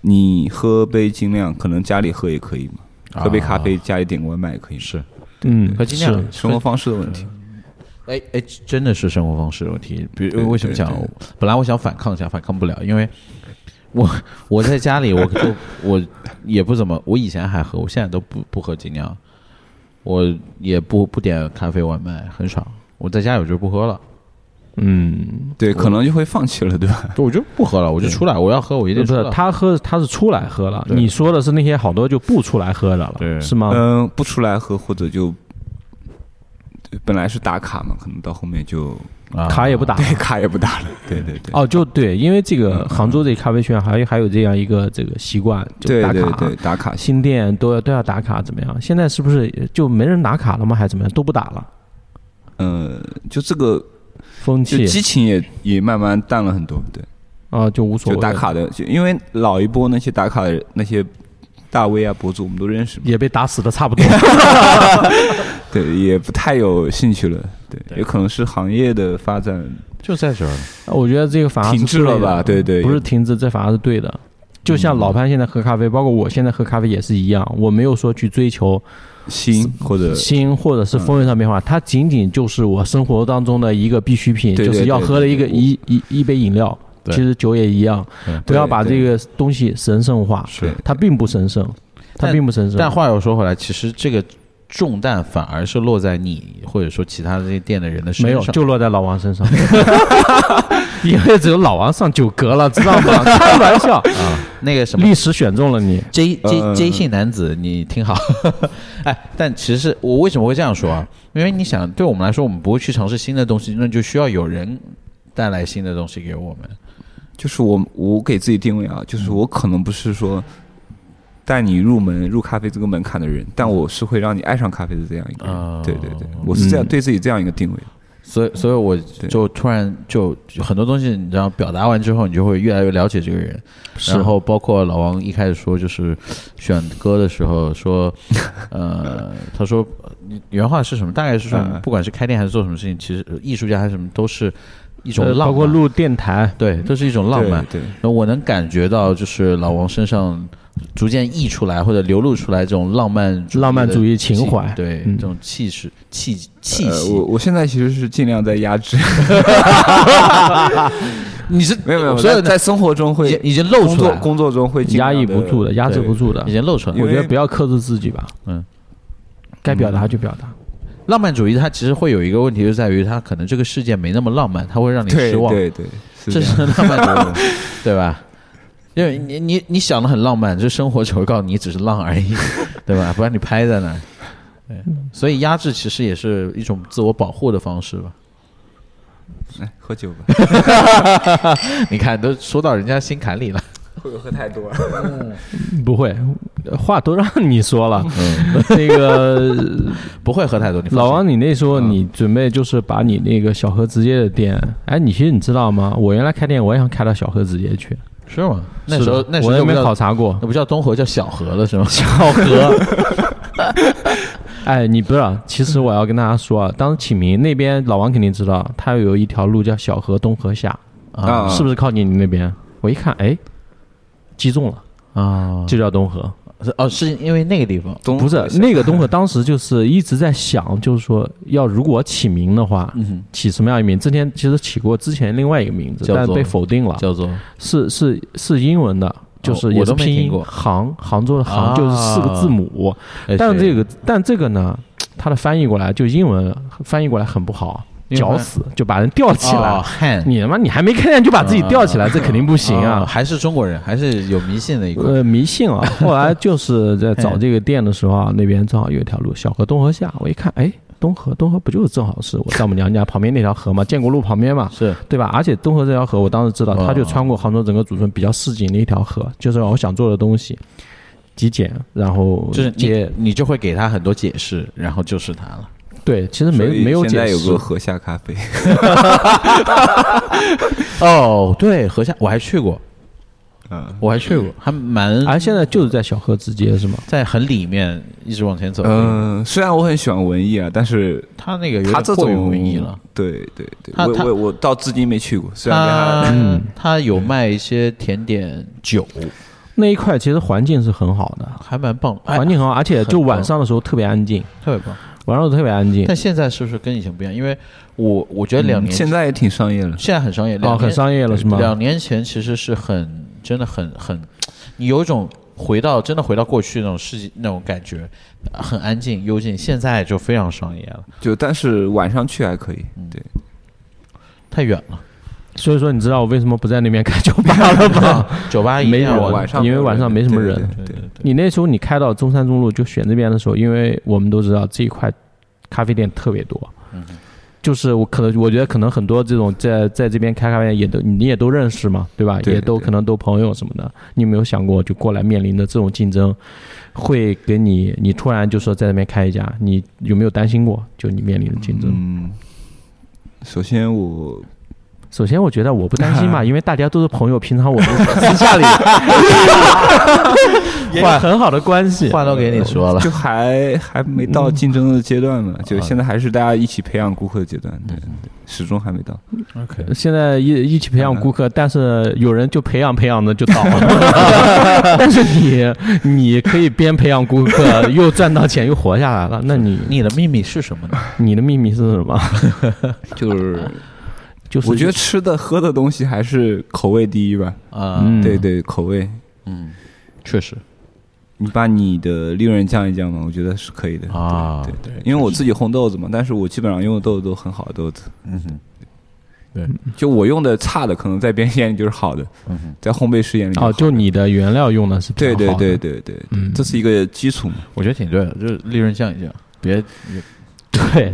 Speaker 3: 你喝杯精酿，可能家里喝也可以嘛，喝杯咖啡家里点个外卖也可以嘛。
Speaker 1: 是
Speaker 2: 嗯，
Speaker 1: 和尽量
Speaker 2: 是
Speaker 3: 生活方式的问题，
Speaker 1: 哎哎，真的是生活方式的问题。比
Speaker 3: 对
Speaker 1: 如为什么
Speaker 3: 对
Speaker 1: 讲
Speaker 3: 对？
Speaker 1: 本来我想反抗一下，反抗不了，因为我 我在家里，我就我也不怎么，我以前还喝，我现在都不不喝精酿，我也不不点咖啡外卖，很少。我在家里我就不喝 了，
Speaker 2: 嗯，
Speaker 3: 对，可能就会放弃了，对吧？
Speaker 1: 就我就不喝了，我就出来，我要喝我一定
Speaker 2: 不
Speaker 1: 出
Speaker 2: 是
Speaker 1: 来。
Speaker 2: 他喝，他是出来喝了。
Speaker 1: 对
Speaker 2: 你说的是那些好多就不出来喝的
Speaker 1: 对
Speaker 2: 了，是吗？
Speaker 3: 嗯，不出来喝或者就。对本来是打卡嘛，可能到后面就
Speaker 1: 啊
Speaker 2: 卡也不打。
Speaker 3: 对嗯卡也不打了，对对对，
Speaker 2: 哦，就对，因为这个杭州这咖啡圈还有还有这样一个这个习惯，就
Speaker 3: 对
Speaker 2: 打
Speaker 3: 对
Speaker 2: 卡，
Speaker 3: 对打卡
Speaker 2: 新店都要都要打卡，怎么样？现在是不是就没人打卡了吗？还是怎么样？都不打了，
Speaker 3: 呃，就这个
Speaker 2: 风
Speaker 3: 就
Speaker 2: 气
Speaker 3: 激情也也慢慢淡了很多，对，
Speaker 2: 啊就无所
Speaker 3: 就
Speaker 2: 谓，
Speaker 3: 打卡的，就因为老一波那些打卡的那些大 V 啊博主，我们都认识嘛，
Speaker 2: 也被打死的差 不多。
Speaker 3: 对，也不太有兴趣了，对，也可能是行业的发展，
Speaker 1: 就在这儿了。
Speaker 2: 我觉得这个反而是
Speaker 3: 停滞了吧
Speaker 2: 对的
Speaker 3: 对对
Speaker 2: 不是停滞，这反而是对的。就像老潘现在喝咖啡，包括我现在喝咖啡也是一样，我没有说去追求
Speaker 3: 新或者
Speaker 2: 新或者是风味上变化，它仅仅就是我生活当中的一个必需品，
Speaker 3: 对对
Speaker 2: 就是要喝的一个
Speaker 3: 对对
Speaker 2: 一一一杯饮料。
Speaker 1: 对
Speaker 2: 其实酒也一样
Speaker 1: 对，
Speaker 2: 不要把这个东西神圣化，
Speaker 3: 嗯是
Speaker 2: 它并不神圣，它
Speaker 1: 但
Speaker 2: 并不神圣。
Speaker 1: 但话又说回来，其实这个重担反而是落在你或者说其他的这些店的人的身上。
Speaker 2: 没有，就落在老王身 上， 因为只有老王上九格了，知道 吗？开玩笑，
Speaker 1: 那个什么
Speaker 2: 历史选中了你。
Speaker 1: J J
Speaker 3: 呃
Speaker 1: J 姓男子，你听好。 哎，但其实我为什么会这样说啊？因为你想，对我们来说，我们不会去尝试新的东西，那就需要有人带来新的东西给我们。
Speaker 3: 就是我我给自己定位啊，就是我可能不是说带你入门入咖啡这个门槛的人，但我是会让你爱上咖啡的这样一个
Speaker 1: 哦
Speaker 3: 人，对对对，我是这样
Speaker 2: 嗯
Speaker 3: 对自己这样一个定位，
Speaker 1: 所以，所以我
Speaker 3: 对
Speaker 1: 就突然就就很多东西，你知道，表达完之后，你就会越来越了解这个人。然后，包括老王一开始说，就是选歌的时候说，呃，他说你原话是什么？大概是说，
Speaker 3: 嗯
Speaker 1: 不管是开店还是做什么事情，其实呃艺术家还是什么，都是一种
Speaker 2: 呃
Speaker 1: 浪漫，
Speaker 2: 包括录电台，
Speaker 1: 对，都是一种浪漫。
Speaker 3: 对，对
Speaker 1: 那我能感觉到，就是老王身上逐渐溢出来或者流露出来这种浪漫
Speaker 2: 浪漫主
Speaker 1: 义
Speaker 2: 义
Speaker 1: 的气
Speaker 2: 情怀，
Speaker 1: 对、
Speaker 2: 嗯
Speaker 1: 这种气势、气气
Speaker 3: 呃，我
Speaker 1: 息。
Speaker 3: 我现在其实是尽量在压制，
Speaker 1: 你是
Speaker 3: 没有没有，
Speaker 1: 所
Speaker 3: 在
Speaker 1: 有的
Speaker 3: 在生活中
Speaker 1: 已
Speaker 3: 会
Speaker 1: 经已经露出
Speaker 3: 工
Speaker 1: 来
Speaker 3: 作
Speaker 1: 了，
Speaker 3: 工作中会尽
Speaker 2: 压
Speaker 3: 量
Speaker 2: 抑不住的，压制
Speaker 3: 对
Speaker 2: 不住的
Speaker 1: 已。经露出来了。
Speaker 2: 我觉
Speaker 3: 因
Speaker 2: 得
Speaker 3: 为
Speaker 2: 不要克制自己吧，
Speaker 1: 嗯，
Speaker 2: 该表达就表达。
Speaker 1: 浪漫主义它其实会有一个问题，就在于它可能这个世界没那么浪漫，它会让你
Speaker 3: 对
Speaker 1: 失望。
Speaker 3: 对对，
Speaker 1: 这
Speaker 3: 样
Speaker 1: 是浪漫 主义，对吧？因为你你你想的很浪漫，这生活只会告诉你只是浪而 已，对吧？不然你拍在那儿。对，所以压制其实也是一种自我保护的方式吧。
Speaker 3: 哎来喝酒吧。
Speaker 1: 你看，都说到人家心坎里了。
Speaker 3: 会不会喝太多？啊
Speaker 2: 不会，话都让你说了。
Speaker 1: 嗯，
Speaker 2: 那 个
Speaker 1: 不会喝太多。你放
Speaker 2: 老
Speaker 1: 心
Speaker 2: 王，你那时
Speaker 1: 嗯
Speaker 2: 候你准备就是把你那个小河直接的店，哎，你其实你知道吗？我原来开店，我也想开到小河直接去。
Speaker 1: 是吗？那
Speaker 2: 是
Speaker 1: 时候
Speaker 2: 的
Speaker 1: 那时
Speaker 2: 我
Speaker 1: 候
Speaker 2: 也没
Speaker 1: 叫
Speaker 2: 考察过。
Speaker 1: 那不叫东河，叫小河了是吗？小河，
Speaker 2: 哎，你不知道，其实我要跟大家说，啊，当时启明那边老王肯定知道，他有一条路叫小河东河下，
Speaker 1: 啊
Speaker 3: 啊
Speaker 2: 是不是靠近你那边？我一看，哎，击中了，
Speaker 1: 啊，
Speaker 2: 就叫东河。
Speaker 1: 是哦，是因为那个地方，
Speaker 3: 东
Speaker 2: 不是
Speaker 3: 河下
Speaker 2: 那个东河，当时就是一直在想，就是说要如果起名的话，
Speaker 1: 嗯，
Speaker 2: 起什么样的名？之前其实起过之前另外一个名字，
Speaker 1: 叫
Speaker 2: 但
Speaker 1: 做
Speaker 2: 被否定了，
Speaker 1: 叫做
Speaker 2: 是是是英文的。就是
Speaker 1: 哦
Speaker 2: 也
Speaker 1: 我
Speaker 2: 是
Speaker 1: 都没
Speaker 2: 拼
Speaker 1: 听
Speaker 2: 音
Speaker 1: 过
Speaker 2: 杭杭州的杭，
Speaker 1: 啊
Speaker 2: 就是四个字母。
Speaker 1: 哎
Speaker 2: 但是这个但这个呢，它的翻译过来就英文翻译过来很不好，
Speaker 1: 英文
Speaker 2: 绞死就把人吊起来。
Speaker 1: 哦汉
Speaker 2: 你他妈你还没开店就把自己吊起来，这肯定不行啊
Speaker 1: 哦！还是中国人，还是有迷信的一块。
Speaker 2: 呃，迷信啊。后来就是在找这个店的时候啊，那边正好有一条路，小河东河下。我一看，哎，东河，东河不就是正好是我丈母娘家旁边那条河嘛，建国路旁边嘛，
Speaker 1: 是
Speaker 2: 对吧？而且东河这条河，我当时知道，
Speaker 1: 嗯
Speaker 2: 它就穿过杭州整个主村比较市井的一条河，就是我想做的东西，极简，然后
Speaker 1: 就是
Speaker 2: 接
Speaker 1: 你，你就会给他很多解释，然后就是他了。
Speaker 2: 对，其实没
Speaker 3: 所以
Speaker 2: 没有
Speaker 3: 现
Speaker 2: 解
Speaker 3: 在有
Speaker 2: 释
Speaker 3: 个。河下咖啡，
Speaker 1: 哦，对，河下我还去过，
Speaker 3: 嗯，
Speaker 1: 我还去过，还蛮
Speaker 2: 而现在就是在小河直接是吗？
Speaker 1: 在很里面一直往前走。
Speaker 3: 嗯，虽然我很喜欢文艺啊，但是
Speaker 1: 他那个有点
Speaker 3: 他这
Speaker 1: 过于
Speaker 3: 种
Speaker 1: 文艺了。，
Speaker 3: 对对对，
Speaker 1: 他
Speaker 3: 我
Speaker 1: 他
Speaker 3: 我我到至今没去过，虽然
Speaker 1: 他
Speaker 3: 跟
Speaker 2: 嗯
Speaker 1: 他有卖一些甜点酒，
Speaker 2: 那一块其实环境是很好的，
Speaker 1: 还蛮棒，哎
Speaker 2: 环境很好，而且就
Speaker 1: 很棒
Speaker 2: 晚上的时候特别安静，
Speaker 1: 特别棒。
Speaker 2: 晚上特别安静
Speaker 1: 但。现在是不是跟以前不一样？因为我我觉得两
Speaker 3: 他
Speaker 1: 年
Speaker 3: 嗯现在也挺商业了，
Speaker 1: 现在很商业，两
Speaker 2: 嗯哦，
Speaker 1: 年
Speaker 2: 很商业了是吗？
Speaker 1: 两年前其实是很真的很很，你有一种回到真的回到过去那种世纪那种感觉，很安静幽静。现在就非常商业了，
Speaker 3: 就但是晚上去还可以，对，
Speaker 1: 太远了。
Speaker 2: 所以说，你知道我为什么不在那边开酒吧了 吗？
Speaker 1: 酒吧一定
Speaker 2: 没
Speaker 1: 要
Speaker 2: 人
Speaker 1: 玩
Speaker 3: 晚上
Speaker 2: 因为晚上没什么
Speaker 3: 对
Speaker 2: 人，
Speaker 3: 对对对
Speaker 2: 你那时候你开到中山中路就选这边的时候，因为我们都知道这一块咖啡店特别多，就是我可能我觉得可能很多这种在在这边开咖啡店也都你也都认识嘛，对吧？
Speaker 3: 对
Speaker 2: 也都
Speaker 3: 对
Speaker 2: 可能都朋友什么的，你有没有想过就过来面临的这种竞争，会给你你突然就说在那边开一家，你有没有担心过？就你面临的竞争，
Speaker 3: 嗯，首先我
Speaker 2: 首先，我觉得我不担心 嘛，因为大家都是朋友，平常我们私 下里有很好的关系。
Speaker 1: 话都给你说了，
Speaker 3: 就还还没到竞争的阶段嘛，就现在还是大家一起培养顾客的阶段，对，对始终还没到。
Speaker 2: 现在一一起培养顾
Speaker 3: 嗯
Speaker 2: 客，但是有人就培养培养的就倒 了。但是你你可以边培养顾客，又赚到钱，又活下 来了。那你
Speaker 1: 你的秘密是什么呢？
Speaker 2: 你的秘密是什么？
Speaker 3: 就是
Speaker 2: 就是
Speaker 3: 我觉得吃的喝的东西还是口味第一吧，
Speaker 1: 啊，
Speaker 2: 嗯
Speaker 3: 对对，口味。
Speaker 1: 嗯，确实
Speaker 3: 你把你的利润降一降嘛，我觉得是可以的。
Speaker 1: 啊，
Speaker 3: 对对，因为我自己烘豆子嘛，但是我基本上用的豆子都很好的豆子，
Speaker 1: 嗯哼，
Speaker 3: 就我用的差的，可能在别人眼里就是好的，
Speaker 1: 嗯哼，
Speaker 3: 在烘焙师眼里
Speaker 2: 哦，就你的原料用的是比较
Speaker 3: 对对
Speaker 2: 好的
Speaker 3: 对，对对，
Speaker 2: 嗯，
Speaker 3: 这是一个基础嘛。
Speaker 1: 我觉得挺对的，就是利润降一降，别
Speaker 2: 对。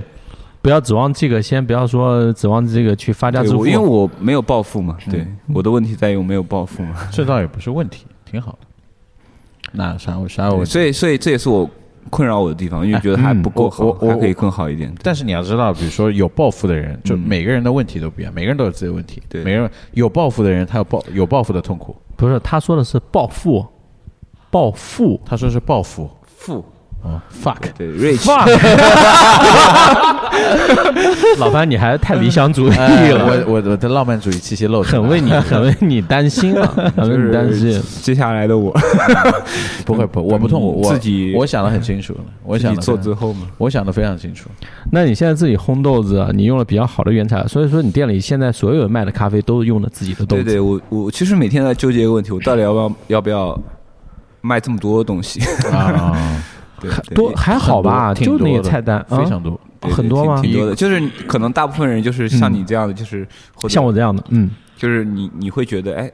Speaker 2: 不要指望这个，先不要说指望这个去发家
Speaker 3: 对
Speaker 2: 致富，
Speaker 3: 我因为我没有暴富嘛，
Speaker 1: 嗯
Speaker 3: 对，我的问题在于我没有暴富嘛。
Speaker 1: 这倒也不是问题，挺好的。那啥我啥哦我
Speaker 3: 对所以所以这也是我困扰我的地方，因为觉得还不够
Speaker 1: 嗯
Speaker 3: 好
Speaker 1: 我，我
Speaker 3: 还可以更好一点。
Speaker 1: 但是你要知道，比如说有抱负的人，就
Speaker 3: 嗯
Speaker 1: 每个人的问题都不一样，每个人都有自己的问题。
Speaker 3: 对
Speaker 1: 每个人有抱负的人，他有抱有抱负的痛苦。
Speaker 2: 不是，他说的是暴富，暴富
Speaker 1: 他说是抱负
Speaker 3: 富
Speaker 1: 啊，fuck，
Speaker 3: 对 rich，
Speaker 2: 老潘，你还是太理想主义
Speaker 1: 哎
Speaker 2: 了，
Speaker 1: 我我我的浪漫主义气息漏出来了，
Speaker 2: 很为 你很为你担心了，很为你担心。
Speaker 3: 接下来的我
Speaker 1: 不会不，我不痛苦，我
Speaker 3: 自己
Speaker 1: 我想的很清楚了，我
Speaker 3: 自
Speaker 1: 想
Speaker 3: 己
Speaker 1: 的
Speaker 3: 做之后嘛，
Speaker 1: 我想的非常清楚。
Speaker 2: 那你现在自己烘豆子，啊你用了比较好的原材料，所以说你店里现在所有卖的咖啡都是用的自己的豆
Speaker 3: 对
Speaker 2: 子。
Speaker 3: 对，我我其实每天在纠结一个问题，我到底要不要要不要卖这么多东西？
Speaker 1: 啊，
Speaker 3: 对，对
Speaker 2: 多还好吧，
Speaker 1: 很多
Speaker 2: 就那
Speaker 1: 挺
Speaker 2: 个
Speaker 1: 多的
Speaker 2: 菜单啊嗯
Speaker 1: 非常多。
Speaker 3: 对对
Speaker 2: 很多吗嗯
Speaker 3: 挺挺多的，就是可能大部分人就是像你这样的，就是或者
Speaker 2: 像我这样的，嗯，
Speaker 3: 就是你你会觉得哎，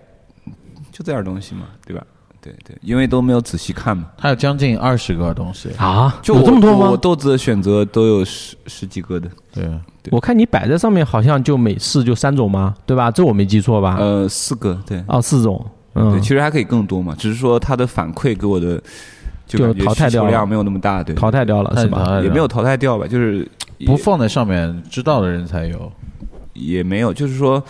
Speaker 3: 就这点东西嘛，对吧？对对，因为都没有仔细看嘛。
Speaker 1: 它有将近二十个东西，
Speaker 2: 啊
Speaker 3: 就
Speaker 2: 有这么多
Speaker 3: 我我
Speaker 2: 吗？
Speaker 3: 豆子的选择都有十十几个的，
Speaker 1: 对，
Speaker 2: 我看你摆在上面好像就美式就三种吗？对吧？这我没记错吧？
Speaker 3: 呃，四个对，
Speaker 2: 哦，四种，啊嗯
Speaker 3: 对，其，实还可以更多嘛，只是说他的反馈给我的就
Speaker 2: 就
Speaker 3: 感觉
Speaker 2: 淘汰
Speaker 3: 需求
Speaker 2: 掉了
Speaker 3: 量没有那么大，对，
Speaker 2: 淘汰掉了是吧？
Speaker 1: 汰
Speaker 3: 也没有淘汰掉吧，就是
Speaker 1: 不放在上面，知道的人才有。
Speaker 3: 也没有，就是说，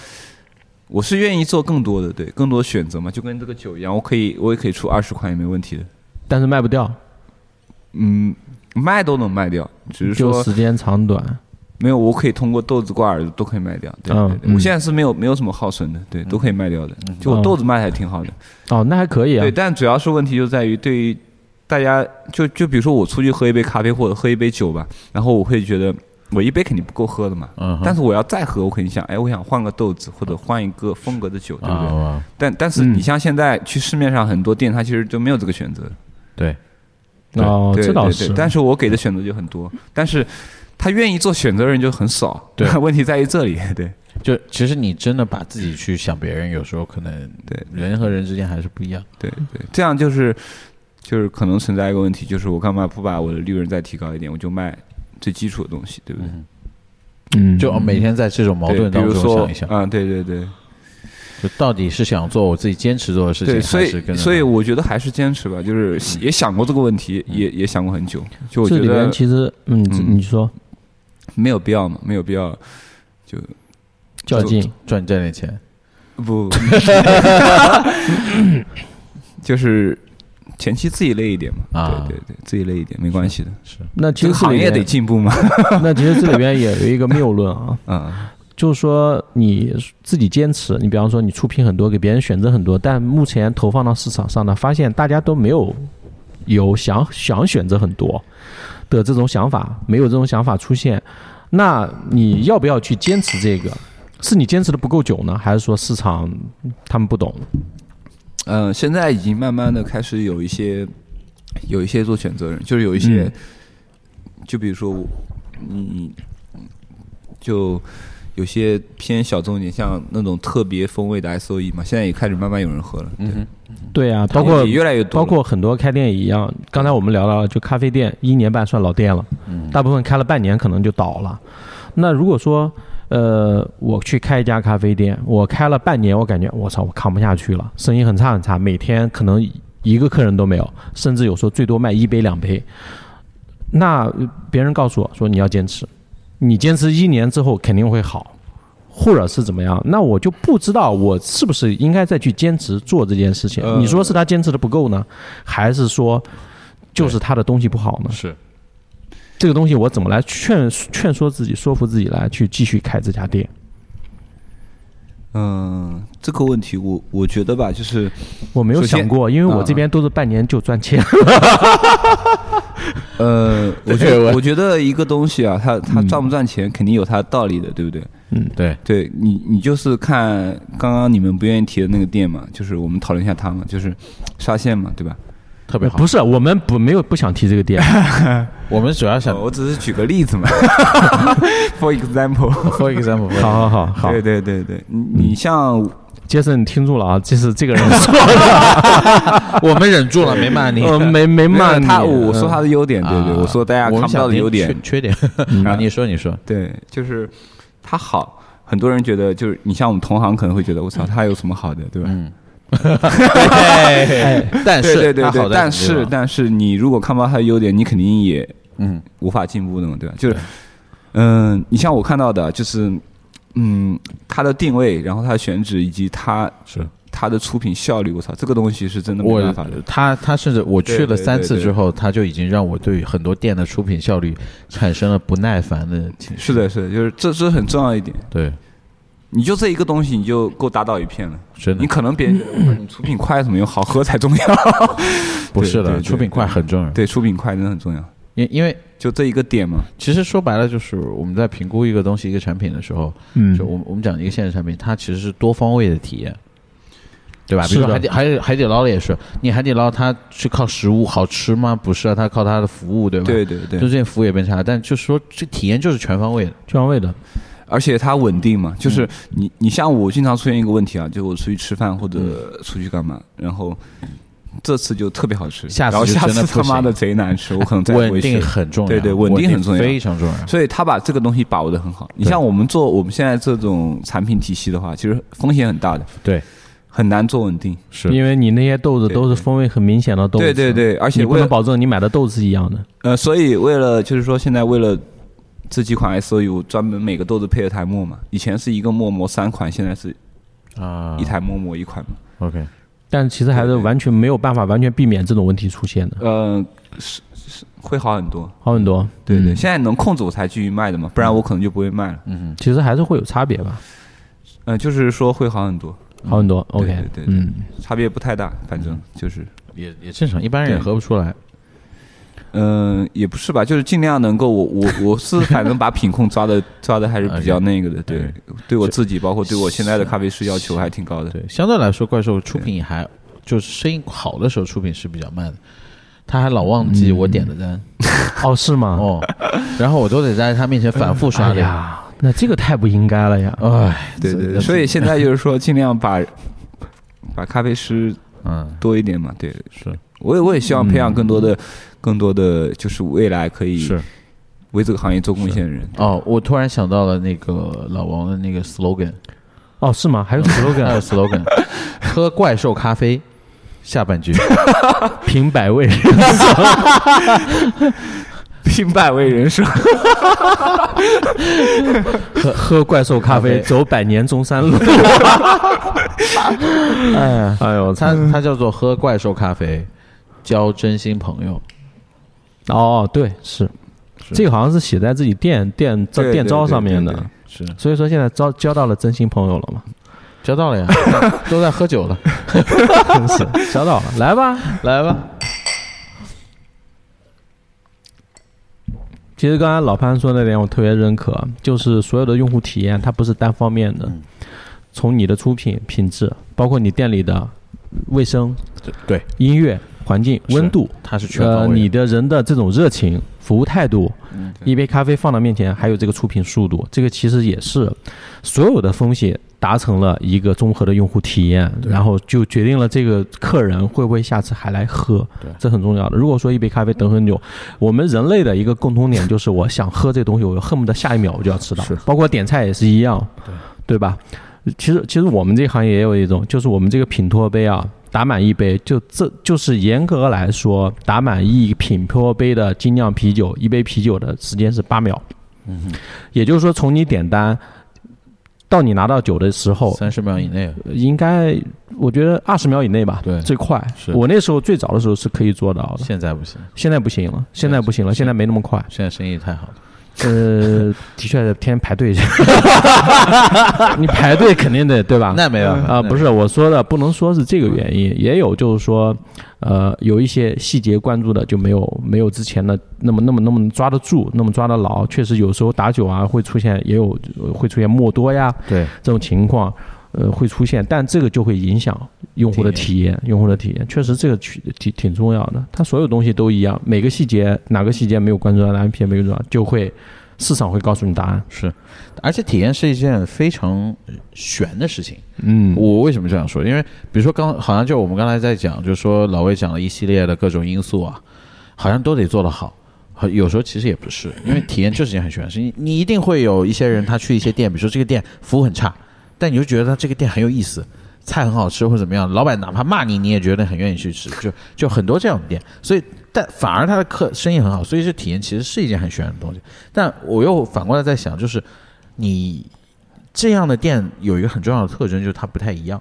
Speaker 3: 我是愿意做更多的，对，更多选择嘛，就跟这个酒一样，我可以，我也可以出二十款也没问题的，
Speaker 2: 但是卖不掉，
Speaker 3: 嗯，卖都能卖掉，只是
Speaker 2: 就
Speaker 3: 说
Speaker 2: 时间长短。
Speaker 3: 没有，我可以通过豆子挂耳朵都可以卖掉，对
Speaker 2: 嗯
Speaker 3: 对对，我
Speaker 2: 嗯
Speaker 3: 现在是没有没有什么耗损的，对，都可以卖掉的，就我
Speaker 2: 嗯
Speaker 3: 豆子卖的还挺好的，
Speaker 2: 哦，那还可以啊
Speaker 3: 对，。但主要是问题就在于对于大家，就就比如说我出去喝一杯咖啡或者喝一杯酒吧，然后我会觉得我一杯肯定不够喝的嘛，
Speaker 1: 嗯哼，
Speaker 3: 但是我要再喝，我肯定想，哎，我想换个豆子或者换一个风格的酒，对不对？
Speaker 1: 啊，
Speaker 3: 但但是你像现在去市面上很多店，它其实就没有这个选择。
Speaker 1: 对，
Speaker 2: 哦，
Speaker 3: 对
Speaker 2: 这
Speaker 3: 对
Speaker 2: 倒
Speaker 3: 对
Speaker 2: 是。
Speaker 3: 但是我给的选择就很多，但是他愿意做选择的人就很少。
Speaker 1: 对
Speaker 3: 问题在于这里。对
Speaker 1: 就其实你真的把自己去想别人，有时候可能
Speaker 3: 对
Speaker 1: 人和人之间还是不一样。
Speaker 3: 对对，这样就是就是可能存在一个问题，就是我干嘛不把我的利润再提高一点？我就卖最基础的东西，对不对？
Speaker 1: 嗯，
Speaker 2: 嗯，
Speaker 1: 就哦每天在这种矛
Speaker 3: 对，
Speaker 1: 盾
Speaker 3: 比
Speaker 1: 当
Speaker 3: 如
Speaker 1: 中
Speaker 3: 说
Speaker 1: 想一想，
Speaker 3: 啊，对对对
Speaker 1: 就到底是想做我自己坚持做的事
Speaker 3: 对，
Speaker 1: 情，
Speaker 3: 所
Speaker 1: 还是
Speaker 3: 以
Speaker 1: 跟着
Speaker 3: 所以我觉得还是坚持吧，就是也想过这个问题，
Speaker 1: 嗯
Speaker 3: 也也想过很久。就我
Speaker 2: 这
Speaker 3: 觉
Speaker 2: 里边
Speaker 3: 得
Speaker 2: 其实，嗯，你
Speaker 3: 嗯
Speaker 2: 你说
Speaker 3: 没有必要嘛，没有必要就
Speaker 2: 较劲，
Speaker 1: 赚赚点钱？
Speaker 3: 不，就是前期自己累一点嘛，
Speaker 1: 啊
Speaker 3: 对对对，自己累一点没关系的，
Speaker 1: 是
Speaker 2: 那其
Speaker 3: 这
Speaker 2: 实这
Speaker 3: 个嗯行
Speaker 2: 里
Speaker 3: 业得
Speaker 2: 边，
Speaker 3: 进步嘛，
Speaker 2: 那其实这里边也有一个谬论啊，
Speaker 3: 啊，
Speaker 2: 就是说你自己坚持，你比方说你出品很多，给别人选择很多，但目前投放到市场上呢，发现大家都没有有想想选择很多的这种想法，没有这种想法出现，那你要不要去坚持这个？是你坚持的不够久呢，还是说市场他们不懂？
Speaker 3: 嗯，现在已经慢慢的开始有一些有一些做选择人，就是有一
Speaker 2: 嗯
Speaker 3: 些，就比如说我，你就。有些偏小众一点，像那种特别风味的 S O E 嘛，现在也开始慢慢有人喝了，对
Speaker 2: 对啊，嗯包括
Speaker 3: 也越来越多
Speaker 2: 包
Speaker 3: 了，
Speaker 2: 括很多开店也一样，刚才我们聊到了，就咖啡店一年半算老店了，
Speaker 3: 嗯
Speaker 2: 大部分开了半年可能就倒了。那如果说，呃，我去开一家咖啡店，我开了半年，我感觉我操，我扛不下去了，生意很差很差，每天可能一个客人都没有，甚至有时候最多卖一杯两杯。那呃别人告诉我说你要坚持，你坚持一年之后肯定会好，或者是怎么样？那我就不知道我是不是应该再去坚持做这件事情。
Speaker 3: 呃
Speaker 2: 你说是他坚持的不够呢，还是说就是他的东西不好呢？
Speaker 1: 是，
Speaker 2: 这个东西我怎么来劝劝说自己、说服自己来去继续开这家店？
Speaker 3: 嗯，这个问题我我觉得吧，就是
Speaker 2: 我没有
Speaker 3: 首先
Speaker 2: 想过，因为我
Speaker 3: 啊
Speaker 2: 这边都是半年就赚钱。
Speaker 3: 呃，我
Speaker 1: 对
Speaker 3: 觉
Speaker 1: 我
Speaker 3: 得我觉得一个东西啊，它
Speaker 2: 嗯
Speaker 3: 它赚不赚钱肯定有它的道理的，对不对？
Speaker 1: 对，
Speaker 3: 对你你就是看刚刚你们不愿意提的那个店嘛，就是我们讨论一下它嘛，就是沙县嘛，对吧？
Speaker 1: 特别好。
Speaker 2: 不是，我们不没有不想提这个店，
Speaker 1: 我们主要想
Speaker 3: 哦我只是举个例子 嘛，for example。
Speaker 1: for example，
Speaker 2: 好好好好
Speaker 3: 对，对对对，你你像
Speaker 2: 杰森，你听住了啊，这是这个人说，
Speaker 1: 我们忍住了，没骂你。
Speaker 2: 呃没没
Speaker 3: 没
Speaker 2: 骂
Speaker 3: 有
Speaker 2: 你
Speaker 3: 他，我说
Speaker 2: 嗯
Speaker 3: 他的优点，
Speaker 1: 啊
Speaker 3: 嗯对对，我说大家
Speaker 1: 我们
Speaker 3: 看不到
Speaker 1: 想
Speaker 3: 的
Speaker 1: 听
Speaker 3: 优点，嗯
Speaker 1: 缺缺点。 啊，你说，你说，
Speaker 3: 对，就是它好，很多人觉得就是你像我们同行可能会觉得我操，它有什么好的，对吧？
Speaker 1: 嗯 但是，
Speaker 3: 哎对对对
Speaker 1: 它好在
Speaker 3: 对，但
Speaker 1: 什么
Speaker 3: 是
Speaker 1: 地方
Speaker 3: 但是你如果看不到它的优点，你肯定也
Speaker 1: 嗯，
Speaker 3: 无法进步的嘛，对吧？就是嗯、你像我看到的，就是嗯，它的定位，然后它的选址以及它
Speaker 1: 是
Speaker 3: 它的出品效率，我操，这个东西是真的没
Speaker 1: 我
Speaker 3: 办法的。
Speaker 1: 他他甚至我去
Speaker 3: 对
Speaker 1: 了
Speaker 3: 对
Speaker 1: 三
Speaker 3: 对
Speaker 1: 次
Speaker 3: 对
Speaker 1: 之后，他就已经让我对很多店的出品效率产生了不耐烦的情绪。
Speaker 3: 是的，是的，就是这这是很重要一点。
Speaker 1: 对，
Speaker 3: 你就这一个东西，你就够打倒一片了。
Speaker 1: 真的
Speaker 3: 你可能别人觉得哇你出品快什么，又好喝才重要。
Speaker 1: 不是
Speaker 3: 对
Speaker 1: 的，
Speaker 3: 对
Speaker 1: 出品快很重要。
Speaker 3: 对，出品快真的很重要。
Speaker 1: 因因为
Speaker 3: 就这一个点嘛，
Speaker 1: 其实说白了，就是我们在评估一个东西、一个产品的时候，
Speaker 2: 嗯
Speaker 1: 就，我们我们讲一个现实产品，它其实是多方位的体验，对吧？比
Speaker 2: 是
Speaker 1: 如
Speaker 2: 的
Speaker 1: 说海底海底海底捞的也是，你海底捞它是靠食物好吃吗？不是啊，它靠它的服务，对吧？
Speaker 3: 对对
Speaker 1: 就
Speaker 3: 对，
Speaker 1: 最近服务也变差，但就是说这体验就是全方位的。
Speaker 2: 全方位的，
Speaker 3: 而且它稳
Speaker 1: 嗯
Speaker 3: 定嘛，就是你你像我经常出现一个问题啊，就我出去吃饭或
Speaker 1: 嗯
Speaker 3: 者出去干嘛，然后这次就特别好吃，
Speaker 1: 下次
Speaker 3: 然后
Speaker 1: 就
Speaker 3: 下
Speaker 1: 真的
Speaker 3: 次
Speaker 1: 不
Speaker 3: 他妈
Speaker 1: 行
Speaker 3: 的贼难吃，我可能再不
Speaker 1: 稳
Speaker 3: 会去
Speaker 1: 定很重要，
Speaker 3: 对对
Speaker 1: 稳
Speaker 3: 稳定很重要
Speaker 1: 非常重要。
Speaker 3: 所以他把这个东西把握的很好。你像我们做我们现在这种产品体系的话，其实风险很大的，
Speaker 1: 对，
Speaker 3: 很难做稳定。
Speaker 1: 是
Speaker 2: 因为你那些豆子都是风味很明显的豆子，
Speaker 3: 对对对，而且
Speaker 2: 你不
Speaker 3: 为
Speaker 2: 能
Speaker 3: 了
Speaker 2: 保证你买的豆子一样的。
Speaker 3: 呃，所以为了就是说，现在为了这几款 SOU，我专门每个豆子配了台磨嘛。以前是一个磨磨三款，现在是
Speaker 1: 啊
Speaker 3: 一台磨磨一款嘛。
Speaker 1: ，OK，
Speaker 2: 但其实还是完全没有办法完全避免这种问题出现的，
Speaker 3: 呃，是是会好很多。
Speaker 2: 好很多。
Speaker 3: 对对，
Speaker 2: 嗯
Speaker 3: 现在能控制我才继续卖的嘛，不然我可能就不会卖了。
Speaker 1: 嗯
Speaker 2: 其实还是会有差别吧，
Speaker 3: 嗯，就是说会好很多，
Speaker 2: 好很多。
Speaker 3: 对
Speaker 2: OK，
Speaker 3: 对对对
Speaker 2: 嗯，
Speaker 3: 差别不太大，反
Speaker 1: 嗯
Speaker 3: 正就是，
Speaker 1: 也也正常，一般人也
Speaker 3: 对
Speaker 1: 喝不出来。
Speaker 3: 嗯，也不是吧，就是尽量能够我我 我是反正把品控抓的抓的还是比较那个的，对，对我自己包括对我现在的咖啡师要求还挺高的。
Speaker 1: 对，相对来说，怪兽出品还就是生意好的时候出品是比较慢的。他还老忘记
Speaker 3: 嗯
Speaker 1: 我点的单、
Speaker 2: 哦，是吗？
Speaker 1: 哦，然后我都得在他面前反复刷
Speaker 2: 哎
Speaker 1: 脸。
Speaker 2: 呀，那这个太不应该了呀。
Speaker 1: 哎，
Speaker 3: 对对
Speaker 1: 这
Speaker 3: 对，所以现在就是说尽量把把咖啡师
Speaker 1: 嗯
Speaker 3: 多一点嘛，对，
Speaker 1: 是嗯
Speaker 3: 我也我也希望培养更多的、更多的就是未来可以
Speaker 1: 是
Speaker 3: 为这个行业做贡献的人。
Speaker 1: 哦，我突然想到了那个老王的那个 slogan，
Speaker 2: 哦，是吗？还 有
Speaker 1: 还
Speaker 2: slogan
Speaker 1: 有 slogan，喝怪兽咖啡，下半 句
Speaker 2: 品百味，
Speaker 3: 品百味人生，
Speaker 2: 喝喝怪兽咖啡，走百年中山路。 哎呀，哎呦，
Speaker 1: 它它叫做喝怪兽咖啡，交真心朋友。
Speaker 2: 哦，对，是，这个好像是写在自己店店招
Speaker 3: 对
Speaker 2: 店招
Speaker 3: 对
Speaker 2: 上面
Speaker 3: 对对
Speaker 2: 的
Speaker 3: 对，
Speaker 1: 是
Speaker 2: 所以说现在招交到了真心朋友了嘛，
Speaker 1: 交到 了呀，啊都在喝酒了，
Speaker 2: 真是交到了，来吧。
Speaker 1: 来吧。
Speaker 2: 其实刚才老潘说那点我特别认可，就是所有的用户体验它不是单方面
Speaker 3: 嗯
Speaker 2: 的，从你的出品品质，包括你店里的卫生、
Speaker 1: 对，
Speaker 2: 音乐、环境、
Speaker 1: 是
Speaker 2: 温度，
Speaker 1: 它是全方
Speaker 2: 呃，
Speaker 1: 位的。嗯
Speaker 2: 你的人的这种热情、服务态度，一杯咖啡放到面前，还有这个出品速度，这个其实也是所有的东西达成了一个综合的用户体验，然后就决定了这个客人会不会下次还来喝
Speaker 1: 对，
Speaker 2: 这很重要的。如果说一杯咖啡等很久，我们人类的一个共通点就是我想喝这东西，我恨不得下一秒我就要吃到
Speaker 1: 是，
Speaker 2: 包括点菜也是一样，对吧？其实，其实我们这行业也有一种，就是我们这个品托杯啊，打满一杯，就这就是严格来说，打满一品托杯的精酿啤酒，一杯啤酒的时间是八秒。也就是说，从你点单到你拿到酒的时候，
Speaker 1: 三十秒以内，
Speaker 2: 应该我觉得二十秒以内吧，
Speaker 1: 对
Speaker 2: 最快。
Speaker 1: 是
Speaker 2: 我那时候最早的时候是可以做到的，
Speaker 1: 现在不行，
Speaker 2: 现在不行了，现在不行了，现在没那么快。
Speaker 1: 现在生意太好了。
Speaker 2: 呃，的确天天排队去， 你排队肯定得对吧？
Speaker 1: 那没办法
Speaker 2: 啊，
Speaker 1: 那
Speaker 2: 不是我说的，不能说是这个原因，也有就是说，呃，有一些细节关注的就没有没有之前的那么那么那么抓得住，那么抓得牢。确实有时候打酒啊会出现，也有呃会出现默多呀
Speaker 1: 对，
Speaker 2: 这种情况，呃会出现，但这个就会影响用户的体验，用户的体验确实这个取挺挺重要的。它所有东西都一样，每个细节哪个细节没有关注到，哪个细节没有关注到，就会市场会告诉你答案。
Speaker 1: 是，而且体验是一件非常悬的事情。
Speaker 2: 嗯
Speaker 1: 我为什么这样说？因为比如说刚好像就我们刚才在讲，就是说老魏讲了一系列的各种因素啊，好像都得做得好。好有时候其实也不是，因为体验就是一件很悬的事情。你你一定会有一些人，他去一些店，比如说这个店服务很差，但你就觉得他这个店很有意思，菜很好吃或者怎么样，老板哪怕骂你，你也觉得很愿意去吃。就就很多这样的店，所以但反而他的客生意很好，所以这体验其实是一件很悬的东西。但我又反过来在想，就是你这样的店有一个很重要的特征，就是它不太一样。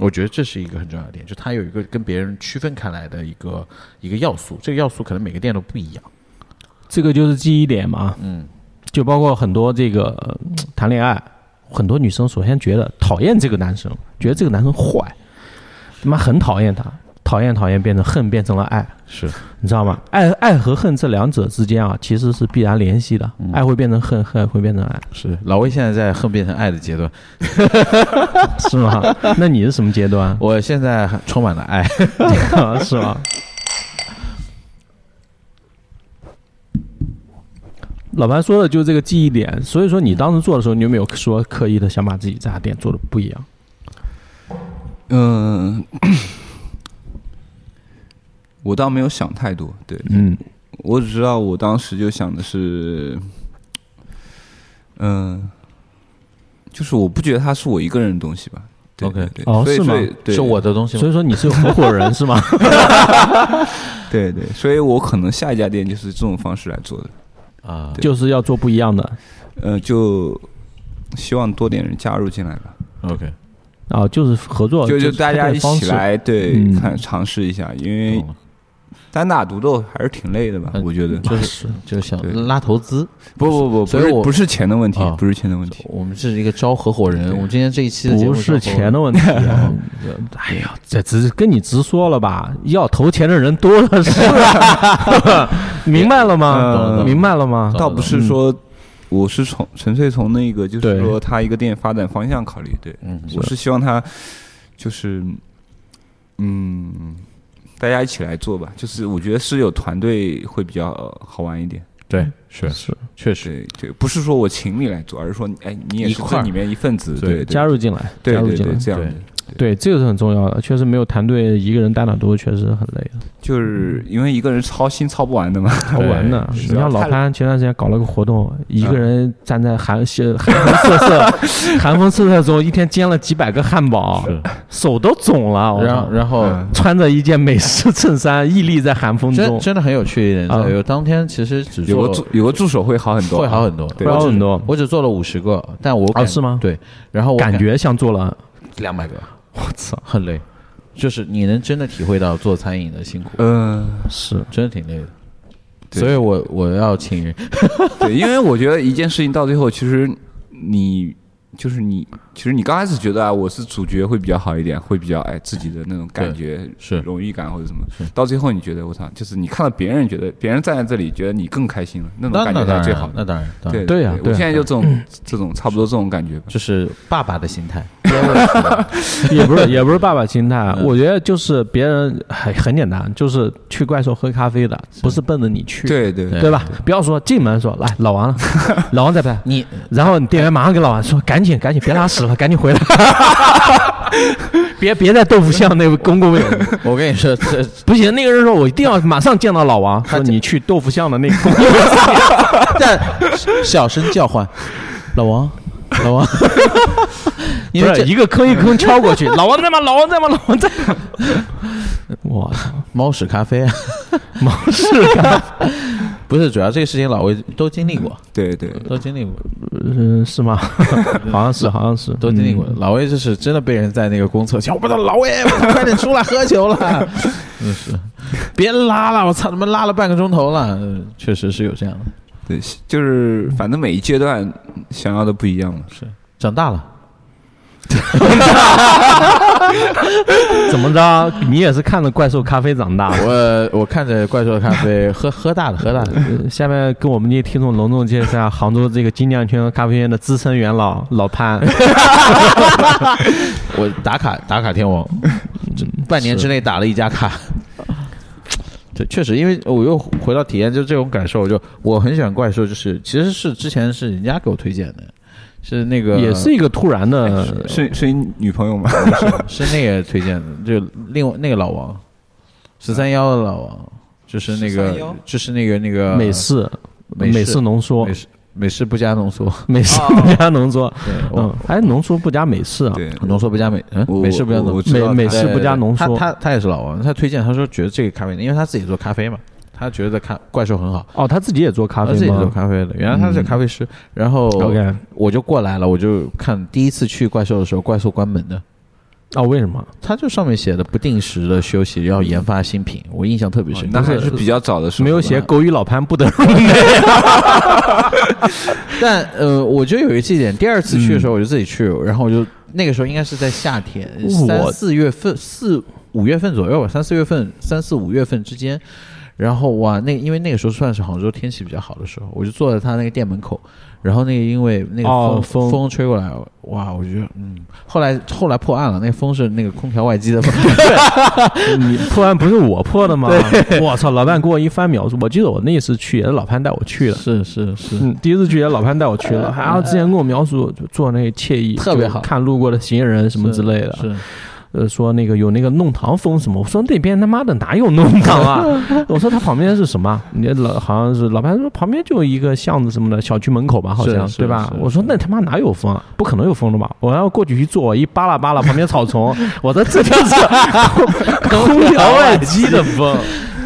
Speaker 1: 我觉得这是一个很重要的点，就它有一个跟别人区分开来的一个一个要素，这个要素可能每个店都不一样。
Speaker 2: 这个就是记忆点嘛，
Speaker 1: 嗯，
Speaker 2: 就包括很多这个呃谈恋爱，很多女生首先觉得讨厌这个男生，觉得这个男生坏，他妈很讨厌他，讨厌讨厌变成恨变成了爱，
Speaker 1: 是
Speaker 2: 你知道吗？爱爱和恨这两者之间啊，其实是必然联系的，爱会变成恨，恨会变成爱，
Speaker 1: 是，老魏现在在恨变成爱的阶段，
Speaker 2: 是吗？ 那你是什么阶段？
Speaker 1: 我现在还充满了爱。
Speaker 2: 是吗？老潘说的就是这个记忆点，所以说你当时做的时候，你有没有说刻意的想把自己这家店做的不一样？
Speaker 3: 嗯、 我倒没有想太多，对
Speaker 2: 嗯，
Speaker 3: 我只知道我当时就想的是，嗯、就是我不觉得它是我一个人的东西吧，对
Speaker 1: OK
Speaker 3: 对，
Speaker 2: 哦
Speaker 3: 所以
Speaker 2: 是吗
Speaker 3: 所以对
Speaker 1: 是我的东西吗，
Speaker 2: 所以说你是合伙人是 吗？
Speaker 3: 对对，所以我可能下一家店就是这种方式来做的，
Speaker 1: 啊，
Speaker 2: 就是要做不一样的
Speaker 3: 呃，就希望多点人加入进来吧，
Speaker 1: OK，
Speaker 2: 啊，就是合作，
Speaker 3: 就就是大家
Speaker 2: 开拓
Speaker 3: 一
Speaker 2: 方
Speaker 3: 起
Speaker 2: 式。
Speaker 3: 来对
Speaker 2: 嗯
Speaker 3: 看尝试一下，因为
Speaker 1: 懂了
Speaker 3: 单打独斗还是挺累的吧
Speaker 1: 嗯，
Speaker 3: 我觉得。
Speaker 1: 就是就是想
Speaker 3: 对
Speaker 1: 拉投资，
Speaker 3: 不不不，
Speaker 1: 所
Speaker 3: 不
Speaker 1: 以
Speaker 3: 是
Speaker 1: 我
Speaker 3: 不是钱的问题
Speaker 1: 啊，
Speaker 3: 不是钱的问题。
Speaker 1: 我们这是一个招合伙人。
Speaker 3: 对
Speaker 1: 我们今天这一期的节目
Speaker 2: 不是
Speaker 1: 招合
Speaker 2: 钱的问题、 啊，哎呀，这直跟你直说了吧，要投钱的人多的是、啊， 明白了
Speaker 1: 懂了懂
Speaker 2: 吗？
Speaker 3: 嗯
Speaker 1: 了
Speaker 2: 明白了吗？
Speaker 1: 懂
Speaker 3: 倒不是说我是从纯粹从那个就
Speaker 2: 对
Speaker 3: 是说他一个店发展方向考虑，对，
Speaker 1: 嗯，
Speaker 3: 我是希望他就是嗯，大家一起来做吧，就是我觉得是有团队会比较呃好玩一点。
Speaker 1: 对，是
Speaker 2: 是
Speaker 1: 确实，
Speaker 3: 对对，不是说我请你来做，而是说哎，你也
Speaker 1: 一
Speaker 3: 是
Speaker 1: 块
Speaker 3: 这
Speaker 1: 儿
Speaker 3: 里面一份子，
Speaker 1: 对
Speaker 3: 对，对
Speaker 2: 加入进来，
Speaker 3: 对
Speaker 2: 加入
Speaker 3: 对
Speaker 2: 进来
Speaker 3: 对，，这样
Speaker 1: 对
Speaker 3: 的。
Speaker 2: 对，这个是很重要的。确实没有团队一个人单打独斗，确实很累的，
Speaker 3: 就是因为一个人操心操不完的嘛，
Speaker 2: 好玩的。
Speaker 3: 是
Speaker 2: 你像
Speaker 3: 啊
Speaker 2: 老
Speaker 3: 太
Speaker 2: 潘前段时间搞了个活动，一个人站在寒 寒寒风瑟瑟、寒风瑟瑟中，一天煎了几百个汉堡，
Speaker 1: 是
Speaker 2: 手都肿了。我
Speaker 1: 然
Speaker 2: 操
Speaker 1: 后然后
Speaker 3: 嗯
Speaker 2: 穿着一件美式衬衫，屹立在寒风
Speaker 1: 真
Speaker 2: 中，
Speaker 1: 真的很有趣一点，
Speaker 2: 啊
Speaker 1: 在于当天其实只
Speaker 3: 有
Speaker 1: 嗯做
Speaker 3: 个助有个助手会好很多，
Speaker 1: 会好很多，
Speaker 3: 对
Speaker 2: 会好很多哦
Speaker 1: 我只做了五十个，但我感
Speaker 2: 是吗
Speaker 1: 对，然后我
Speaker 2: 感觉像做了。
Speaker 1: 两百个，我操，很累，就是你能真的体会到做餐饮的辛苦，
Speaker 3: 嗯，
Speaker 2: 是
Speaker 1: 真的挺累的。
Speaker 3: 对
Speaker 1: 所以我我要请人，
Speaker 3: 对，因为我觉得一件事情到最后，其实你就是你，其实你刚开始觉得啊，我是主角会比较好一点，会比较哎自己的那种感觉
Speaker 1: 是
Speaker 3: 荣誉感或者什么，到最后你觉得我操，就是你看到别人觉得别人站在这里，觉得你更开心了，那种
Speaker 1: 那
Speaker 3: 感
Speaker 1: 那
Speaker 3: 觉
Speaker 1: 当
Speaker 3: 才
Speaker 1: 然
Speaker 3: 最好
Speaker 1: 了，
Speaker 3: 的。
Speaker 1: 那当然，当然
Speaker 3: 对
Speaker 2: 对呀对
Speaker 3: 我
Speaker 2: 呀
Speaker 3: 现在就这种这种差不多这种感觉吧。
Speaker 1: 就是爸爸的心态，
Speaker 2: 也不 是也不是爸爸心态，我觉得就是别人很很简单，就是去怪兽喝咖啡的，不是奔着你去，
Speaker 3: 对对
Speaker 1: 对
Speaker 2: 对吧？不要说进门说来老 王了，老王在不在？
Speaker 1: 你
Speaker 2: 然后店员马上给老王说赶紧赶紧别拉屎了，赶紧回来， 别别在豆腐巷那个公共卫生。
Speaker 1: 我跟你说，这
Speaker 2: 不行，那个人说我一定要马上见到老王，说你去豆腐巷的那个公共卫生。
Speaker 1: 但小声叫唤，老王，老 王，因
Speaker 2: 不
Speaker 1: 为
Speaker 2: 是
Speaker 1: 这
Speaker 2: 一个坑一坑敲过去， 老王在吗？老王在吗？老王 在吗。我操，
Speaker 1: 猫屎咖啡啊，
Speaker 2: 毛氏咖啡
Speaker 1: 不是主要这个事情老魏都经历过，
Speaker 3: 对对，
Speaker 1: 都经历过，
Speaker 2: 嗯是吗？ 好像是，好像是
Speaker 1: 都经历过。老魏就是真的被人在那个公厕叫，我操，老魏，我操快点出来喝酒了， 真是，别拉了，我操，他妈拉了半个钟头了，呃确实是有这样的，
Speaker 3: 对，就是反正每一阶段想要的不一样嘛。
Speaker 1: 是长大了。
Speaker 2: 嗯怎么着？你也是看着怪兽咖啡长大的。
Speaker 1: 我我看着怪兽咖啡， 喝喝大的，喝大的。
Speaker 2: 呃下面跟我们这些听众隆重介绍一下杭州这个精酿圈咖啡圈的资深元老老潘，
Speaker 1: 我打卡打卡天王，这半年之内打了一家卡。对，确实，因为我又回到体验，就这种感受，就我很喜欢怪兽，就是其实是之前是人家给我推荐的，是那个哎
Speaker 2: 也是一个突然的，
Speaker 3: 是是你女朋友吗？
Speaker 1: 是那个推荐的，就另外那个老王，十三幺的老王，就是那个
Speaker 3: 13
Speaker 1: 就是那个那个
Speaker 2: 美式
Speaker 1: 呃美式
Speaker 2: 美式浓缩
Speaker 1: 美式哦美式不加浓缩，
Speaker 2: 美式不加浓缩，
Speaker 1: 对，
Speaker 2: 嗯
Speaker 1: 我，
Speaker 2: 哎，浓缩不加美式啊，
Speaker 3: 对，
Speaker 1: 浓缩不加美，嗯，
Speaker 3: 我
Speaker 1: 美式不加浓
Speaker 3: 我
Speaker 1: 缩
Speaker 3: 我知道
Speaker 2: 美
Speaker 3: 她
Speaker 2: 美式不加浓缩
Speaker 1: 他他他也是老王，他推荐他说觉得这个咖啡，因为他自己做咖啡嘛，他觉得咖怪兽很好，
Speaker 2: 哦，他自己也做咖
Speaker 1: 他自
Speaker 2: 啡
Speaker 1: 己做
Speaker 2: 吗哦
Speaker 1: 咖啡的，哦原来他是咖啡师，然后
Speaker 2: ？OK，
Speaker 1: 我就过来了，我就看第一次去怪兽的时候，怪兽关门的。
Speaker 2: 哦，为什么？
Speaker 1: 他就上面写的不定时的休息，要研发新品，我印象特别
Speaker 3: 哦
Speaker 1: 深。
Speaker 3: 那
Speaker 1: 刻。
Speaker 3: 还是比较早的时候，
Speaker 2: 没有写狗与老潘不得入 内。
Speaker 1: 但呃，我觉得有一次一点，第二次去的时候我就自己去，然后我就那个时候应该是在夏天，
Speaker 2: 我
Speaker 1: 三四月份、四五月份左右吧，三四月份、三四五月份之间。然后哇，那因为那个时候算是杭州天气比较好的时候，我就坐在他那个店门口，然后那个因为那个风、
Speaker 2: 哦风
Speaker 1: 风吹过来，哇，我觉得嗯，后来后来破案了，那个风是那个空调外机的风，
Speaker 2: 你破案不是我破的吗？我操！老潘给我一翻秒，我记得我那一次去也是老潘带我去的。
Speaker 1: 是是是，
Speaker 2: 嗯，第一次去也是老潘带我去了，还有之前跟我描述就做那个惬意，
Speaker 1: 特别好
Speaker 2: 就看路过的行人什么之类的。
Speaker 1: 是
Speaker 2: 呃，说那个有那个弄堂风什么，我说那边他妈的哪有弄堂啊？我说他旁边是什么？你老好像是老潘说旁边就一个巷子什么的，小区门口吧，好像
Speaker 1: 是是
Speaker 2: 对吧
Speaker 1: 是？
Speaker 2: 我说那他妈哪有风啊？不可能有风的吧？我要过去一坐，一扒拉扒拉旁边草丛，我说这就是空调外机的风。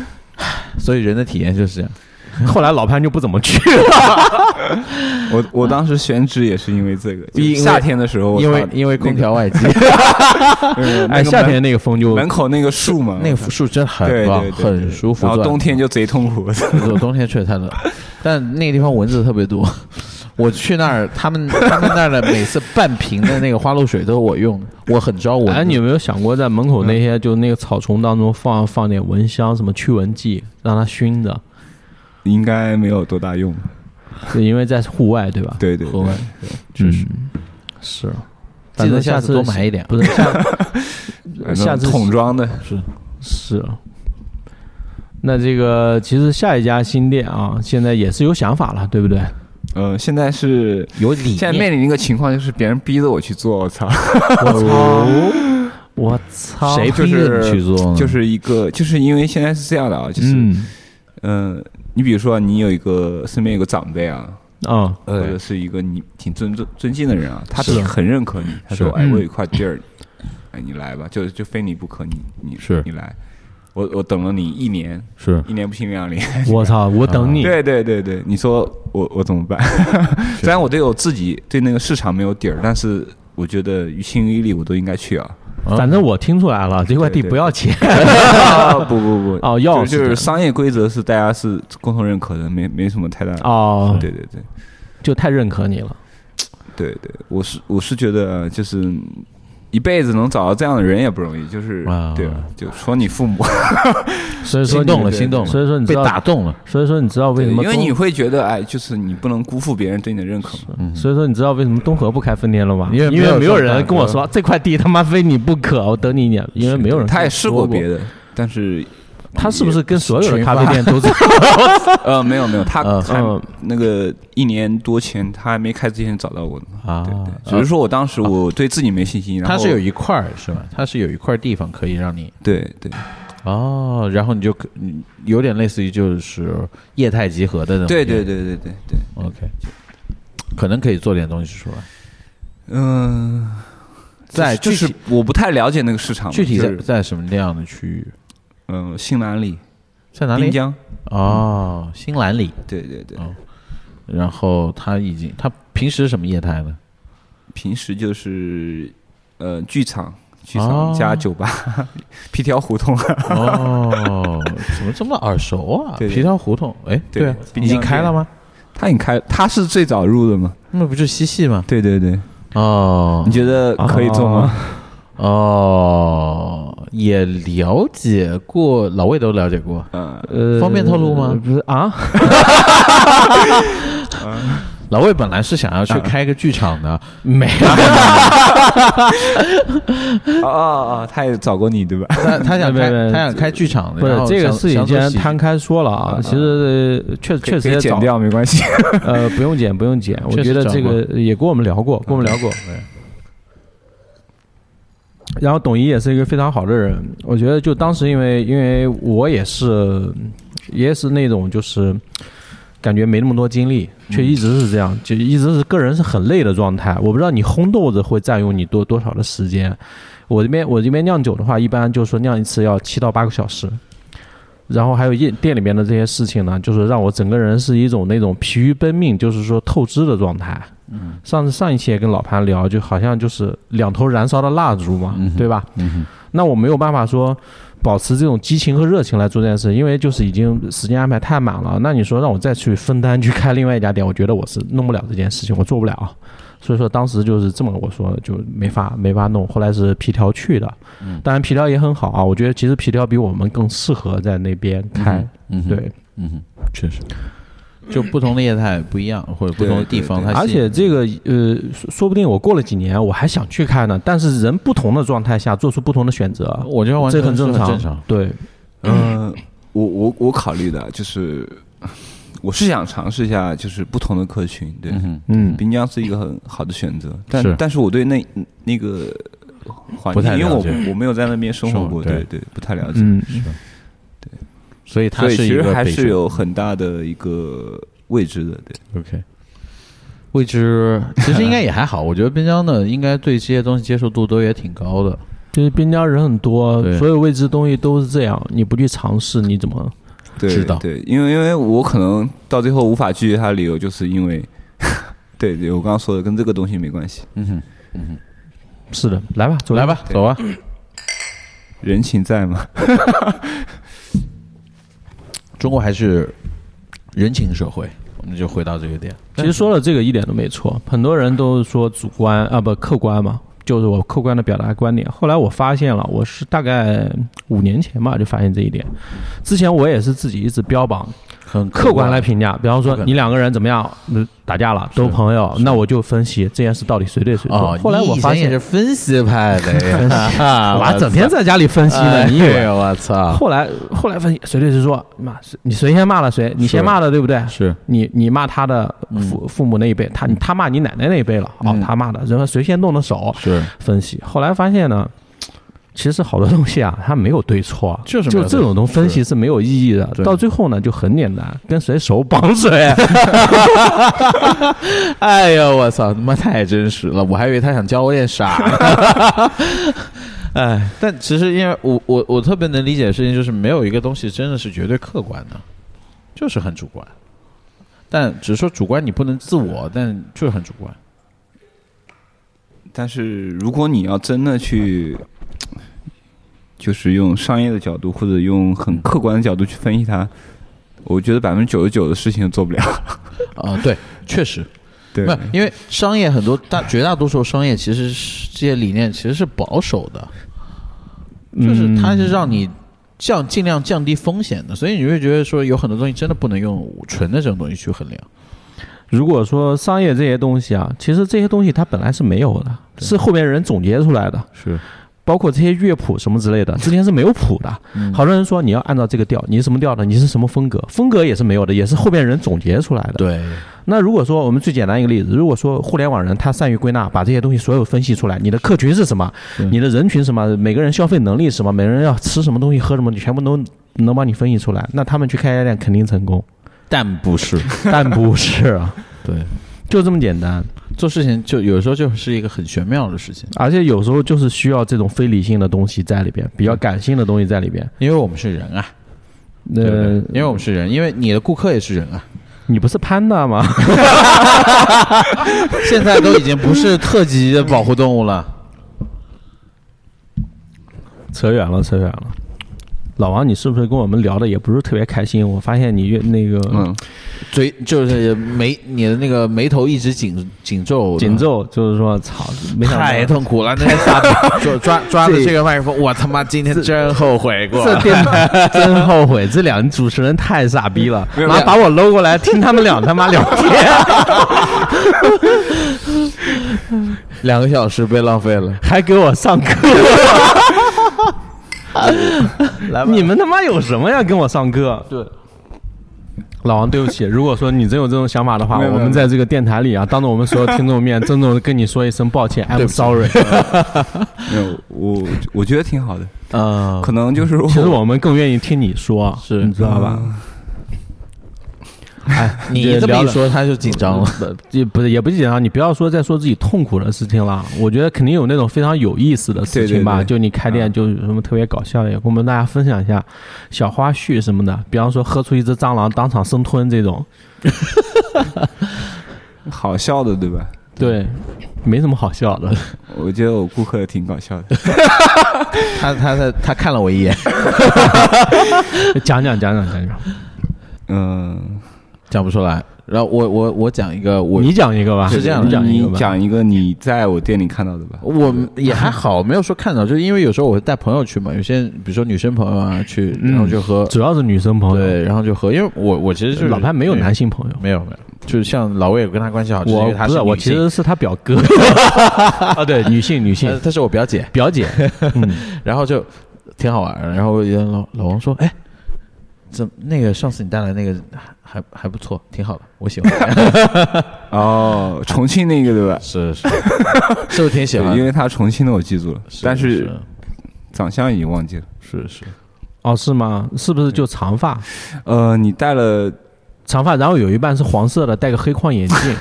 Speaker 1: 所以人的体验就是这样。
Speaker 2: 后来老潘就不怎么去了，
Speaker 3: 我我当时选址也是因为这个，就
Speaker 1: 因为
Speaker 3: 夏天的时候我操，
Speaker 1: 因为因为空调外机，
Speaker 3: 嗯那
Speaker 2: 哎，
Speaker 3: 个
Speaker 2: 夏
Speaker 3: 门
Speaker 2: 天那个风就
Speaker 3: 门口那个树嘛，
Speaker 1: 那个树真
Speaker 3: 对
Speaker 1: 很棒
Speaker 3: 对，对，
Speaker 1: 很舒服。
Speaker 3: 然后
Speaker 1: 坐在
Speaker 3: 冬天就贼痛苦，
Speaker 1: 对冬天确实太冷，但那个地方蚊子特别多。 我去那儿，他们他们那儿的每次半瓶的那个花露水都是我用的，我很招蚊子。
Speaker 2: 哎，你有没有想过在门口那些就那个草丛当中放放点蚊香，什么驱蚊剂，让它熏着？
Speaker 3: 应该没有多大用。
Speaker 2: 就因为在户外，对吧？
Speaker 3: 对对，
Speaker 1: 国外
Speaker 2: 确实、嗯是。反
Speaker 1: 记得
Speaker 2: 正
Speaker 1: 下
Speaker 2: 次
Speaker 1: 次多买一点。
Speaker 2: 不是下
Speaker 3: 反正
Speaker 2: 下次
Speaker 3: 桶装的，
Speaker 2: 是。那这个其实下一家新店啊，现在也是有想法了，对不对？
Speaker 3: 呃，现在是
Speaker 1: 有理念，
Speaker 3: 现在面临一个情况，就是别人逼着我去做，我操，
Speaker 2: 我操！我操！
Speaker 1: 谁
Speaker 3: 就
Speaker 1: 逼着你
Speaker 3: 是
Speaker 1: 去做嗯呢？
Speaker 3: 就是一个，就是因为现在是这样的啊，就是
Speaker 2: 嗯
Speaker 3: 嗯，你比如说你有一个身边有个长辈啊，
Speaker 2: 啊
Speaker 3: 或者是一个你挺尊重尊敬的人啊，他
Speaker 2: 是
Speaker 3: 挺很认可你，他说：“
Speaker 1: 是
Speaker 3: 哎，
Speaker 2: 嗯
Speaker 3: 我有一块地儿，哎，你来吧，就就非你不可，你你
Speaker 1: 是
Speaker 3: 你来，我我等了你一年，
Speaker 1: 是
Speaker 3: 一年不行两年。
Speaker 2: 我操！我等你。
Speaker 3: 对对对对，你说我我怎么办？ 虽然我对我自己对那个市场没有底儿，但是我觉得于情于理我都应该去啊。
Speaker 2: 反正我听出来了，这块地
Speaker 3: 对对
Speaker 2: 不要钱。
Speaker 3: 不不不，
Speaker 2: 哦，要
Speaker 3: 就就是
Speaker 2: 是
Speaker 3: 商业规则是大家是共同认可的，没没什么太大。
Speaker 2: 哦，
Speaker 3: 对对对。”
Speaker 2: 就太认可你了。
Speaker 3: 对对，我是我是觉得就是一辈子能找到这样的人也不容易，就是、
Speaker 1: 啊
Speaker 3: 对吧？就说你父母，
Speaker 2: 所以说
Speaker 1: 心
Speaker 2: 你
Speaker 1: 动了，
Speaker 3: 对
Speaker 1: 心动了，
Speaker 2: 所以说你知
Speaker 1: 被
Speaker 2: 道
Speaker 1: 打动了，
Speaker 2: 所以说你知道为
Speaker 3: 对
Speaker 2: 什么
Speaker 3: 因
Speaker 2: 东？
Speaker 3: 为你会觉得哎，就是你不能辜负别人对你的认可嘛。
Speaker 2: 所以说你知道为什么东河不开分店了吗？
Speaker 1: 因为没
Speaker 2: 因
Speaker 1: 有嗯
Speaker 2: 为没有
Speaker 1: 这种大
Speaker 2: 人跟我说这块地他妈非你不可，我等你一年。因为没有人跟我说过。
Speaker 3: 他也试过别的，但是
Speaker 2: 他是不是跟所有的
Speaker 1: 群
Speaker 2: 咖啡
Speaker 1: 发
Speaker 2: 店都这样？
Speaker 3: 呃没有没有，他
Speaker 1: 嗯
Speaker 3: 还、
Speaker 2: 嗯
Speaker 3: 那个一年多前他还没开之前找到我呢。
Speaker 1: 啊
Speaker 3: 对对，只是说我当时我对自己没信心，然后
Speaker 1: 它是有一块儿是吧？它是有一块地方可以让你
Speaker 3: 对对
Speaker 1: 哦，然后你就可嗯有点类似于就是业态集合的那种。
Speaker 3: 对对对对对对，
Speaker 1: ，OK，可能可以做点东西出来。
Speaker 3: 啊嗯、
Speaker 1: 在
Speaker 3: 就
Speaker 1: 具
Speaker 3: 是
Speaker 1: 体
Speaker 3: 我不太了解那个市场嘛，
Speaker 1: 具体
Speaker 3: 就
Speaker 1: 在
Speaker 3: 是
Speaker 1: 在什么样的区域？
Speaker 3: 嗯、新兰里、
Speaker 1: 在哪
Speaker 3: 滨
Speaker 1: 里？
Speaker 3: 江，
Speaker 1: 哦，新兰里。
Speaker 3: 对对对。
Speaker 1: 然后他已经，他平时什么业态 呢？
Speaker 3: 平时就是呃剧场、剧
Speaker 1: 哦
Speaker 3: 场加酒吧、 皮条胡同，啊
Speaker 1: 哦，怎么这么耳熟啊？
Speaker 3: 对对
Speaker 1: 皮条胡同，哎，
Speaker 3: 对
Speaker 1: 啊
Speaker 3: 滨江
Speaker 1: 已经开了吗？
Speaker 3: 他已经开，他是最早入的嘛？
Speaker 1: 那不就嬉戏吗？
Speaker 3: 对对对，
Speaker 1: 哦
Speaker 3: 你，觉得可以做吗？
Speaker 1: 哦，也了解过，老魏都了解过。
Speaker 3: 嗯，
Speaker 2: 呃
Speaker 1: 方便透露吗
Speaker 2: 不是啊，
Speaker 1: 老魏本来是想要去开个剧场 的，
Speaker 2: 没有。
Speaker 3: 哦哦哦，他也找过你对吧？
Speaker 1: 他他想开
Speaker 2: 没没没
Speaker 1: 他想开剧场的，
Speaker 2: 不是
Speaker 1: 然后
Speaker 2: 这个
Speaker 1: 想
Speaker 2: 事情，
Speaker 1: 想
Speaker 2: 既
Speaker 1: 做
Speaker 2: 然
Speaker 1: 喜剧
Speaker 2: 摊开说了啊，其实呃确确实
Speaker 3: 可
Speaker 2: 也
Speaker 3: 以剪
Speaker 2: 找
Speaker 3: 掉没关系。
Speaker 2: 呃，不用剪，不用 剪。我
Speaker 1: 确
Speaker 2: 觉
Speaker 1: 实
Speaker 2: 得
Speaker 1: 找
Speaker 2: 这
Speaker 1: 过啊
Speaker 2: 个也跟我们聊过，跟我们聊过。然后董一也是一个非常好的人，我觉得就当时因为因为我也是也是那种就是感觉没那么多精力，却一直是这样，就一直是个人是很累的状态。我不知道你烘豆子会占用你多多少的时间。我这边我这边酿酒的话，一般就是说酿一次要七到八个小时，然后还有店店里面的这些事情呢，就是让我整个人是一种那种疲于奔命，就是说透支的状态。嗯，上次上一期也跟老潘聊，就好像就是两头燃烧的蜡烛嘛，
Speaker 1: 嗯哼
Speaker 2: 对吧？
Speaker 1: 嗯哼
Speaker 2: 那我没有办法说保持这种激情和热情来做这件事，因为就是已经时间安排太满了。那你说让我再去分担去开另外一家店，我觉得我是弄不了这件事情，我做不
Speaker 1: 嗯
Speaker 2: 了。所以说当时就是这么我说就没法没法弄，后来是皮条去的，
Speaker 1: 嗯
Speaker 2: 当然皮条也很好啊，我觉得其实皮条比我们更适合在那边开，
Speaker 1: 嗯哼
Speaker 2: 对，
Speaker 1: 嗯哼，确实，就不同的业态不一样，或者不同的地方，它
Speaker 2: 而
Speaker 1: 吸引
Speaker 2: 且这个呃，说说不定我过了几年我还想去开呢，但是人不同的状态下做出不同的选择，
Speaker 1: 我觉得完
Speaker 2: 这
Speaker 1: 全
Speaker 2: 很
Speaker 1: 是
Speaker 2: 正
Speaker 1: 很
Speaker 2: 常，
Speaker 1: 正常，
Speaker 2: 对，
Speaker 3: 嗯，我我我考虑的就是，我是想尝试一下就是不同的客群，对，
Speaker 1: 嗯哼
Speaker 2: 嗯，
Speaker 3: 滨江是一个很好的选择，但
Speaker 1: 是
Speaker 3: 但是我对那那个环
Speaker 1: 不太
Speaker 3: 境，因为
Speaker 1: 了
Speaker 3: 我
Speaker 1: 解
Speaker 3: 我没有在那边生活
Speaker 1: 生活
Speaker 3: 过，
Speaker 1: 对
Speaker 3: 对对，不太了解。
Speaker 2: 嗯，
Speaker 1: 所以它
Speaker 3: 所
Speaker 1: 是
Speaker 3: 以其
Speaker 1: 一
Speaker 3: 实
Speaker 1: 个
Speaker 3: 还
Speaker 1: 北嗯
Speaker 3: 是
Speaker 1: 上
Speaker 3: 有很大的一个未知的，对，
Speaker 1: OK。未知其实应该也还好，我 觉得滨江的应该对这些东西接受度都也挺高的。
Speaker 2: 就是滨江人很多
Speaker 1: 对，
Speaker 2: 所有未知东西都是这样，你不去尝试，你怎么？
Speaker 3: 对
Speaker 1: 知道
Speaker 3: 对，因为因为我可能到最后无法拒绝他的理由，就是因为， 对，对我刚刚说的跟这个东西没关系，
Speaker 1: 嗯哼，
Speaker 2: 是的，来吧，走
Speaker 1: 来吧，走啊吧。
Speaker 3: 人情在嘛，
Speaker 1: 中国还是人情社会，我们就回到这个点。
Speaker 2: 其实说了这个一点都没错，很多人都说主观啊不客观嘛，就是我客观的表达观点。后来我发现了，我是大概五年前吧就发现这一点，之前我也是自己一直标榜
Speaker 1: 很
Speaker 2: 客观来评价，比方说
Speaker 1: 客观
Speaker 2: 你两个人怎么样嗯打架了都朋友，那我就分析这件事到底谁对谁错
Speaker 1: 哦。，
Speaker 2: 后来我
Speaker 1: 你以前
Speaker 2: 发
Speaker 1: 也
Speaker 2: 现啊
Speaker 1: 是。分析派的 呀，
Speaker 2: 我还整天在家里分析呢，你以为
Speaker 1: 哎对，哦我操，
Speaker 2: 后来后来分析，谁对谁错，妈，谁你谁先骂了谁，你先
Speaker 1: 是
Speaker 2: 骂的对不对？
Speaker 1: 是
Speaker 2: 你你骂他的父父母那一辈，他他骂你奶奶那一辈了，哦
Speaker 1: 嗯，
Speaker 2: 他骂的，然后谁先动的手，
Speaker 1: 是
Speaker 2: 分析。后来发现呢，其实好多东西啊，它没有对错，
Speaker 1: 就是没有对
Speaker 2: 就这种东西分析是没有意义的。
Speaker 1: 对
Speaker 2: 到最后呢，就很简单，跟谁手绑 谁。
Speaker 1: 哎呦，我操，他妈太真实了！我还以为他想教我点啥呢。 哎，但其实因为我我我特别能理解的事情就是，没有一个东西真的是绝对客观的，就是很主观。但只是说主观你不能自我，但就是很主观。
Speaker 3: 但是如果你要真的去，就是用商业的角度或者用很客观的角度去分析它，我觉得百分之九十九的事情都做不了。
Speaker 1: 啊、对，确实，
Speaker 3: 对
Speaker 1: 不，是因为商业很多大绝大多数商业其实是这些理念其实是保守的，就是它是让你降尽量降低风险的，所以你会觉得说有很多东西真的不能用纯的这种东西去衡量。
Speaker 2: 如果说商业这些东西啊，其实这些东西它本来是没有的，是后面人总结出来的。
Speaker 1: 是，
Speaker 2: 包括这些乐谱什么之类的，之前是没有谱的。好多人说你要按照这个调，你是什么调的，你是什么风格，风格也是没有的，也是后边人总结出来的。
Speaker 1: 对，
Speaker 2: 那如果说我们最简单一个例子，如果说互联网人他善于归纳，把这些东西所有分析出来，你的客群是什么，你的人群是什么，每个人消费能力是什么，每个人要吃什么东西喝什么，你全部都能帮你分析出来，那他们去开家店肯定成功。
Speaker 1: 但不是，
Speaker 2: 但不是，啊，
Speaker 1: 对，
Speaker 2: 就这么简单。
Speaker 1: 做事情就有时候就是一个很玄妙的事情，
Speaker 2: 而且有时候就是需要这种非理性的东西在里边，比较感性的东西在里边。
Speaker 1: 因为我们是人啊，对不对
Speaker 2: 呃，
Speaker 1: 因为我们是人，因为你的顾客也是人啊，
Speaker 2: 你不是潘娜吗？
Speaker 1: 现在都已经不是特级的保护动物了。
Speaker 2: 扯远了，扯远了。老王，你是不是跟我们聊的也不是特别开心？我发现你越那个
Speaker 3: 嗯，
Speaker 1: 嘴就是眉，你的那个眉头一直紧紧皱，
Speaker 2: 紧皱，就是说，操，没想
Speaker 1: 太
Speaker 2: 到
Speaker 1: 痛苦 了，那个傻逼抓抓抓着这个麦克风，我他妈今天真后悔过。
Speaker 2: 这电台 真后悔，这两个主持人太傻逼了，
Speaker 3: 没有
Speaker 2: 妈
Speaker 3: 没有
Speaker 2: 把我搂过来听他们俩他妈聊天，
Speaker 1: 两个小时被浪费了，
Speaker 2: 还给我上课。
Speaker 1: 来
Speaker 2: 你们他妈有什么呀？跟我上课？对，老王，对不起，如果说你真有这种想法的话，
Speaker 3: 没有没有
Speaker 2: 我们在这个电台里啊，当着我们所 有听众面，郑重的跟你说一声抱歉
Speaker 1: 对不
Speaker 2: ，I'm
Speaker 1: 起
Speaker 2: sorry。
Speaker 3: 没有，我我觉得挺好的，
Speaker 1: 嗯，
Speaker 3: 可能就是我
Speaker 2: 其实我们更愿意听你说，
Speaker 1: 是啊
Speaker 2: 你知道吧？哎，
Speaker 1: 你这么
Speaker 2: 聊
Speaker 1: 一
Speaker 2: 了。
Speaker 1: 说，他就紧张了。
Speaker 2: 不，也 不是，也不是紧张。你不要说再说自己痛苦的事情了。我觉得肯定有那种非常有意思的事情吧。
Speaker 3: 对对对
Speaker 2: 就你开
Speaker 1: 啊
Speaker 2: 店，就有什么特别搞笑的，也跟我们大家分享一下小花絮什么的。比方说，喝出一只蟑螂当场生吞这种，
Speaker 1: 嗯
Speaker 3: 好笑的，对吧？
Speaker 2: 对，没什么好笑的。
Speaker 3: 我觉得我顾客挺搞笑 的，
Speaker 1: 他他他他看了我一 眼，
Speaker 2: 讲讲讲讲讲讲，
Speaker 3: 嗯，
Speaker 1: 讲不出来。然后我我我讲一个，我
Speaker 2: 你讲一个吧，
Speaker 1: 是这样的
Speaker 2: 你讲一个
Speaker 3: 你
Speaker 2: 吧。
Speaker 3: 讲一个你在我店里看到的吧？
Speaker 1: 我也还好，没有说看到，就是因为有时候我会带朋友去嘛，有些比如说女生朋友啊去，然后就喝，
Speaker 2: 主要是女生朋友，
Speaker 1: 对，然后就喝，因为我我其实就是
Speaker 2: 老潘没有男性朋友。
Speaker 1: 没有没有，就是像老魏，我跟他关系好，只因
Speaker 2: 我
Speaker 1: 为啊他
Speaker 2: 不是我，
Speaker 1: 女
Speaker 2: 其
Speaker 1: 性
Speaker 2: 实是他表 哥。啊，对，女性女性
Speaker 1: 她她是我表姐，
Speaker 2: 表姐，
Speaker 1: 然后就挺好玩儿的。然后老老王说：“哎，这那个上次你带来那个还还不错，挺好的，我喜 欢。
Speaker 3: 哦，重庆那个对吧？
Speaker 1: 是是， 是不是挺喜
Speaker 3: 对
Speaker 1: 欢
Speaker 3: 因
Speaker 1: 的？
Speaker 3: 为他重庆的我记住了，但
Speaker 1: 是
Speaker 3: 是长相已经忘记了。
Speaker 1: 是是，
Speaker 2: 哦，是吗？是不是就长发？
Speaker 1: 嗯
Speaker 3: 呃，你戴了
Speaker 2: 长发，然后有一半是黄色的，戴个黑框眼镜。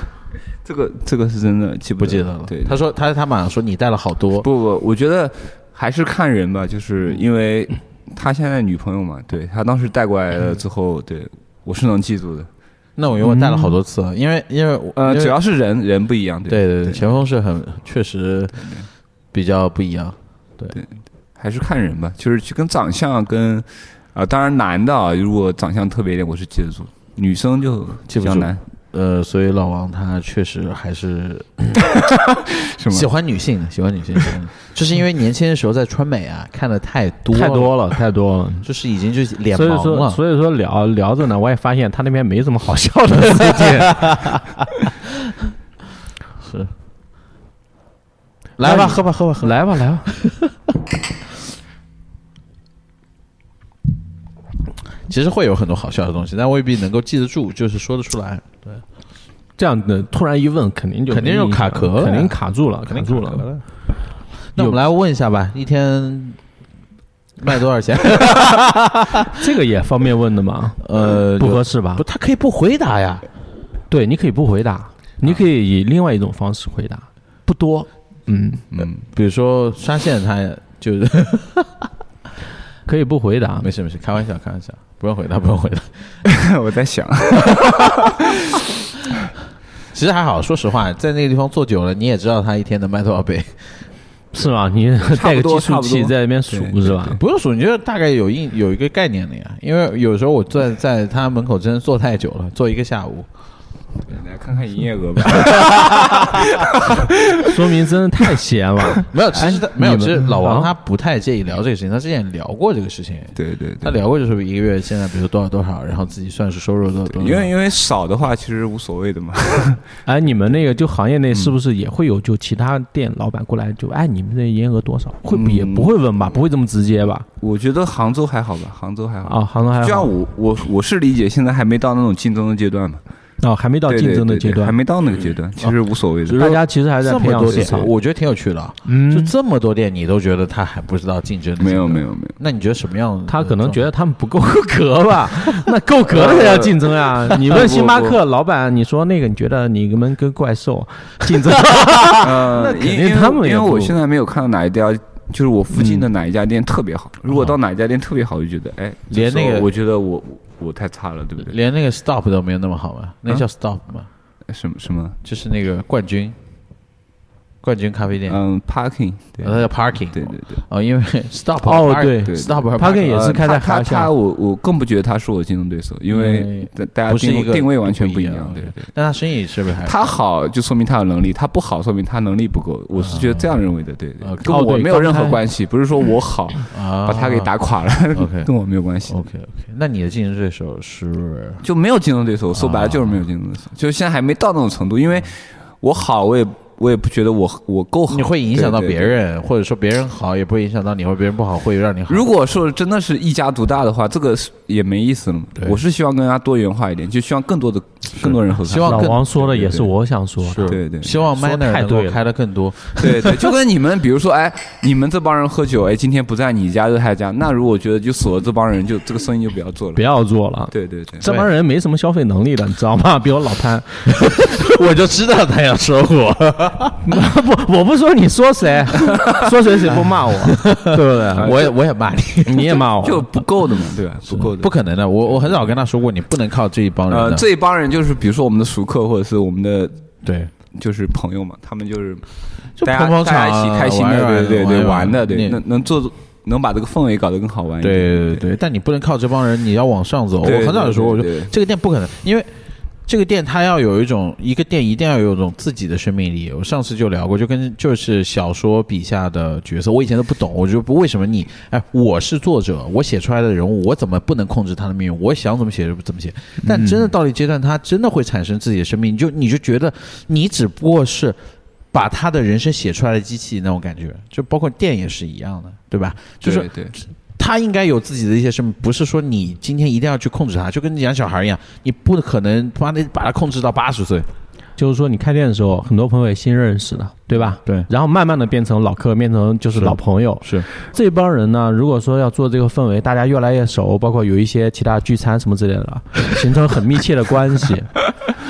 Speaker 3: 这个，这个是真的记
Speaker 1: 不
Speaker 3: 得
Speaker 1: 记得了。
Speaker 3: 对，
Speaker 1: 他说他他马上说你带了好多，
Speaker 3: 不不，我觉得还是看人吧，就是因为他现在女朋友嘛，对他当时带过来
Speaker 1: 嗯
Speaker 3: 了之后，对我是能记住的。
Speaker 1: 那我因为我带了好多次，啊因为因为我
Speaker 3: 嗯呃，
Speaker 1: 因为
Speaker 3: 只要是人，人不一样，对，
Speaker 1: 对对对，前锋是很确实比较不一样。
Speaker 3: 还是看人吧，就是去跟长相跟啊、当然男的啊，如果长相特别一点，我是记得住，女生就
Speaker 1: 记
Speaker 3: 比
Speaker 1: 不
Speaker 3: 较
Speaker 1: 住
Speaker 3: 难，
Speaker 1: 呃，所以老王他确实还是
Speaker 3: 是吗
Speaker 1: 喜？欢女性的，喜欢女性，喜欢女性就是因为年轻的时候在川美啊看的太 多
Speaker 2: 太
Speaker 1: 了，
Speaker 2: 多了，太多了。
Speaker 1: 就是已经就脸
Speaker 2: 所以
Speaker 1: 盲
Speaker 2: 说，
Speaker 1: 了。
Speaker 2: 所以说聊聊着呢，我也发现他那边没什么好笑的事情。
Speaker 1: 是， 来吧，喝吧，喝吧，喝吧。
Speaker 2: 来吧，来吧。
Speaker 1: 其实会有很多好笑的东西，但未必能够记得住，就是说得出来。
Speaker 2: 这样的突然一问，肯定就
Speaker 1: 肯定就卡壳了
Speaker 2: 肯定卡住了，肯定住了。
Speaker 1: 那我们来问一下吧，一天卖多少 钱？
Speaker 2: 这个也方便问的吗？
Speaker 1: 呃，
Speaker 2: 不
Speaker 1: 有
Speaker 2: 合适吧
Speaker 1: 不，？他可以不回答呀。
Speaker 2: 对，你可以不回答，你可以以另外一种方式回答。不多，嗯，
Speaker 3: 嗯，
Speaker 1: 比如说沙县，他也就是
Speaker 2: 可以不回答
Speaker 1: 没。事没事，开玩笑开玩笑，不用回答不用回答。
Speaker 3: 我在想，
Speaker 1: 其实还好，说实话，在那个地方坐久了，你也知道他一天能卖多少杯。
Speaker 2: 是吧？你带个计数器在那边数
Speaker 3: 对
Speaker 2: 是吧？
Speaker 1: 不用数，你就大概有一有一个概念了呀。因为有时候我坐在他门口真的坐太久了，坐一个下午。
Speaker 3: 来看看营业额吧。
Speaker 2: 说明真的太闲了。
Speaker 1: 没有，其实他没有，
Speaker 2: 你们
Speaker 1: 其实老王
Speaker 2: 啊
Speaker 1: 他不太介意聊这个事情，他之前聊过这个事情。
Speaker 3: 对对
Speaker 1: 他
Speaker 3: 对，
Speaker 1: 聊过就是一个月现在比如多少多少，然后自己算是收入多少多少。
Speaker 3: 因为因为少的话其实无所谓的嘛。
Speaker 2: 哎，你们那个就行业内是不是也会有就其他店老板过来就哎你们这营业额多少？会不也
Speaker 3: 嗯
Speaker 2: 不会问吧？不会这么直接吧？
Speaker 3: 我觉得杭州还好吧，杭州还好。
Speaker 2: 啊，杭州还
Speaker 3: 就像
Speaker 2: 好，
Speaker 3: 我我我是理解，现在还没到那种竞争的阶段嘛，
Speaker 2: 啊还没到
Speaker 3: 对
Speaker 2: 竞
Speaker 3: 对
Speaker 2: 争的
Speaker 3: 对
Speaker 2: 阶
Speaker 3: 对
Speaker 2: 段
Speaker 3: 还，没到那个阶段，嗯其实无所谓的。
Speaker 2: 大家其实还在
Speaker 1: 这
Speaker 2: 培
Speaker 1: 么
Speaker 2: 养
Speaker 1: 多
Speaker 2: 市
Speaker 1: 店
Speaker 2: 场，。
Speaker 1: 我觉得挺有趣的啊。就
Speaker 2: 嗯，
Speaker 1: 这么多店，你都觉得他还不知道竞争？
Speaker 3: 没有没。有没有，
Speaker 1: 那你觉得什么样的？
Speaker 2: 他可能觉得他们不够格 吧？那够格的才叫竞争啊！你问星巴克老板，你说那个你觉得你们跟怪兽竞争？啊
Speaker 3: 呃，
Speaker 2: 肯定
Speaker 3: 因为
Speaker 2: 他们也
Speaker 3: 因为
Speaker 2: 不
Speaker 3: 我现在没有看到哪一家，就是我附近的哪一家店特别好。如果到哪一家店特别好，我就觉得哎，
Speaker 1: 连
Speaker 3: 这时候
Speaker 1: 那个
Speaker 3: 我觉得我我我太差了，对不对？
Speaker 1: 连那个 stop 都没有那么好吧？那
Speaker 3: 啊
Speaker 1: 叫 stop 吗？
Speaker 3: 什么什么？
Speaker 1: 就是那个冠军，冠军咖啡店，
Speaker 3: 嗯，parking，对
Speaker 1: 呃，它叫 parking。
Speaker 3: 对对对。
Speaker 1: 哦，因为 stop
Speaker 2: 哦
Speaker 1: Park-
Speaker 2: 对
Speaker 3: 对
Speaker 1: stop 和
Speaker 2: Parking 也是开在
Speaker 3: 呃他
Speaker 2: 华
Speaker 3: 他
Speaker 2: 夏
Speaker 3: 他我我更不觉得他是我竞争对手，因为大大家
Speaker 1: 不是
Speaker 3: 定
Speaker 1: 一个
Speaker 3: 定位完全
Speaker 1: 不
Speaker 3: 不
Speaker 1: 一
Speaker 3: 一
Speaker 1: 样
Speaker 3: 样，对
Speaker 1: 对
Speaker 3: 对。
Speaker 1: 但他生意是不是还？
Speaker 3: 他好就说明他有能力，他不好说明他能力不够。我是觉得这样认为的，对对，
Speaker 1: OK
Speaker 3: 跟
Speaker 2: 哦
Speaker 3: 我
Speaker 2: 对
Speaker 3: 没有任
Speaker 2: 刚
Speaker 3: 何
Speaker 2: 才
Speaker 3: 关系，不是说我好
Speaker 1: 啊，
Speaker 3: 把他给打垮了
Speaker 1: OK
Speaker 3: 跟我没有关系，
Speaker 1: OK OK，那你的竞争对手是
Speaker 3: 就没有竞争对手。说
Speaker 1: 啊
Speaker 3: 白了就是没有竞争对手，就是现在还没到那种程度，因为我好，我也我也不觉得我我够好，
Speaker 1: 嗯你会影响到
Speaker 3: 对对
Speaker 1: 别人，或者说别人好也不会影响到你，或者别人不好会让你好。
Speaker 3: 如果说真的是一家独大的话，这个是也没意思了嘛
Speaker 1: 对。
Speaker 3: 我是希望跟大家多元化一点，就希望更多的更多人合作。
Speaker 1: 希望
Speaker 2: 老
Speaker 1: 更
Speaker 2: 王说的也是我想说的，
Speaker 3: 对对
Speaker 1: 希望
Speaker 2: 说
Speaker 1: Manner
Speaker 2: 太
Speaker 1: 能
Speaker 2: 对
Speaker 1: 够
Speaker 2: 了
Speaker 1: 开的更 多。
Speaker 3: 对对，就跟你们，比如说，哎，你们这帮人喝酒，哎，今天不在你家，就在他家，那如果觉得就锁了这帮人，就这个生意就不要做了
Speaker 2: 不。要做了。
Speaker 3: 对对对，
Speaker 2: 这帮人没什么消费能力的，你知道吗？ 比我老潘，
Speaker 1: 我就知道他要说 我，
Speaker 2: 不，我不说你说 谁，说谁谁不骂 我，对不对？
Speaker 1: 我也我也骂你，
Speaker 2: 你也骂我，
Speaker 3: 就不够的嘛，对吧？不够的，
Speaker 1: 不可能的。我我很少跟他说过，你不能靠这一帮人
Speaker 3: 呃，
Speaker 1: 的。
Speaker 3: 这一帮人就是比如说我们的熟客，或者是我们的
Speaker 1: 对，
Speaker 3: 就是朋友嘛，他们就是
Speaker 1: 就
Speaker 3: 大
Speaker 1: 捧
Speaker 3: 家
Speaker 1: 捧
Speaker 3: 大家一
Speaker 1: 场啊
Speaker 3: 起开心
Speaker 1: 玩一
Speaker 3: 的，
Speaker 1: 玩玩一啊
Speaker 3: 对对对，
Speaker 1: 玩
Speaker 3: 玩的，对，
Speaker 1: 你
Speaker 3: 能能做能把这个氛围搞得更好玩一点。
Speaker 1: 对对对，但你不能靠这帮人，你要往上走。我
Speaker 3: 对
Speaker 1: 很早就说过，我
Speaker 3: 对
Speaker 1: 说
Speaker 3: 对对
Speaker 1: 这个店不可能，因为这个店它要有一种，一个店一定要有一种自己的生命力。我上次就聊过，就跟就是小说笔下的角色，我以前都不懂，我就不为什么你，哎，我是作者，我写出来的人物，我怎么不能控制他的命运？我想怎么写就怎么写。但真的
Speaker 3: 嗯
Speaker 1: 到了一阶段，他真的会产生自己的生命，你就你就觉得你只不过是。把他的人生写出来的机器那种感觉，就包括电也是一样的，对吧？就是
Speaker 3: 对对，
Speaker 1: 他他应该有自己的一些什么，不是说你今天一定要去控制他，就跟你养小孩一样，你不可能把那把他控制到八十岁。
Speaker 2: 就是说你开店的时候，很多朋友也新认识的，对吧？
Speaker 1: 对
Speaker 2: 然后慢慢的变成老客，变成就是
Speaker 1: 是
Speaker 2: 老朋友。
Speaker 1: 是，
Speaker 2: 这帮人呢，如果说要做这个氛围，大家越来越熟，包括有一些其他聚餐什么之类的，形成很密切的关系。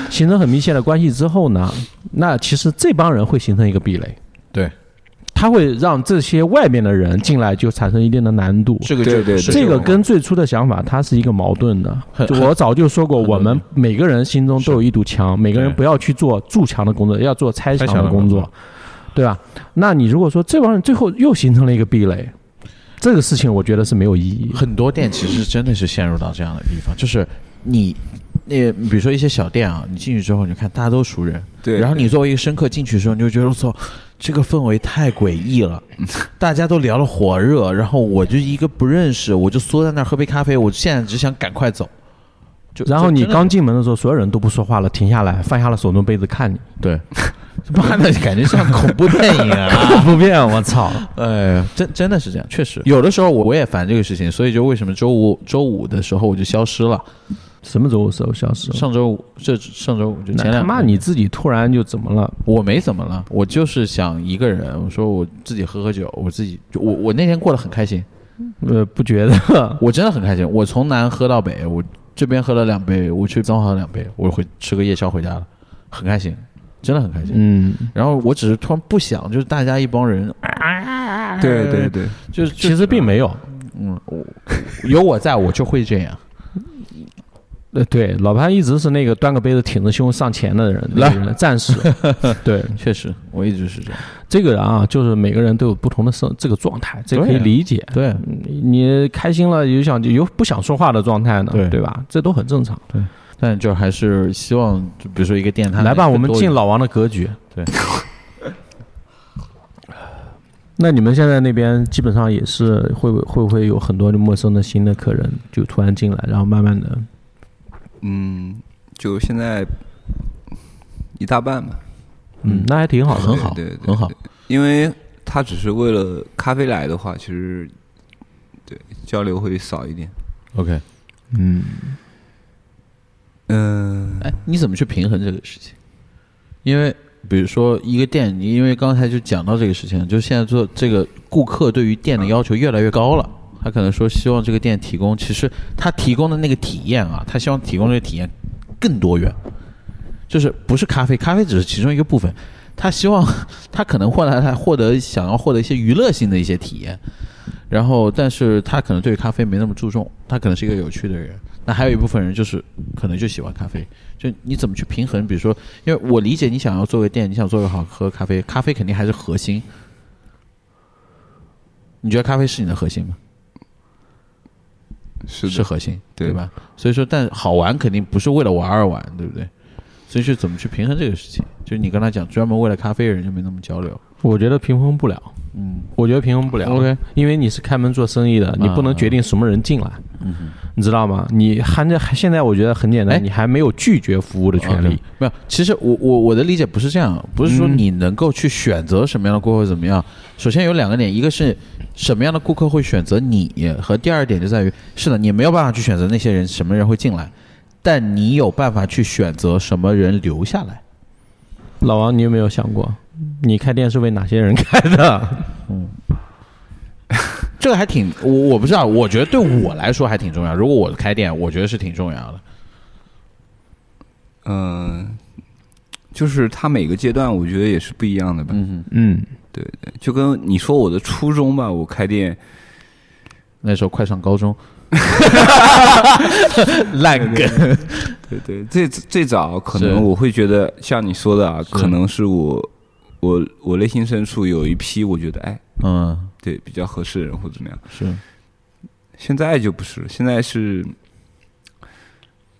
Speaker 2: 形成很密切的关系之后呢，那其实这帮人会形成一个壁垒，
Speaker 1: 对，
Speaker 2: 他会让这些外面的人进来就产生一定的难度。
Speaker 1: 这个
Speaker 3: 对
Speaker 1: 就
Speaker 3: 对
Speaker 1: 是
Speaker 2: 这个
Speaker 1: 种
Speaker 2: 跟最初的想法，它是一个矛盾的。
Speaker 1: 很
Speaker 2: 就我早就说过，
Speaker 1: 很
Speaker 2: 我们每个人心中都有一堵墙，每个人
Speaker 1: 对
Speaker 2: 不要去做筑墙的工作，要做拆
Speaker 1: 拆
Speaker 2: 墙
Speaker 1: 墙的
Speaker 2: 的
Speaker 1: 工
Speaker 2: 工作
Speaker 1: 作，
Speaker 2: 对吧？那你如果说这帮人最后又形成了一个壁垒，这个事情我觉得是没有意义。
Speaker 1: 很多店其实真的是陷入到这样的地方，就是你。那比如说一些小店啊，你进去之后，你看大家都熟人，
Speaker 3: 对
Speaker 1: 然后你作为一个深刻进去的时候，你就觉得我操，这个氛围太诡异 了，大家都聊得火热，然后我就一个不认识，我就缩在那儿喝杯咖啡，我现在只想赶快走。就
Speaker 2: 然后
Speaker 1: 就
Speaker 2: 你
Speaker 1: 真的
Speaker 2: 刚进门的时候，所有人都不说话了，停下来，放下了手中杯 子看你，
Speaker 1: 对，妈的，感觉像恐怖电影啊！
Speaker 2: 不变，我操！
Speaker 1: 哎，真真的是这样，确实有的时候我我也烦这个事情，所以就为什么周五周五的时候我就消失了，
Speaker 2: 什么时候手消失了？
Speaker 1: 上周五这上周五就前
Speaker 2: 那
Speaker 1: 两
Speaker 2: 他妈你自己突然就怎么了？
Speaker 1: 我没怎么了，我就是想一个人，我说我自己喝喝酒，我自己就我我那天过得很开心，
Speaker 2: 呃，不 觉得？
Speaker 1: 我真的很开心，我从南喝到北，我这边喝了两杯，我去彰化喝两杯，我回吃个夜宵回家了，很开心，真的很开心。
Speaker 2: 嗯，
Speaker 1: 然后我只是突然不想，就是大家一帮人，
Speaker 3: 对对对，
Speaker 1: 就是就
Speaker 2: 其实并没有。
Speaker 1: 嗯，我有我在我就会这样。
Speaker 2: 呃，对，老潘一直是那个端个杯子挺着胸上前的人，
Speaker 1: 来
Speaker 2: 那个人 战士。对，
Speaker 1: 确实，我一直是这样。
Speaker 2: 这个啊，就是每个人都有不同的生这个状态，这可以
Speaker 1: 对啊
Speaker 2: 理解。
Speaker 1: 对，
Speaker 2: 你开心了，有想有不想说话的状态呢，
Speaker 1: 对
Speaker 2: 吧？这都很正常。
Speaker 1: 但就还是希望，就比如哎说一个电台，
Speaker 2: 来吧，我们进老王的格局。
Speaker 1: 对。
Speaker 2: 那你们现在那边基本上也是会不会不会有很多就陌生的新的客人就突然进来，然后慢慢的，
Speaker 3: 嗯，就现在一大半吧，
Speaker 2: 嗯，那还挺好的，
Speaker 1: 很好
Speaker 3: 对对，对
Speaker 1: 很好。
Speaker 3: 因为他只是为了咖啡来的话，其实对交流会少一点。
Speaker 1: OK，
Speaker 2: 嗯，
Speaker 3: 嗯、
Speaker 1: 哎，你怎么去平衡这个事情？因为比如说一个店，你因为刚才就讲到这个事情，就现在做这个顾客对于店的要求越来越高了。他可能说希望这个店提供，其实他提供的那个体验啊，他希望提供这个体验更多元，就是不是咖啡，咖啡只是其中一个部分。他希望 他可能获得他获得想要获得一些娱乐性的一些体验，然后但是他可能对咖啡没那么注重，他可能是一个有趣的人。那还有一部分人就是可能就喜欢咖啡，就你怎么去平衡？比如说，因为我理解你想要做个店，你想做个好喝咖啡，咖啡肯定还是核心。你觉得咖啡是你的核心吗？
Speaker 3: 是的，
Speaker 1: 是核心，
Speaker 3: 对
Speaker 1: 吧？所以说，但好玩肯定不是为了玩而玩，对不对？所以是怎么去平衡这个事情？就是你刚才讲，专门为了咖啡的人就没那么交流。
Speaker 2: 我觉得平衡不了，
Speaker 1: 嗯
Speaker 2: 我觉得平衡不了。
Speaker 1: ，OK，啊
Speaker 2: 因为你是开门做生意的，你不能决定什么人进来，
Speaker 1: 嗯哼，
Speaker 2: 你知道吗？你还在现在我觉得很简
Speaker 1: 哎
Speaker 2: 单，你还没有拒绝服务的权利
Speaker 1: OK，。没啊有。其实我我我的理解不是这样，不是说
Speaker 2: 嗯
Speaker 1: 你能够去选择什么样的顾客怎么样。首先有两个点，一个是什么样的顾客会选择你，和第二点就在于，是的，你没有办法去选择那些人什么人会进来，但你有办法去选择什么人留下来。
Speaker 2: 老王，你有没有想过，你开店是为哪些人开的？
Speaker 1: 这个还挺，我我不知道，我觉得对我来说还挺重要。如果我开店，我觉得是挺重要的。
Speaker 3: 嗯、就是他每个阶段，我觉得也是不一样的吧。
Speaker 1: 嗯哼，
Speaker 2: 嗯，
Speaker 3: 就跟你说我的初衷吧，我开店
Speaker 1: 那时候快上高 中，烂梗。
Speaker 3: 对对，最最早可
Speaker 1: 是
Speaker 3: 能我会觉得像你说的啊，可能是我我我内心深处有一批我觉得哎，
Speaker 1: 嗯，
Speaker 3: 对比较合适的人或者怎么样，
Speaker 1: 是
Speaker 3: 现在就不是了，现在是，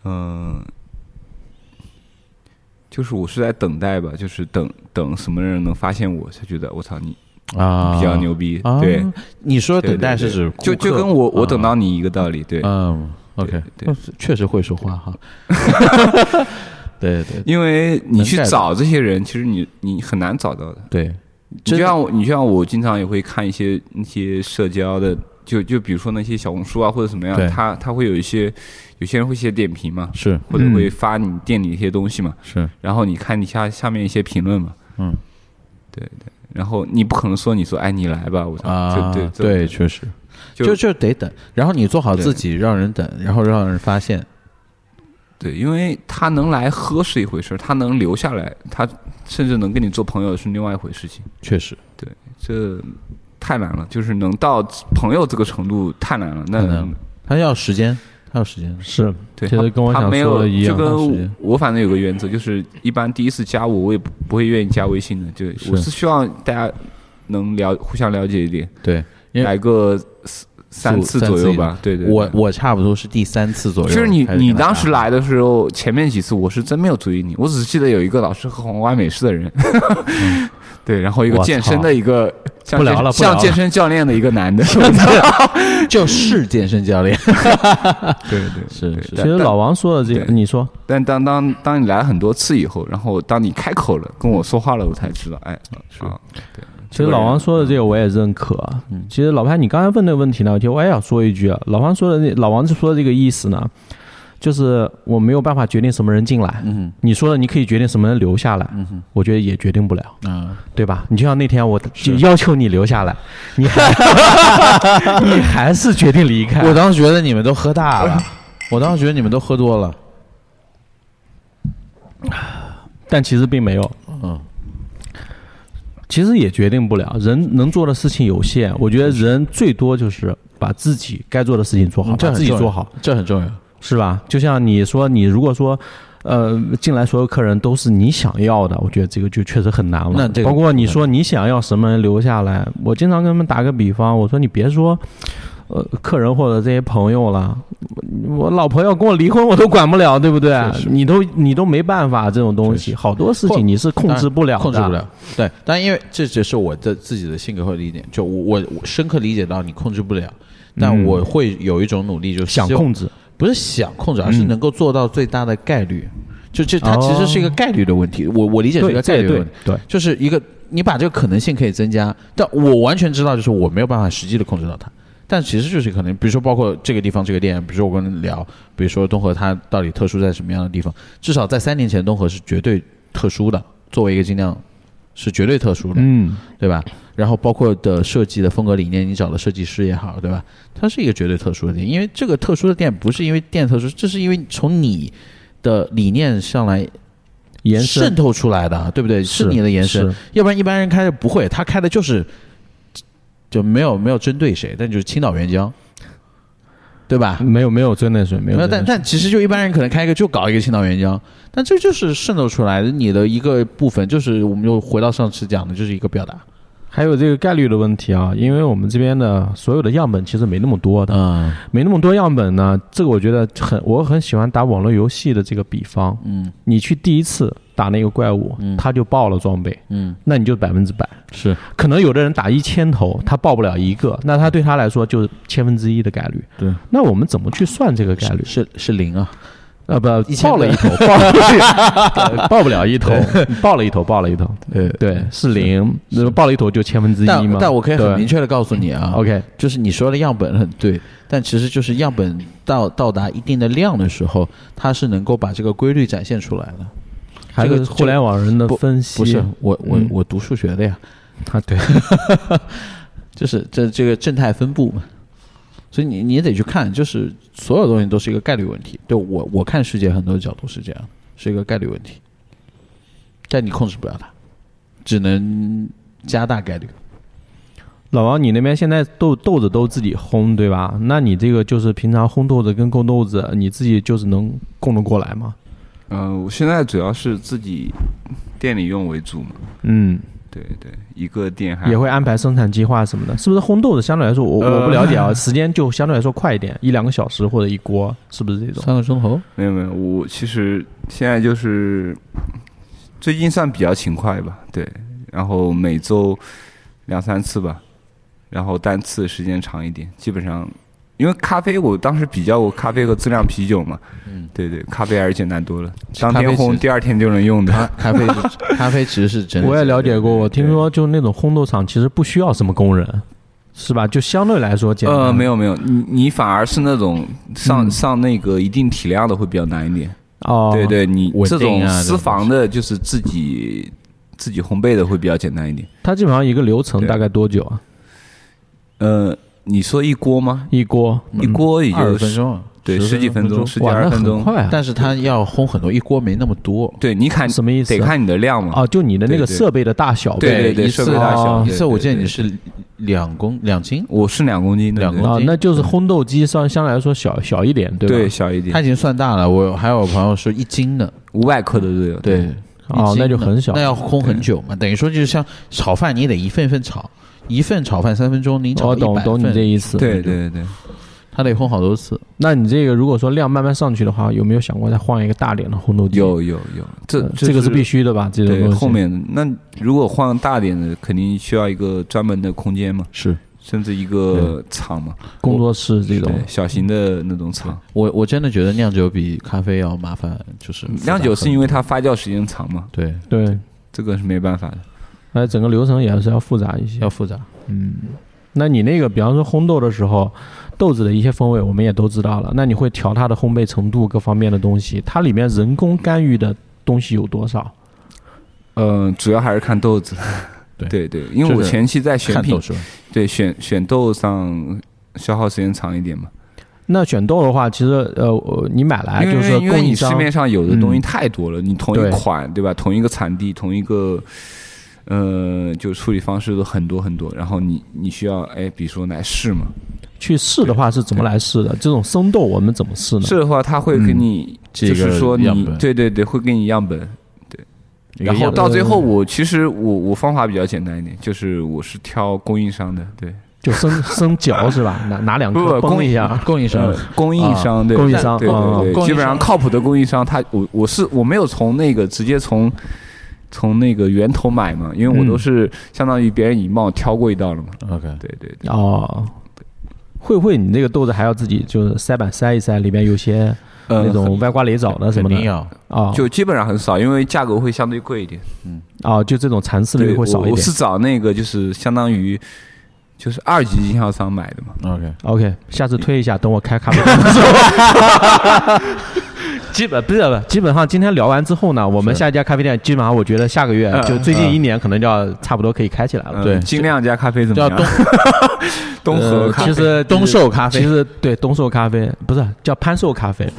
Speaker 3: 嗯、就是我是在等待吧，就是等等什么人能发现我，才觉得我操你
Speaker 1: 啊，
Speaker 3: 比较牛逼，
Speaker 1: 啊。
Speaker 3: 对，，
Speaker 1: 你说
Speaker 3: 对
Speaker 1: 的等待
Speaker 3: 对
Speaker 1: 是指
Speaker 3: 就
Speaker 1: 顾客
Speaker 3: 就跟我我
Speaker 1: 啊
Speaker 3: 等到你一个道理，对，
Speaker 1: 嗯，OK，
Speaker 3: 对
Speaker 1: 那确实会说话 哈。对对
Speaker 3: 因为你
Speaker 1: 能
Speaker 3: 去
Speaker 1: get 到
Speaker 3: 找这些人，其实你你很难找到的。
Speaker 1: 对，
Speaker 3: 你
Speaker 1: 真
Speaker 3: 就
Speaker 1: 的
Speaker 3: 像我，你就像我经常也会看一些那些社交的就就比如说那些小红书啊或者什么
Speaker 1: 对
Speaker 3: 样，他他会有一些有些人会写点评嘛，
Speaker 1: 是
Speaker 3: 或者
Speaker 2: 嗯
Speaker 3: 会发你店里一些东西嘛，
Speaker 1: 是，
Speaker 3: 然后你看你下下面一些评论嘛，
Speaker 1: 嗯，
Speaker 3: 对对，然后你不可能说你说哎你来吧，我操，
Speaker 1: 啊，
Speaker 3: 对
Speaker 1: 对，确实，
Speaker 3: 就
Speaker 1: 就就得等，然后你做好自己，让人等，然后让人发现，
Speaker 3: 对，因为他能来喝是一回事儿，他能留下来，他甚至能跟你做朋友是另外一回事情，
Speaker 1: 确实
Speaker 3: 这太难了，就是能到朋友这个程度太难了，
Speaker 1: 太难了
Speaker 3: 那
Speaker 1: 他要时间，他要时间，
Speaker 2: 是，
Speaker 3: 对，
Speaker 2: 其实跟我
Speaker 3: 他
Speaker 2: 想
Speaker 3: 没
Speaker 2: 说
Speaker 3: 有
Speaker 2: 的一样
Speaker 3: 就
Speaker 1: 他
Speaker 3: 跟
Speaker 1: 是
Speaker 3: 我我反正有个原则，就是一般第一次加我，我也不不会愿意加微信的，就是我是希望大家能了互相了解一点，
Speaker 1: 对因为
Speaker 3: 来个四三
Speaker 1: 四
Speaker 3: 次
Speaker 1: 三
Speaker 3: 左
Speaker 1: 次
Speaker 3: 右
Speaker 1: 以
Speaker 3: 吧，对对，
Speaker 1: 我
Speaker 3: 对
Speaker 1: 我差不多是第三次左右
Speaker 3: 就
Speaker 1: 开始
Speaker 3: 是
Speaker 1: 跟
Speaker 3: 你
Speaker 1: 他打，
Speaker 3: 你当时来的时候，前面几次我是真没有注意你，我只是记得有一个老是喝黄瓜美式的人， 对，然后一个
Speaker 2: 嗯我
Speaker 3: 健身
Speaker 2: 操
Speaker 3: 的一个像
Speaker 2: 不
Speaker 3: 健
Speaker 2: 聊了不聊
Speaker 3: 像
Speaker 2: 了
Speaker 3: 健身教练的一个 男的，
Speaker 1: 就是健身教练，
Speaker 3: 对对。
Speaker 1: 是
Speaker 3: 对
Speaker 1: 是
Speaker 2: 其实老王说的这个，
Speaker 3: 对
Speaker 2: 你说
Speaker 3: 但当当当你来了很多次以后，然后当你开口了跟我说话了，我才知道，哎，啊，对。
Speaker 2: 其实老王说的这个我也认可。啊
Speaker 1: 嗯
Speaker 2: 其实老潘，你刚才问那个问题呢，其实我也想说一句啊。老王说的那老王说的这个意思呢，就是我没有办法决定什么人进来。
Speaker 1: 嗯
Speaker 2: 你说的，你可以决定什么人留下来，
Speaker 1: 嗯哼
Speaker 2: 我觉得也决定不了，
Speaker 1: 啊，
Speaker 2: 对吧？你就像那天我就要求你留下来，你还你还是决定离
Speaker 3: 啊
Speaker 2: 开。
Speaker 1: 我当时觉得你们都喝大了，我当时觉得你们都喝多了，
Speaker 2: 但其实并没有。
Speaker 1: 嗯，
Speaker 2: 其实也决定不了，人能做的事情有限。我觉得人最多就是把自己该做的事情做好，
Speaker 1: 嗯这
Speaker 2: 把
Speaker 1: 很
Speaker 2: 自己
Speaker 1: 重要
Speaker 2: 做好，
Speaker 1: 这很重要，
Speaker 2: 是吧？就像你说，你如果说，呃，进来所有客人都是你想要的，我觉得这个就确实很难了。
Speaker 1: 那这个
Speaker 2: 包括你说你想要什么人留下来，我经常跟他们打个比方，我说你别说。呃，客人或者这些朋友了，我我老婆要跟我离婚，我都管不了，对不对？
Speaker 1: 确实
Speaker 2: 你都你都没办法，这种东
Speaker 1: 确
Speaker 2: 西，好多事
Speaker 1: 或
Speaker 2: 情你是控制不了的，
Speaker 1: 控制不。了。对，但因为这只是我的自己的性格和理解，就我我我深刻理解到你控制不了，但
Speaker 2: 嗯
Speaker 1: 我会有一种努力，就是
Speaker 2: 想
Speaker 1: 希望
Speaker 2: 控嗯制，
Speaker 1: 不是想控制，而是能够做到最大的概率。就就它
Speaker 2: 哦
Speaker 1: 其实是一个概率的问题，我我理解是一
Speaker 2: 对
Speaker 1: 个概
Speaker 2: 这
Speaker 1: 率的
Speaker 2: 对
Speaker 1: 问题，
Speaker 2: 对，
Speaker 1: 就是一个你把这个可能性可以增加，但我完全知道就是我没有办法实际的控制到它。但其实就是可能，比如说包括这个地方这个店，比如说我跟你聊，比如说东河它到底特殊在什么样的地方？至少在三年前，东河是绝对特殊的，作为一个精酿是绝对特殊的。
Speaker 2: 嗯，
Speaker 1: 对吧？然后包括的设计的风格理念，你找的设计师也好，对吧？它是一个绝对特殊的店，因为这个特殊的店不是因为店特殊，这是因为从你的理念上来
Speaker 2: 延
Speaker 1: 渗
Speaker 2: 伸
Speaker 1: 透出来的，对不对？是
Speaker 2: 是
Speaker 1: 你的延伸，
Speaker 2: 是
Speaker 1: 要不然一般人开的不会，他开的就是就没有没有针对谁，但就是青岛原浆，对吧？
Speaker 2: 没有没有真的是没有
Speaker 1: 没有，
Speaker 2: 真的
Speaker 1: 但
Speaker 2: 是，
Speaker 1: 但其实就一般人可能开一个就搞一个青岛原浆，但这就是渗透出来的你的一个部分，就是我们又回到上次讲的，就是一个表达，
Speaker 2: 还有这个概率的问题啊，因为我们这边的所有的样本其实没那么多的，
Speaker 1: 嗯
Speaker 2: 没那么多样本呢，这个我觉得很我很喜欢打网络游戏的这个比方，
Speaker 1: 嗯
Speaker 2: 你去第一次打那个怪物，
Speaker 1: 嗯
Speaker 2: 他就爆了装备，
Speaker 1: 嗯，
Speaker 2: 那你就百分之百。
Speaker 1: 是
Speaker 2: 可能有的人打一千头，他爆不了一个，那他对他来说就是千分之一的概率。
Speaker 1: 对，
Speaker 2: 那我们怎么去算这个概率？
Speaker 1: 是是零啊，
Speaker 2: 呃，不，
Speaker 1: 1000
Speaker 2: 爆了一头，爆了一 呃爆不了一头，爆了一头，爆了一头，
Speaker 1: 对。
Speaker 2: 对，是零，那爆了一头就千分之一
Speaker 1: 但
Speaker 2: 嘛。
Speaker 1: 但我可以很
Speaker 2: 对
Speaker 1: 明确的告诉你啊
Speaker 2: OK，
Speaker 1: 就是你说的样本很对，但其实就是样本到到达一定的量的时候，它是能够把这个规律展现出来的。
Speaker 2: 还
Speaker 1: 这
Speaker 2: 有
Speaker 1: 个
Speaker 2: 互联网人的分析，
Speaker 1: 不是我我
Speaker 2: 嗯
Speaker 1: 我读数学的呀，
Speaker 2: 啊？对，
Speaker 1: 就是这这个正态分布嘛，所以你你也得去看，就是所有东西都是一个概率问题。对我我看世界很多角度是这样，是一个概率问题，但你控制不了它，只能加大概率。
Speaker 2: 老王，你那边现在豆豆子都自己烘对吧？那你这个就是平常烘豆子跟供豆子，你自己就是能供得过来吗？
Speaker 3: 嗯，我现在主要是自己店里用为主嘛，
Speaker 2: 嗯，
Speaker 3: 对对，一个店还
Speaker 2: 也会安排生产计划什么的，是不是？烘豆子相对来说，我
Speaker 3: 呃
Speaker 2: 我不了解 啊，时间就相对来说快一点，一两个小时或者一锅，是不是这种？
Speaker 1: 三个钟头，
Speaker 3: 没有没有，我其实现在就是最近算比较勤快吧，对，然后每周两三次吧，然后单次时间长一点，基本上因为咖啡我当时比较过咖啡和质量啤酒嘛，
Speaker 1: 嗯，
Speaker 3: 对对，咖啡还是简单多了，
Speaker 1: 其实
Speaker 3: 当
Speaker 1: 咖
Speaker 3: 天
Speaker 1: 啡其
Speaker 3: 烘
Speaker 1: 实
Speaker 3: 第二天就能用的，
Speaker 1: 咖咖啡是咖啡其实是真的，
Speaker 2: 我也了解过，我
Speaker 3: 对
Speaker 2: 听说就那种烘豆厂其实不需要什么工人，是吧？就相对来说简单。嗯
Speaker 3: 呃，没有没有，你你反而是那种上、上那个一定体量的会比较难一点。
Speaker 2: 哦，
Speaker 3: 对，对，你
Speaker 1: 稳
Speaker 3: 这
Speaker 1: 定
Speaker 3: 种
Speaker 1: 啊
Speaker 3: 私房的，就是自己自己烘焙的会比较简单一点。
Speaker 2: 它基本上一个流程
Speaker 3: 对
Speaker 2: 大概多久啊？
Speaker 3: 呃，你说一锅吗？
Speaker 2: 一锅
Speaker 3: 一锅也
Speaker 1: 二十
Speaker 3: 就
Speaker 1: 分
Speaker 3: 是
Speaker 1: 钟啊，
Speaker 3: 对
Speaker 1: 10
Speaker 3: 十几嗯分钟，
Speaker 1: 钟。
Speaker 3: 十几
Speaker 2: 哇，
Speaker 3: 二
Speaker 2: 那
Speaker 3: 十分
Speaker 2: 很
Speaker 3: 钟。
Speaker 2: 快啊！
Speaker 1: 但是它要烘很多，一锅没那么多。
Speaker 3: 对，你看
Speaker 2: 什么意思
Speaker 3: 得看你的量嘛。
Speaker 2: 哦，就你的那个
Speaker 3: 嗯对对
Speaker 2: 设备的大小呗。
Speaker 3: 对对
Speaker 1: 一
Speaker 3: 对，
Speaker 1: 次
Speaker 3: 设备大小。
Speaker 2: 哦
Speaker 1: 一
Speaker 3: 对
Speaker 1: 次我
Speaker 3: 对
Speaker 1: 记得你
Speaker 3: 对
Speaker 1: 是两公两斤，
Speaker 3: 我是两公斤的，
Speaker 1: 两
Speaker 3: 对
Speaker 1: 公
Speaker 2: 啊
Speaker 1: 斤，
Speaker 2: 那就是烘豆机相相对来说小小一点，对吧？
Speaker 3: 对小一
Speaker 1: 它
Speaker 3: 点，
Speaker 1: 已经算大了。我还有朋友说一斤的，
Speaker 3: 五百克的都有。
Speaker 1: 对，一
Speaker 2: 哦
Speaker 1: 斤，的
Speaker 2: 那就很小
Speaker 1: 那。要烘很久嘛，等于说就是像炒饭，你得一份一份炒，一份炒饭三分钟，你炒
Speaker 2: 我
Speaker 1: 一
Speaker 2: 哦懂
Speaker 1: 百
Speaker 2: 懂你这
Speaker 1: 份，
Speaker 2: 意思。
Speaker 3: 对对对，
Speaker 1: 它得烘好多次。
Speaker 2: 那你这个如果说量慢慢上去的话，有没有想过再换一个大点的烘豆机？
Speaker 3: 有有有，这
Speaker 2: 呃这个是必
Speaker 3: 须。
Speaker 2: 须的吧？这种
Speaker 3: 对，
Speaker 2: 东西
Speaker 3: 后面那如果换大点的，肯定需要一个专门的空间嘛，
Speaker 1: 是
Speaker 3: 甚至一个厂嘛，
Speaker 2: 工作室这种
Speaker 3: 对，小型的那种厂。
Speaker 1: 我我真的觉得酿酒比咖啡要麻烦，就是复杂
Speaker 3: 酿酒是
Speaker 1: 很
Speaker 3: 因为它发酵时间长嘛，
Speaker 1: 对
Speaker 2: 对，
Speaker 3: 这个是没办法的。
Speaker 2: 哎，整个流程也是要复杂一些
Speaker 1: 要。复杂。
Speaker 2: 嗯那你那个，比方说烘豆的时候，豆子的一些风味我们也都知道了。那你会调它的烘焙程度各方面的东西，它里面人工干预的东西有多少？
Speaker 3: 嗯，主要还是看豆 子。
Speaker 1: 对
Speaker 3: 对对，因为
Speaker 1: 就
Speaker 3: 我
Speaker 1: 是
Speaker 3: 前期在选
Speaker 1: 看
Speaker 3: 品
Speaker 1: 豆，是吧？
Speaker 3: 对选选豆上消耗时间长一点嘛，
Speaker 2: 那选豆的话，其实呃，我你买来
Speaker 3: 因
Speaker 2: 就是
Speaker 3: 为
Speaker 2: 说
Speaker 3: 因
Speaker 2: 供
Speaker 3: 为你
Speaker 2: 应
Speaker 3: 市
Speaker 2: 商
Speaker 3: 面上有的东西太多了，你同
Speaker 2: 对
Speaker 3: 一款对吧，同一个产地，同一个。呃，就处理方式都很多很多，然后你你需要哎，比如说来试嘛，
Speaker 2: 去试的话是怎么来试的？这种生豆我们怎么 试呢？
Speaker 3: 试的话他会给你，
Speaker 1: 这
Speaker 3: 就
Speaker 1: 个
Speaker 3: 是说
Speaker 1: 样
Speaker 3: 你
Speaker 1: 本
Speaker 3: 对对对，会给你样本，
Speaker 1: 一个
Speaker 3: 然后
Speaker 1: 样
Speaker 3: 到最后我其实我我方法比较简单一点，就是我是挑供应商的，对，
Speaker 2: 就生生嚼是吧？拿拿两
Speaker 3: 不
Speaker 2: 颗
Speaker 3: 不
Speaker 2: 崩
Speaker 3: 供
Speaker 2: 一
Speaker 3: 应
Speaker 2: 下。
Speaker 1: 啊供应商
Speaker 3: 呃，供应商对
Speaker 2: 供应商
Speaker 3: 对
Speaker 2: 哦
Speaker 3: 对
Speaker 1: 供
Speaker 3: 对，
Speaker 1: 应
Speaker 3: 基本上
Speaker 1: 商
Speaker 3: 靠谱的供应商，他我我是我没有从那个直接从从那个源头买嘛，因为我
Speaker 2: 嗯
Speaker 3: 都是相当于别人以貌挑过一道了嘛，
Speaker 1: OK，
Speaker 3: 对对对，
Speaker 2: 哦，会不会你这个豆子还要自己就是筛板筛一筛，里面有些
Speaker 3: 呃
Speaker 2: 嗯那种歪瓜裂枣的什
Speaker 1: 肯
Speaker 2: 么的
Speaker 1: 定要
Speaker 2: 啊？
Speaker 3: 就基本上很少，因为价格会相对贵一点，
Speaker 2: 啊，就这种蚕丝
Speaker 3: 对
Speaker 2: 类会少
Speaker 3: 我
Speaker 2: 一
Speaker 3: 我
Speaker 2: 点
Speaker 3: 是。找那个就是相当于就是二级经销商买的嘛，
Speaker 1: OK。
Speaker 2: OK，下次推一下，等我开咖啡馆的时候。基本不是不是，基本上今天聊完之后呢，我们下一家咖啡店基本上我觉得下个月就最近一年可能就要差不多可以开起来了。
Speaker 3: 嗯
Speaker 1: 对
Speaker 3: 精酿加咖啡怎么
Speaker 1: 叫
Speaker 3: 样
Speaker 1: 东？
Speaker 3: 东河
Speaker 2: 呃
Speaker 3: 咖
Speaker 2: 其
Speaker 3: 啡，
Speaker 2: 实
Speaker 1: 东寿咖啡
Speaker 2: 其实对东寿咖啡不是叫潘寿咖啡。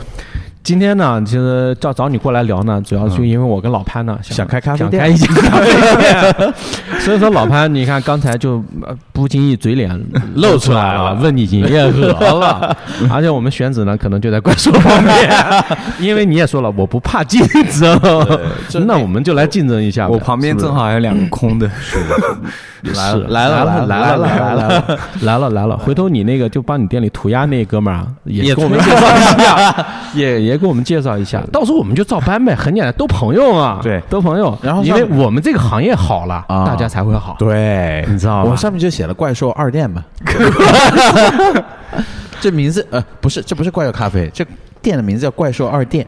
Speaker 2: 今天呢，其实叫找你过来聊呢，主要就因为我跟老潘呢
Speaker 1: 嗯想开咖啡
Speaker 2: 想
Speaker 1: 店
Speaker 2: 开一家咖啡 店，所以说老潘，你看刚才就呃不经意 嘴脸露出来了，问你营业额了，而且我们选址呢可能就在怪兽 旁边，因为你也说了我不怕竞争， 那我们就来竞争一下呗。
Speaker 3: 我旁边
Speaker 2: 是不是
Speaker 3: 正好还有两个 空的，
Speaker 2: 来
Speaker 1: 啊
Speaker 2: 了
Speaker 1: 来了来了来
Speaker 2: 来了来了来了来了来了！回头你那个就帮你店里涂鸦那哥们儿啊，也
Speaker 1: 也
Speaker 2: 给我们介
Speaker 1: 推
Speaker 2: 绍一下，也也给我们介绍一下。到时候我们就照搬呗，很简单，都朋友啊，
Speaker 1: 对
Speaker 2: 都朋友。
Speaker 1: 然后
Speaker 2: 因
Speaker 1: 上
Speaker 2: 为我们这个行业好了，
Speaker 1: 啊
Speaker 2: 大家才会好，
Speaker 1: 对，
Speaker 2: 你知道
Speaker 1: 我
Speaker 2: 吧？
Speaker 1: 上面就写了“怪兽二店” 嘛。这名字呃不是，这不是怪兽咖啡，这店的名字叫“怪兽二店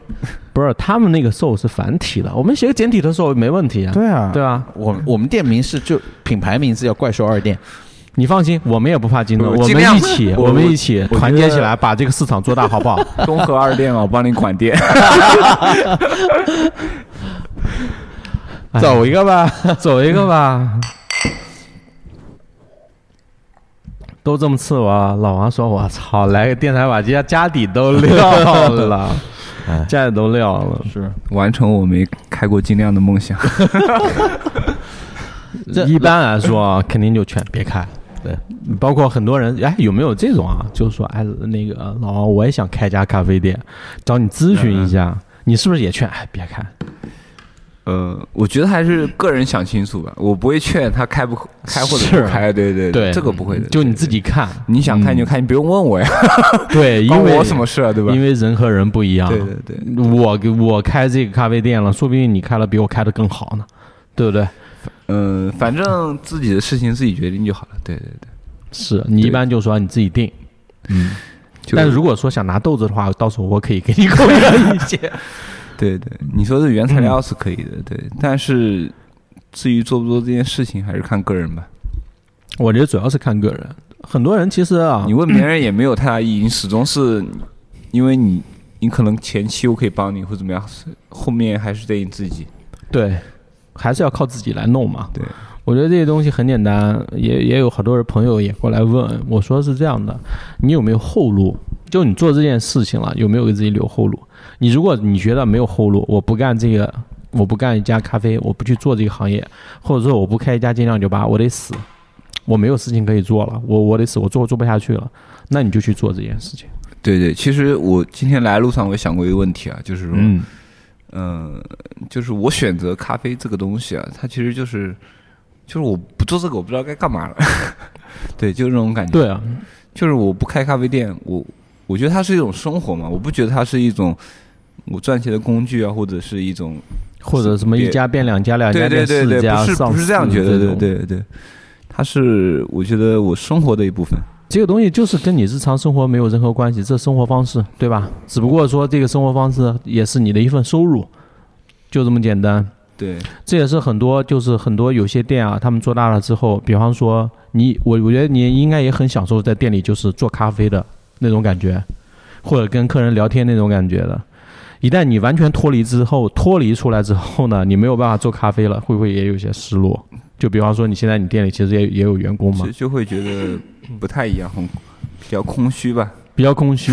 Speaker 2: 不是他们那个兽是繁体的，我们写个简体的兽没问题啊”。。
Speaker 1: 啊
Speaker 2: 对啊，
Speaker 1: 我我们店名是就品牌名字叫“怪兽二店
Speaker 2: 你放心，我们也不怕竞争，
Speaker 3: 我
Speaker 2: 我
Speaker 3: 尽
Speaker 2: 们
Speaker 3: 量
Speaker 2: 一起，
Speaker 3: 我
Speaker 2: 我们一起
Speaker 3: 我觉得
Speaker 2: 团结起来，把这个市场做大，好不好？
Speaker 3: 东河二店嘛，我帮你 管店。
Speaker 2: 哎”，
Speaker 1: 走一个吧。
Speaker 2: 走一个吧。都这么刺我，老王说：“我操，来个电台把家家底都撂了， 哎家底都撂了。
Speaker 3: 是完成我没开过精酿的梦想。
Speaker 1: 这”
Speaker 2: 一般来说 啊，肯定就劝别开。
Speaker 1: 对，
Speaker 2: 包括很多人，哎，有没有这种啊？就是说，哎，那个老王，我也想开家咖啡店，找你咨询一下，你是不是也劝？哎，别开。
Speaker 3: 呃，我觉得还是个人想清楚吧，我不会劝他开不开或者
Speaker 2: 是
Speaker 3: 不开。对对
Speaker 2: 对，
Speaker 3: 这个不会的，
Speaker 2: 就你
Speaker 3: 对
Speaker 2: 自。己看。
Speaker 3: 对你想看你就看，你不用问我呀，
Speaker 2: 对，因
Speaker 3: 关
Speaker 2: 为
Speaker 3: 我什么事啊？对吧？
Speaker 2: 因为人和人不一样。
Speaker 3: 对对对，
Speaker 2: 我给我开这个咖啡店了，说不定你开了比我开的更好呢，对不对？
Speaker 3: 嗯，反正自己的事情自己决定就好了。对对对，
Speaker 2: 是你一
Speaker 3: 对
Speaker 2: 般就说你自己定，
Speaker 3: 就
Speaker 2: 但是如果说想拿豆子的话，到时候我可以给你供应一 些。
Speaker 3: 对对，你说的原材料是可以的，对，但是至于做不做这件事情，还是看个人吧。
Speaker 2: 我觉得主要是看个人，很多人其实啊，
Speaker 3: 你问别人也没有太大意义，你始终是因为你，你可能前期我可以帮你或者怎么样，后面还是得你自己。
Speaker 2: 对，还是要靠自己来弄嘛。
Speaker 3: 对，
Speaker 2: 我觉得这些东西很简单，也也有好多人朋友也过来问我说是这样的，你有没有后路？就你做这件事情了，有没有给自己留后路？你如果你觉得没有后路，我不干这个，我不干一家咖啡，我不去做这个行业，或者说我不开一家精酿酒吧，我得死，我没有事情可以做了，我我得死，我做做不下去了，那你就去做这件事情。
Speaker 3: 对对，其实我今天来路上我也想过一个问题啊，就是说，
Speaker 2: 嗯
Speaker 3: 嗯，就是我选择咖啡这个东西啊，它其实就是，就是我不做这个，我不知道该干嘛了。 对，就是这种感觉。
Speaker 2: 对啊，
Speaker 3: 就是我不开咖啡店，我我觉得它是一种生活嘛，我不觉得它是一种我赚钱的工具啊，或者是一种
Speaker 2: 或者什么一家变两家，两家
Speaker 3: 对
Speaker 2: 变
Speaker 3: 对对
Speaker 2: 四
Speaker 3: 对，
Speaker 2: 家，
Speaker 3: 不是
Speaker 2: 上
Speaker 3: 不是这样
Speaker 2: 市
Speaker 3: 觉得，
Speaker 2: 这
Speaker 3: 对
Speaker 2: 种
Speaker 3: 对对，它是我觉得我生活的一部分。
Speaker 2: 这个东西就是跟你日常生活没有任何关系，这生活方式对吧？只不过说这个生活方式也是你的一份收入，就这么简单。
Speaker 3: 对
Speaker 2: 这也是很多就是很多有些店啊，他们做大了之后，比方说你我我觉得你应该也很享受在店里就是做咖啡的那种感觉，或者跟客人聊天那种感觉的。一旦你完全脱离之后，脱离出来之后呢，你没有办法做咖啡了，会不会也有些失落？就比方说你现在你店里其实也也有员工嘛
Speaker 3: 就，就会觉得不太一样，很比较空虚吧。
Speaker 2: 比较 空虚。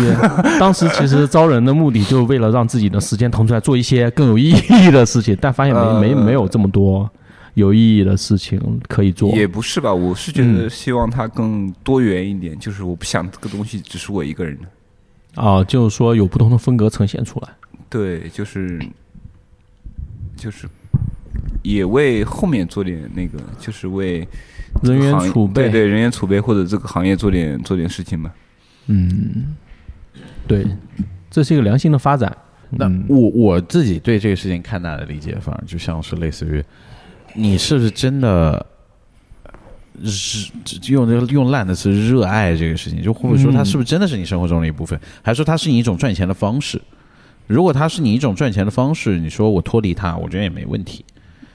Speaker 2: 当时其实招人的目的就是为了让自己的时间腾出来做一些更有意义的事情，但发现没、
Speaker 3: 呃
Speaker 2: 没没有这么多有意义的事情可以做。
Speaker 3: 也不是吧，我是觉
Speaker 2: 嗯
Speaker 3: 得希望它更多元一点，就是我不想这个东西只是我一个人的。
Speaker 2: 啊、就是说有不同的风格呈现出来。
Speaker 3: 对，就是就是也为后面做点那个，就是为
Speaker 2: 人员
Speaker 3: 行业
Speaker 2: 储备，
Speaker 3: 对对人员储备或者这个行业做点做点事情吧。
Speaker 2: 嗯，对，这是一个良性的发展。
Speaker 1: 那
Speaker 2: 嗯
Speaker 1: 我我自己对这个事情看待的理解，反而就像是类似于，你是不是真的是用这个用烂的词热爱这个事情，就或者说它
Speaker 2: 嗯
Speaker 1: 是不是真的是你生活中的一部分，还是说它是你一种赚钱的方式？如果它是你一种赚钱的方式，你说我脱离它，我觉得也没问题。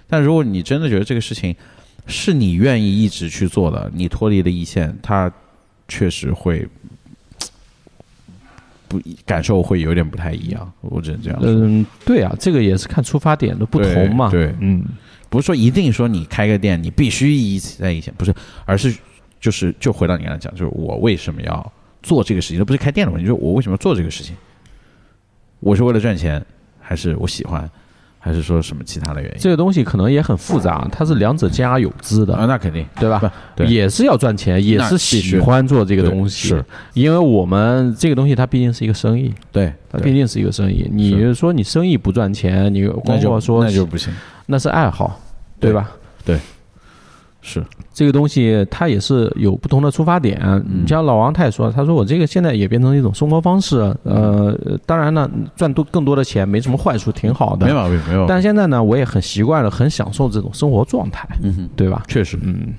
Speaker 1: 但如果你真的觉得这个事情是你愿意一直去做的，你脱离了一线，它确实会。不感受会有点不太一样，我只能这样说。
Speaker 2: 嗯，对啊，这个也是看出发点的不
Speaker 1: 对
Speaker 2: 同嘛。
Speaker 1: 对
Speaker 2: 嗯，
Speaker 1: 不是说一定说你开个店你必须一起在一线，不是，而是就是就回到你刚才讲，就是我为什么要做这个事情，都不是开店的问题，就是我为什么要做这个事情，我是为了赚钱，还是我喜欢，还是说什么其他的原因？
Speaker 2: 这个东西可能也很复杂，它是两者兼而有之的。
Speaker 1: 啊，那肯定
Speaker 2: 对吧？
Speaker 1: 对
Speaker 2: 也是要赚钱，也是喜欢做这个东西，
Speaker 1: 对是
Speaker 2: 因为我们这个东西它毕竟是一个生意，
Speaker 1: 对，
Speaker 2: 它毕竟是一个生意。你说你生意不赚钱，你
Speaker 1: 那
Speaker 2: 光
Speaker 1: 就
Speaker 2: 括说
Speaker 1: 那就不行，
Speaker 2: 那是爱好，对吧？
Speaker 1: 是
Speaker 2: 这个东西它也是有不同的出发点。
Speaker 1: 嗯
Speaker 2: 你像老王他也说，他说我这个现在也变成一种生活方式，呃，当然呢，赚多更多的钱没什么坏处，挺好
Speaker 1: 没
Speaker 2: 的。
Speaker 1: 毛病，没有，
Speaker 2: 但现在呢，我也很习惯了，很享受这种生活状态，
Speaker 1: 嗯哼，
Speaker 2: 对吧？
Speaker 1: 确实，
Speaker 2: 嗯，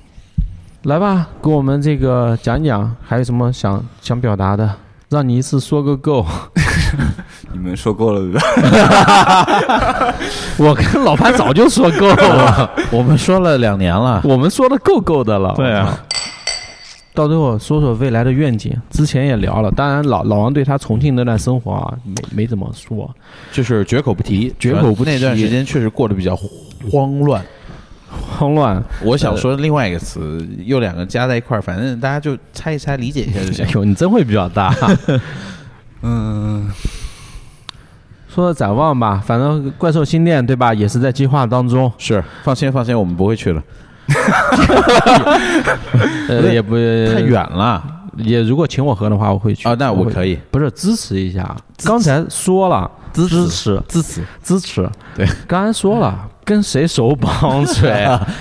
Speaker 2: 来吧，给我们这个讲一讲，还有什么想想表达的？让你一次说个够。
Speaker 3: 你们说够了对吧？
Speaker 2: 我跟老潘早就说够了，
Speaker 1: 我们说了两年了，
Speaker 2: 我们说的够够的了。
Speaker 1: 对啊
Speaker 2: 我操。到最后说说未来的愿景，之前也聊了，当然老老王对他重庆那段生活啊，没没怎么说，
Speaker 1: 就是绝口不提，
Speaker 2: 绝口不提
Speaker 1: 那段时间确实过得比较慌乱。呃
Speaker 2: 慌 乱。
Speaker 1: 我想说另外一个词，又两个加在一块儿，反正大家就猜一猜，理解一下就行
Speaker 2: 哎。呦，你真会比 较大。
Speaker 3: 嗯、
Speaker 2: 说说展望吧，反正怪兽新店对吧，也是在计划当中，
Speaker 1: 是，放心放心，我们不会去了，不
Speaker 2: 呃，
Speaker 1: 是
Speaker 2: 也不
Speaker 1: 太远了
Speaker 2: 也如果请我喝的话，我会去
Speaker 1: 啊。那我
Speaker 2: 会
Speaker 1: 可以
Speaker 2: 不是支持一下，刚才说了
Speaker 1: 支持
Speaker 2: 持
Speaker 1: 支持，
Speaker 2: 支持，
Speaker 1: 对，
Speaker 2: 刚才说了跟谁 手绑
Speaker 1: 对，
Speaker 2: 嘴，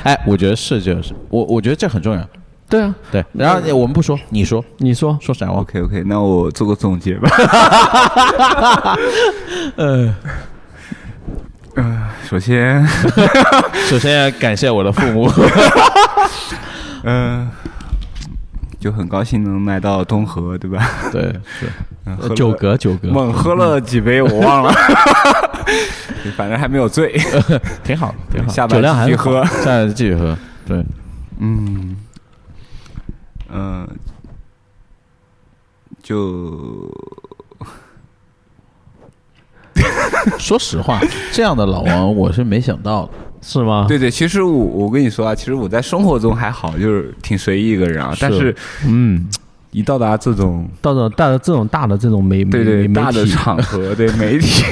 Speaker 1: 哎，我觉得是就是，我我觉得这很重要。
Speaker 2: 对啊，
Speaker 1: 对，然后我们不说，你说
Speaker 2: 你说
Speaker 1: 说展
Speaker 3: o
Speaker 1: 望，
Speaker 3: k OK，那我做个总结吧。 呃，首先，
Speaker 1: 首先要感谢我的父母，
Speaker 3: 嗯、就很高兴能来到东河，对吧？
Speaker 1: 对，是
Speaker 3: 嗯喝了
Speaker 2: 呃九格九格，
Speaker 3: 猛喝了几杯，我忘了， 反正还没有醉。
Speaker 1: 挺好的，挺好的。
Speaker 3: 下
Speaker 2: 酒
Speaker 3: 班
Speaker 2: 量还
Speaker 3: 继
Speaker 2: 是
Speaker 3: 续 喝。
Speaker 1: 下来继续喝，对，
Speaker 3: 嗯，呃，就
Speaker 1: 说实 话，这样的老王我是没想到的。
Speaker 2: 是吗？
Speaker 3: 对对，其实我我跟你说啊，其实我在生活中还好，就是挺随意一个人啊，但是
Speaker 2: 嗯，
Speaker 3: 一到达这种
Speaker 2: 到这到这种大的这种媒
Speaker 3: 对对
Speaker 2: 媒
Speaker 3: 大的
Speaker 2: 媒体
Speaker 3: 场合， 对媒体，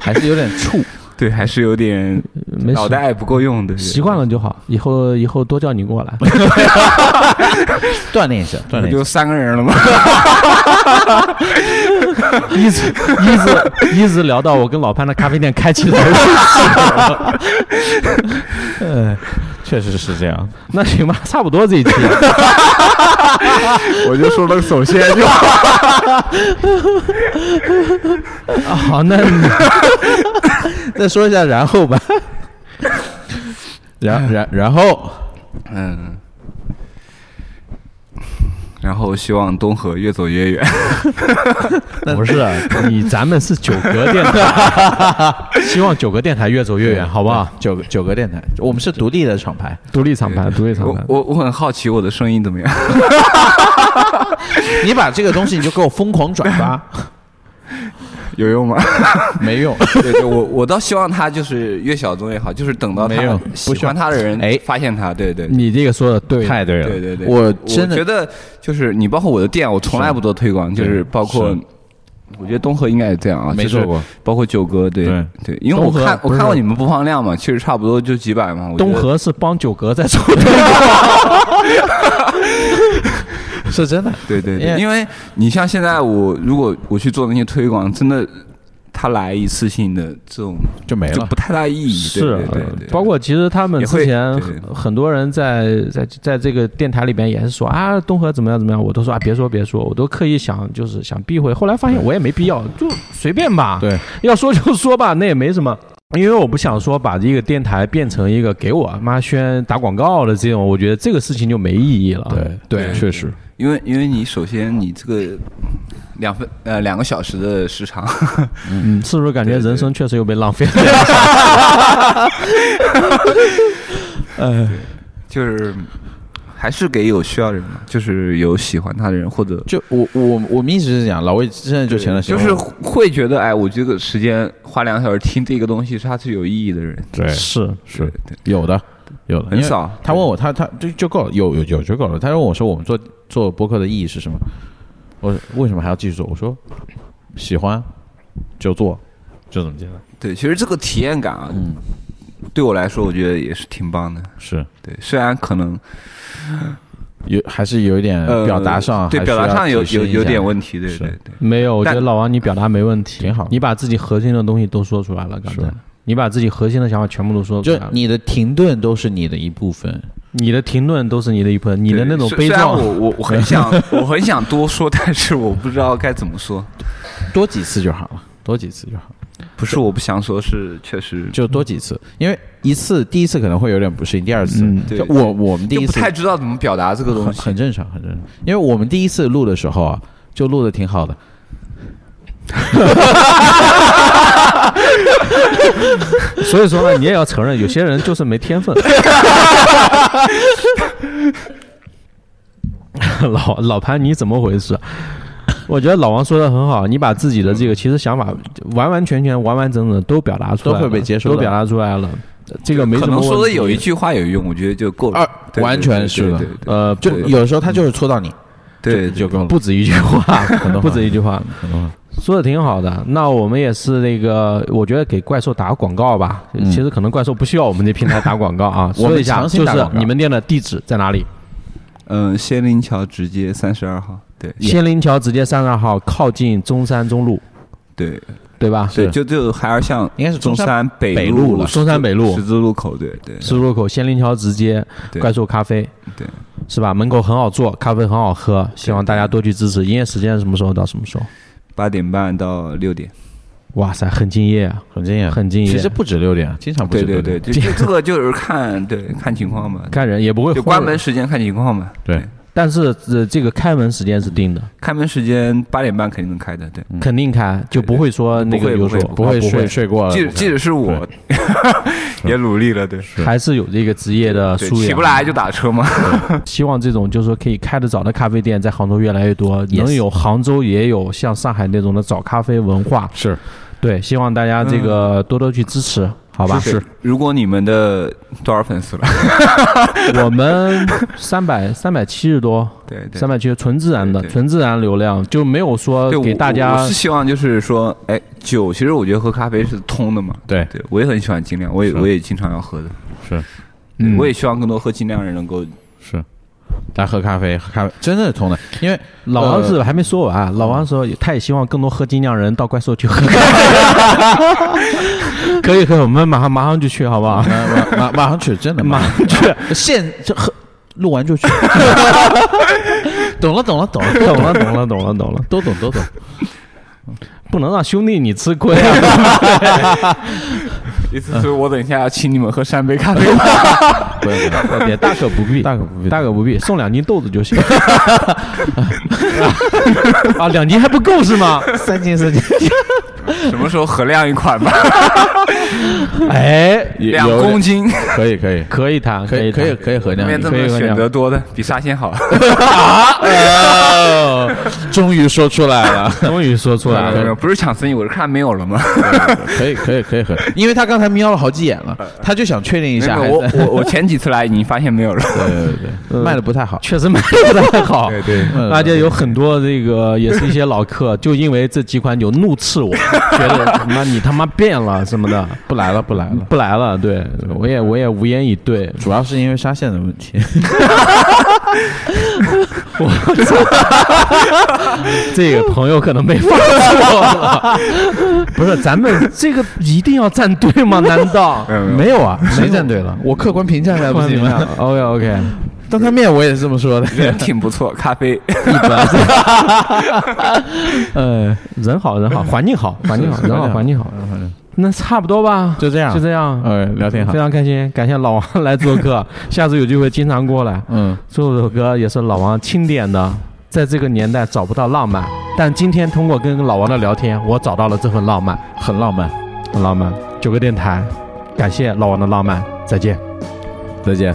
Speaker 1: 还是有点 怵。
Speaker 3: 对还是有点
Speaker 2: 没事
Speaker 3: 脑袋不够用的，对
Speaker 2: 习惯了就好，以后以后多叫你过 来。
Speaker 1: 锻炼一下，锻
Speaker 3: 不
Speaker 1: 炼一下。
Speaker 3: 就三个人了吗？
Speaker 2: 一直一直一直聊到我跟老潘的咖啡店开起来。
Speaker 1: 确实是这样。
Speaker 2: 那行吧，差不多这一期。
Speaker 3: 我就说了，首先就
Speaker 2: 啊好，那
Speaker 1: 再说一下，然后吧。然然然后，
Speaker 3: 嗯，然后希望东河越走越远。
Speaker 2: 不是
Speaker 3: 啊
Speaker 2: 你，咱们是九格电 台，希望九格电台越走越远，好不好？
Speaker 1: 九个九个电台，我们是独立的厂牌。
Speaker 2: 独立厂牌，独立厂
Speaker 3: 我
Speaker 2: 牌。
Speaker 3: 我我很好奇我的声音怎么样？
Speaker 1: 你把这个东西你就给我疯狂转发，
Speaker 3: 有用吗？
Speaker 1: 没用。
Speaker 3: 对对， 我我倒希望他就是越小众越好，就是等到
Speaker 1: 没有
Speaker 3: 他
Speaker 1: 不
Speaker 3: 喜
Speaker 1: 需要
Speaker 3: 欢他的人
Speaker 1: 哎
Speaker 3: 发现他。对对
Speaker 2: 你这个说的对，
Speaker 1: 太对了，啊
Speaker 3: 对对对，
Speaker 1: 我
Speaker 3: 我
Speaker 1: 真的
Speaker 3: 觉得就是你包括我的店，我从来不做推广，就是包括
Speaker 1: 是
Speaker 3: 我觉得东河应该也这样啊，
Speaker 1: 没
Speaker 3: 就是
Speaker 1: 做过
Speaker 3: 包括九哥，对
Speaker 1: 对
Speaker 3: 对，因为我
Speaker 2: 东河
Speaker 3: 看我
Speaker 2: 不是
Speaker 3: 看过你们播放量嘛，其实差不多就几百嘛。我觉得
Speaker 2: 东河是帮九格 在做的，
Speaker 1: 是真的。
Speaker 3: 对对
Speaker 1: 因
Speaker 3: 对，
Speaker 1: 为
Speaker 3: 因为你像现在我如果我去做那些推广，真的他来一次性的这种
Speaker 1: 就没
Speaker 3: 就
Speaker 1: 了
Speaker 3: 不。太大意义。
Speaker 2: 是啊
Speaker 3: 嗯对对对对，
Speaker 2: 包括其实他们
Speaker 3: 也
Speaker 2: 之
Speaker 3: 会
Speaker 2: 前
Speaker 3: 对
Speaker 2: 很多人在在在这个电台里边也是说啊，东河怎么样怎么样，我都说啊，别说别说，我都刻意想就是想避讳，后来发现我也没必要，就随便吧，
Speaker 1: 对，
Speaker 2: 要说就说吧，那也没什么。因为我不想说把这个电台变成一个给我妈宣打广告的这种，我觉得这个事情就没意义了。对，
Speaker 1: 确实
Speaker 3: 因为因为你首先你这个两分呃两个小时的时长，
Speaker 2: 嗯，是不是感觉人生确实又被浪费了？
Speaker 3: 就是还是给有需要的人嘛，就是有喜欢他的人或者
Speaker 1: 就我我我们一直是讲，老魏真的就前段时
Speaker 3: 就
Speaker 1: 间
Speaker 3: 是会觉得哎，我这个时间花两个小时听这个东西，是他是有意义的人，
Speaker 1: 对
Speaker 2: 是，
Speaker 1: 是
Speaker 3: 对对
Speaker 1: 有的有的
Speaker 3: 很
Speaker 1: 因为
Speaker 3: 少
Speaker 1: 他问我他他就就够了，有有有就够了。他问我说我们做做播客的意义是什么？我说为什么还要继续做？我说喜欢就做，就这么简单。
Speaker 3: 对，其实这个体验感啊，
Speaker 1: 嗯
Speaker 3: 对我来说我觉得也是挺棒的。
Speaker 1: 是
Speaker 3: 对，虽然可能
Speaker 1: 有还是有一点
Speaker 3: 呃
Speaker 1: 嗯表达上
Speaker 3: 对
Speaker 1: 还是
Speaker 3: 表达上
Speaker 1: 要
Speaker 3: 有
Speaker 1: 提升
Speaker 3: 有
Speaker 1: 一
Speaker 3: 有
Speaker 1: 下
Speaker 3: 点问题，对
Speaker 1: 是
Speaker 3: 对对，
Speaker 2: 没有，我觉
Speaker 3: 但
Speaker 2: 得老王你表达没问题，
Speaker 1: 挺好
Speaker 2: 你把自己核心的东西都说出来了，刚才
Speaker 1: 是
Speaker 2: 你把自己核心的想法全部都说出来
Speaker 1: 就
Speaker 2: 了，
Speaker 1: 你的停顿都是你的一部分，
Speaker 2: 你的停顿都是你的一部分，你的
Speaker 3: 对
Speaker 2: 那种
Speaker 3: 虽
Speaker 2: 悲
Speaker 3: 虽然
Speaker 2: 壮
Speaker 3: 我，我我很想 我很想多说， 但是我不知道该怎么说。
Speaker 1: 多几次就好了，多几次就好了，
Speaker 3: 不是我不想说，是确实
Speaker 1: 就多几次，因为一次第一次可能会有点不适应，第二次、
Speaker 2: 嗯
Speaker 3: 对
Speaker 1: 就我我们第
Speaker 3: 就
Speaker 1: 一
Speaker 3: 不
Speaker 1: 次
Speaker 3: 太知道怎么表达这个东
Speaker 1: 很
Speaker 3: 西。
Speaker 1: 很正常，很正常，因为我们第一次录的时候啊，就录的挺好的，
Speaker 2: 所以说呢，你也 要承认，有些人就是没天分。老老潘，你怎么回事？我觉得老王说的很好，你把自己的这个其实想法完完全全、完完整整都表达出来了，
Speaker 1: 都会被接受的
Speaker 2: 都表达出来了。这个没
Speaker 3: 可
Speaker 2: 什么
Speaker 3: 能说
Speaker 2: 问
Speaker 3: 的
Speaker 2: 题
Speaker 3: 有一句话有用，我觉得就够了。
Speaker 1: 二
Speaker 3: 对对
Speaker 1: 完全是的
Speaker 3: 对
Speaker 2: 呃，
Speaker 1: 就
Speaker 3: 对
Speaker 1: 有的时候他就是戳到你，
Speaker 3: 对对对
Speaker 1: 就够了，
Speaker 2: 不止一句话，不止一句话，
Speaker 1: 可能
Speaker 2: 说的挺好的。那我们也是那个，我觉得给怪兽打个广告吧。
Speaker 1: 嗯
Speaker 2: 其实可能怪兽不需要我们这平台打广告啊。
Speaker 1: 我们
Speaker 2: 说一下，
Speaker 1: 强行
Speaker 2: 就
Speaker 1: 打
Speaker 2: 是
Speaker 1: 广告
Speaker 2: 你们店的地址在哪里？
Speaker 3: 嗯，仙林桥直接三十二号，对
Speaker 2: 仙林桥直接三十二号，靠近中山中路，
Speaker 3: 对
Speaker 2: 对吧？
Speaker 3: 对，就就还是像
Speaker 1: 应该是中
Speaker 3: 中
Speaker 1: 山
Speaker 3: 山北
Speaker 1: 北路了
Speaker 2: 中山北路
Speaker 3: 十字路口，对对
Speaker 2: 十字路口仙林桥直接
Speaker 3: 对
Speaker 2: 怪兽咖啡，
Speaker 3: 对，
Speaker 2: 是吧？门口很好坐，咖啡很好喝，希望大家多去支持。营业时间什么时候到什么时候？
Speaker 3: 八点半到六点，
Speaker 2: 哇塞，很敬业啊！
Speaker 1: 很敬业，
Speaker 2: 很敬业
Speaker 1: 其实不止六点，经常不
Speaker 3: 对
Speaker 1: 止
Speaker 3: 对
Speaker 1: 六
Speaker 3: 对，
Speaker 1: 点，
Speaker 3: 就就这个就是看对看情况吧，
Speaker 2: 看人也不会
Speaker 3: 就
Speaker 2: 慌
Speaker 3: 关门
Speaker 2: 人
Speaker 3: 时间看情况吧。
Speaker 1: 对
Speaker 2: 但是呃，这个开门时间是定的，
Speaker 3: 开门时间八点半肯定能开的，对。
Speaker 2: 肯定开，就不会说啊那
Speaker 3: 不
Speaker 2: 个
Speaker 3: 会
Speaker 2: 有
Speaker 3: 嗯不会
Speaker 2: 所
Speaker 1: 不会睡睡过了
Speaker 3: 即，即使是我， 也努力了，对。
Speaker 2: 还是有这个职业的
Speaker 3: 对
Speaker 2: 素养。
Speaker 3: 起不来就打车嘛。
Speaker 2: 希望这种就是说可以开得早的咖啡店在杭州越来越多，能有杭州也有像上海那种的早咖啡文化。
Speaker 1: 是
Speaker 2: 对，希望大家这个多多去支持，好吧？
Speaker 3: 对，如果你们的多少粉丝了？
Speaker 2: 我们三百三百七十多，
Speaker 3: 对对
Speaker 2: 三。百七十纯自然的
Speaker 3: 对对
Speaker 2: 纯自然流量，就没有说
Speaker 3: 对，我
Speaker 2: 给大
Speaker 3: 我
Speaker 2: 家
Speaker 3: 我是希望就是说，哎，酒其实我觉得喝咖啡是通的嘛。
Speaker 1: 对
Speaker 3: 对，我也很喜欢精酿，我也
Speaker 1: 是
Speaker 3: 我也经常要喝的。
Speaker 1: 是
Speaker 2: 嗯
Speaker 3: 我也希望更多喝精酿的人能够
Speaker 1: 是，来喝咖啡，喝咖啡真的是通的，因为
Speaker 2: 老王
Speaker 1: 呃
Speaker 2: 是还没说完，啊老王说他也希望更多喝精酿人到怪兽去 喝。可以可以，我们马上马上就去，好不好？
Speaker 1: 马马马马上去，真的
Speaker 2: 马
Speaker 1: 上
Speaker 2: 上去，
Speaker 1: 现就喝，录完就去。懂了，懂了，懂了，
Speaker 2: 懂了懂了懂了懂了，
Speaker 1: 都懂，都懂。
Speaker 2: 不能让兄弟你吃 亏啊！
Speaker 3: 意思是我等一下要请你们喝三杯咖啡。
Speaker 1: 不用不用
Speaker 2: 别大可不必，
Speaker 1: 大可不必
Speaker 2: 大可不必，送两斤豆子就行。 啊，两斤还不够是吗？
Speaker 1: 三斤三斤，
Speaker 3: 什么时候合量一款吧？
Speaker 2: 哎，
Speaker 1: 有
Speaker 3: 两公斤，
Speaker 1: 可以，可以，
Speaker 2: 可以谈，
Speaker 1: 可以，
Speaker 2: 以
Speaker 1: 可
Speaker 2: 谈
Speaker 1: 以，可以合
Speaker 3: 那
Speaker 1: 量
Speaker 3: 边。这
Speaker 2: 可以
Speaker 3: 么
Speaker 2: 可以
Speaker 3: 选择多的，比沙县好。
Speaker 1: 哦，终于说出来了，
Speaker 2: 终于说 出来
Speaker 3: 没有没
Speaker 2: 了
Speaker 3: 有，不是抢生意，我是 看没有了吗？
Speaker 1: 可以，可以，可以合，因为他刚才瞄了好几眼了，他就想确定一
Speaker 3: 没
Speaker 1: 下
Speaker 3: 有
Speaker 1: 还
Speaker 3: 没
Speaker 1: 在。
Speaker 3: 有我我我前几次来已经发现没有了。
Speaker 1: 对对对对，卖的不太好。
Speaker 2: 确实卖的不太好。
Speaker 3: 对，
Speaker 1: 嗯
Speaker 2: 而且有很多这个也是一些老客，就因为这几款酒怒斥我，觉得他妈你他妈变了什么的，
Speaker 1: 不来了，不来了，
Speaker 2: 不来了。对我也我也无言以对。
Speaker 1: 主要是因为沙县的问 题。
Speaker 2: 这个朋友可能没法做了，不是咱们这个一定要站队吗？难 道
Speaker 3: 没有没有
Speaker 1: 没有啊，谁站队了？我客观评价一下不行吗？
Speaker 2: ？OK OK，
Speaker 1: 当他面我也是这么说的。
Speaker 3: 人挺不错，咖啡。
Speaker 2: 呃，人好人好，环境好环境好
Speaker 1: 哎是是
Speaker 2: 人好环境好，那差不多吧，
Speaker 1: 就这样
Speaker 2: 就这样，
Speaker 1: 呃，聊天好
Speaker 2: 非。常开心，感谢老 王来做客，下次有机会经常过来。
Speaker 1: 嗯，
Speaker 2: 这首歌也是老王钦点的，在这个年代找不到浪漫，但今天通过跟老王的聊天，我找到了这份浪漫，
Speaker 1: 很浪漫。
Speaker 2: 很浪漫。九个电台，感谢老王的浪漫，再见。
Speaker 1: 再见。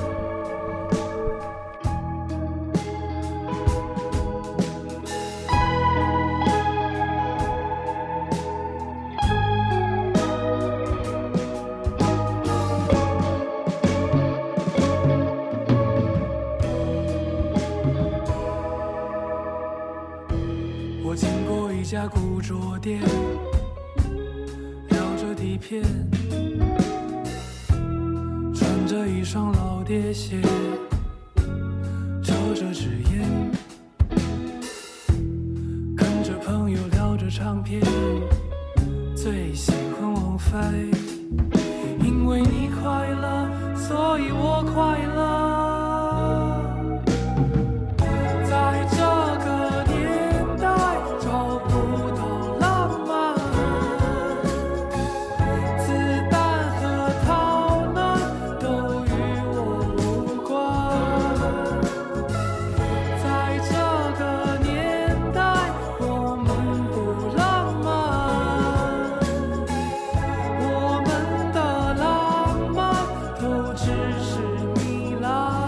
Speaker 4: 我经过一家古着店，聊着底片，穿着一双老爹鞋，抽着纸烟，跟着朋友聊着唱片，最喜欢王菲，因为你快乐，所以我快乐。在这个年代找不到浪漫，子弹和逃难都与我无关。在这个年代，我们不浪漫，我们的浪漫都只是糜烂。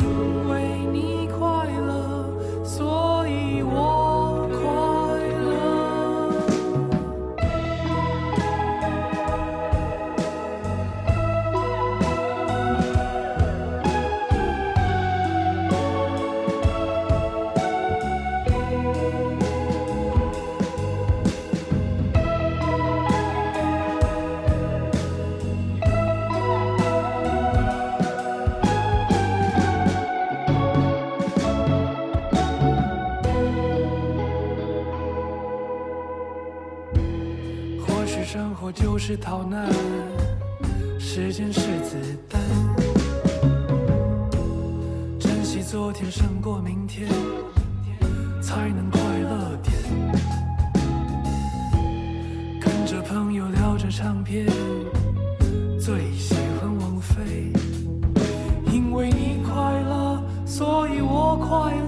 Speaker 4: 因为你快乐，所以我快乐。或许生活就是逃难，时间是子弹。珍惜昨天胜过明天，才能快乐点。跟着朋友聊着唱片，最喜欢王菲，因为你快乐，所快乐。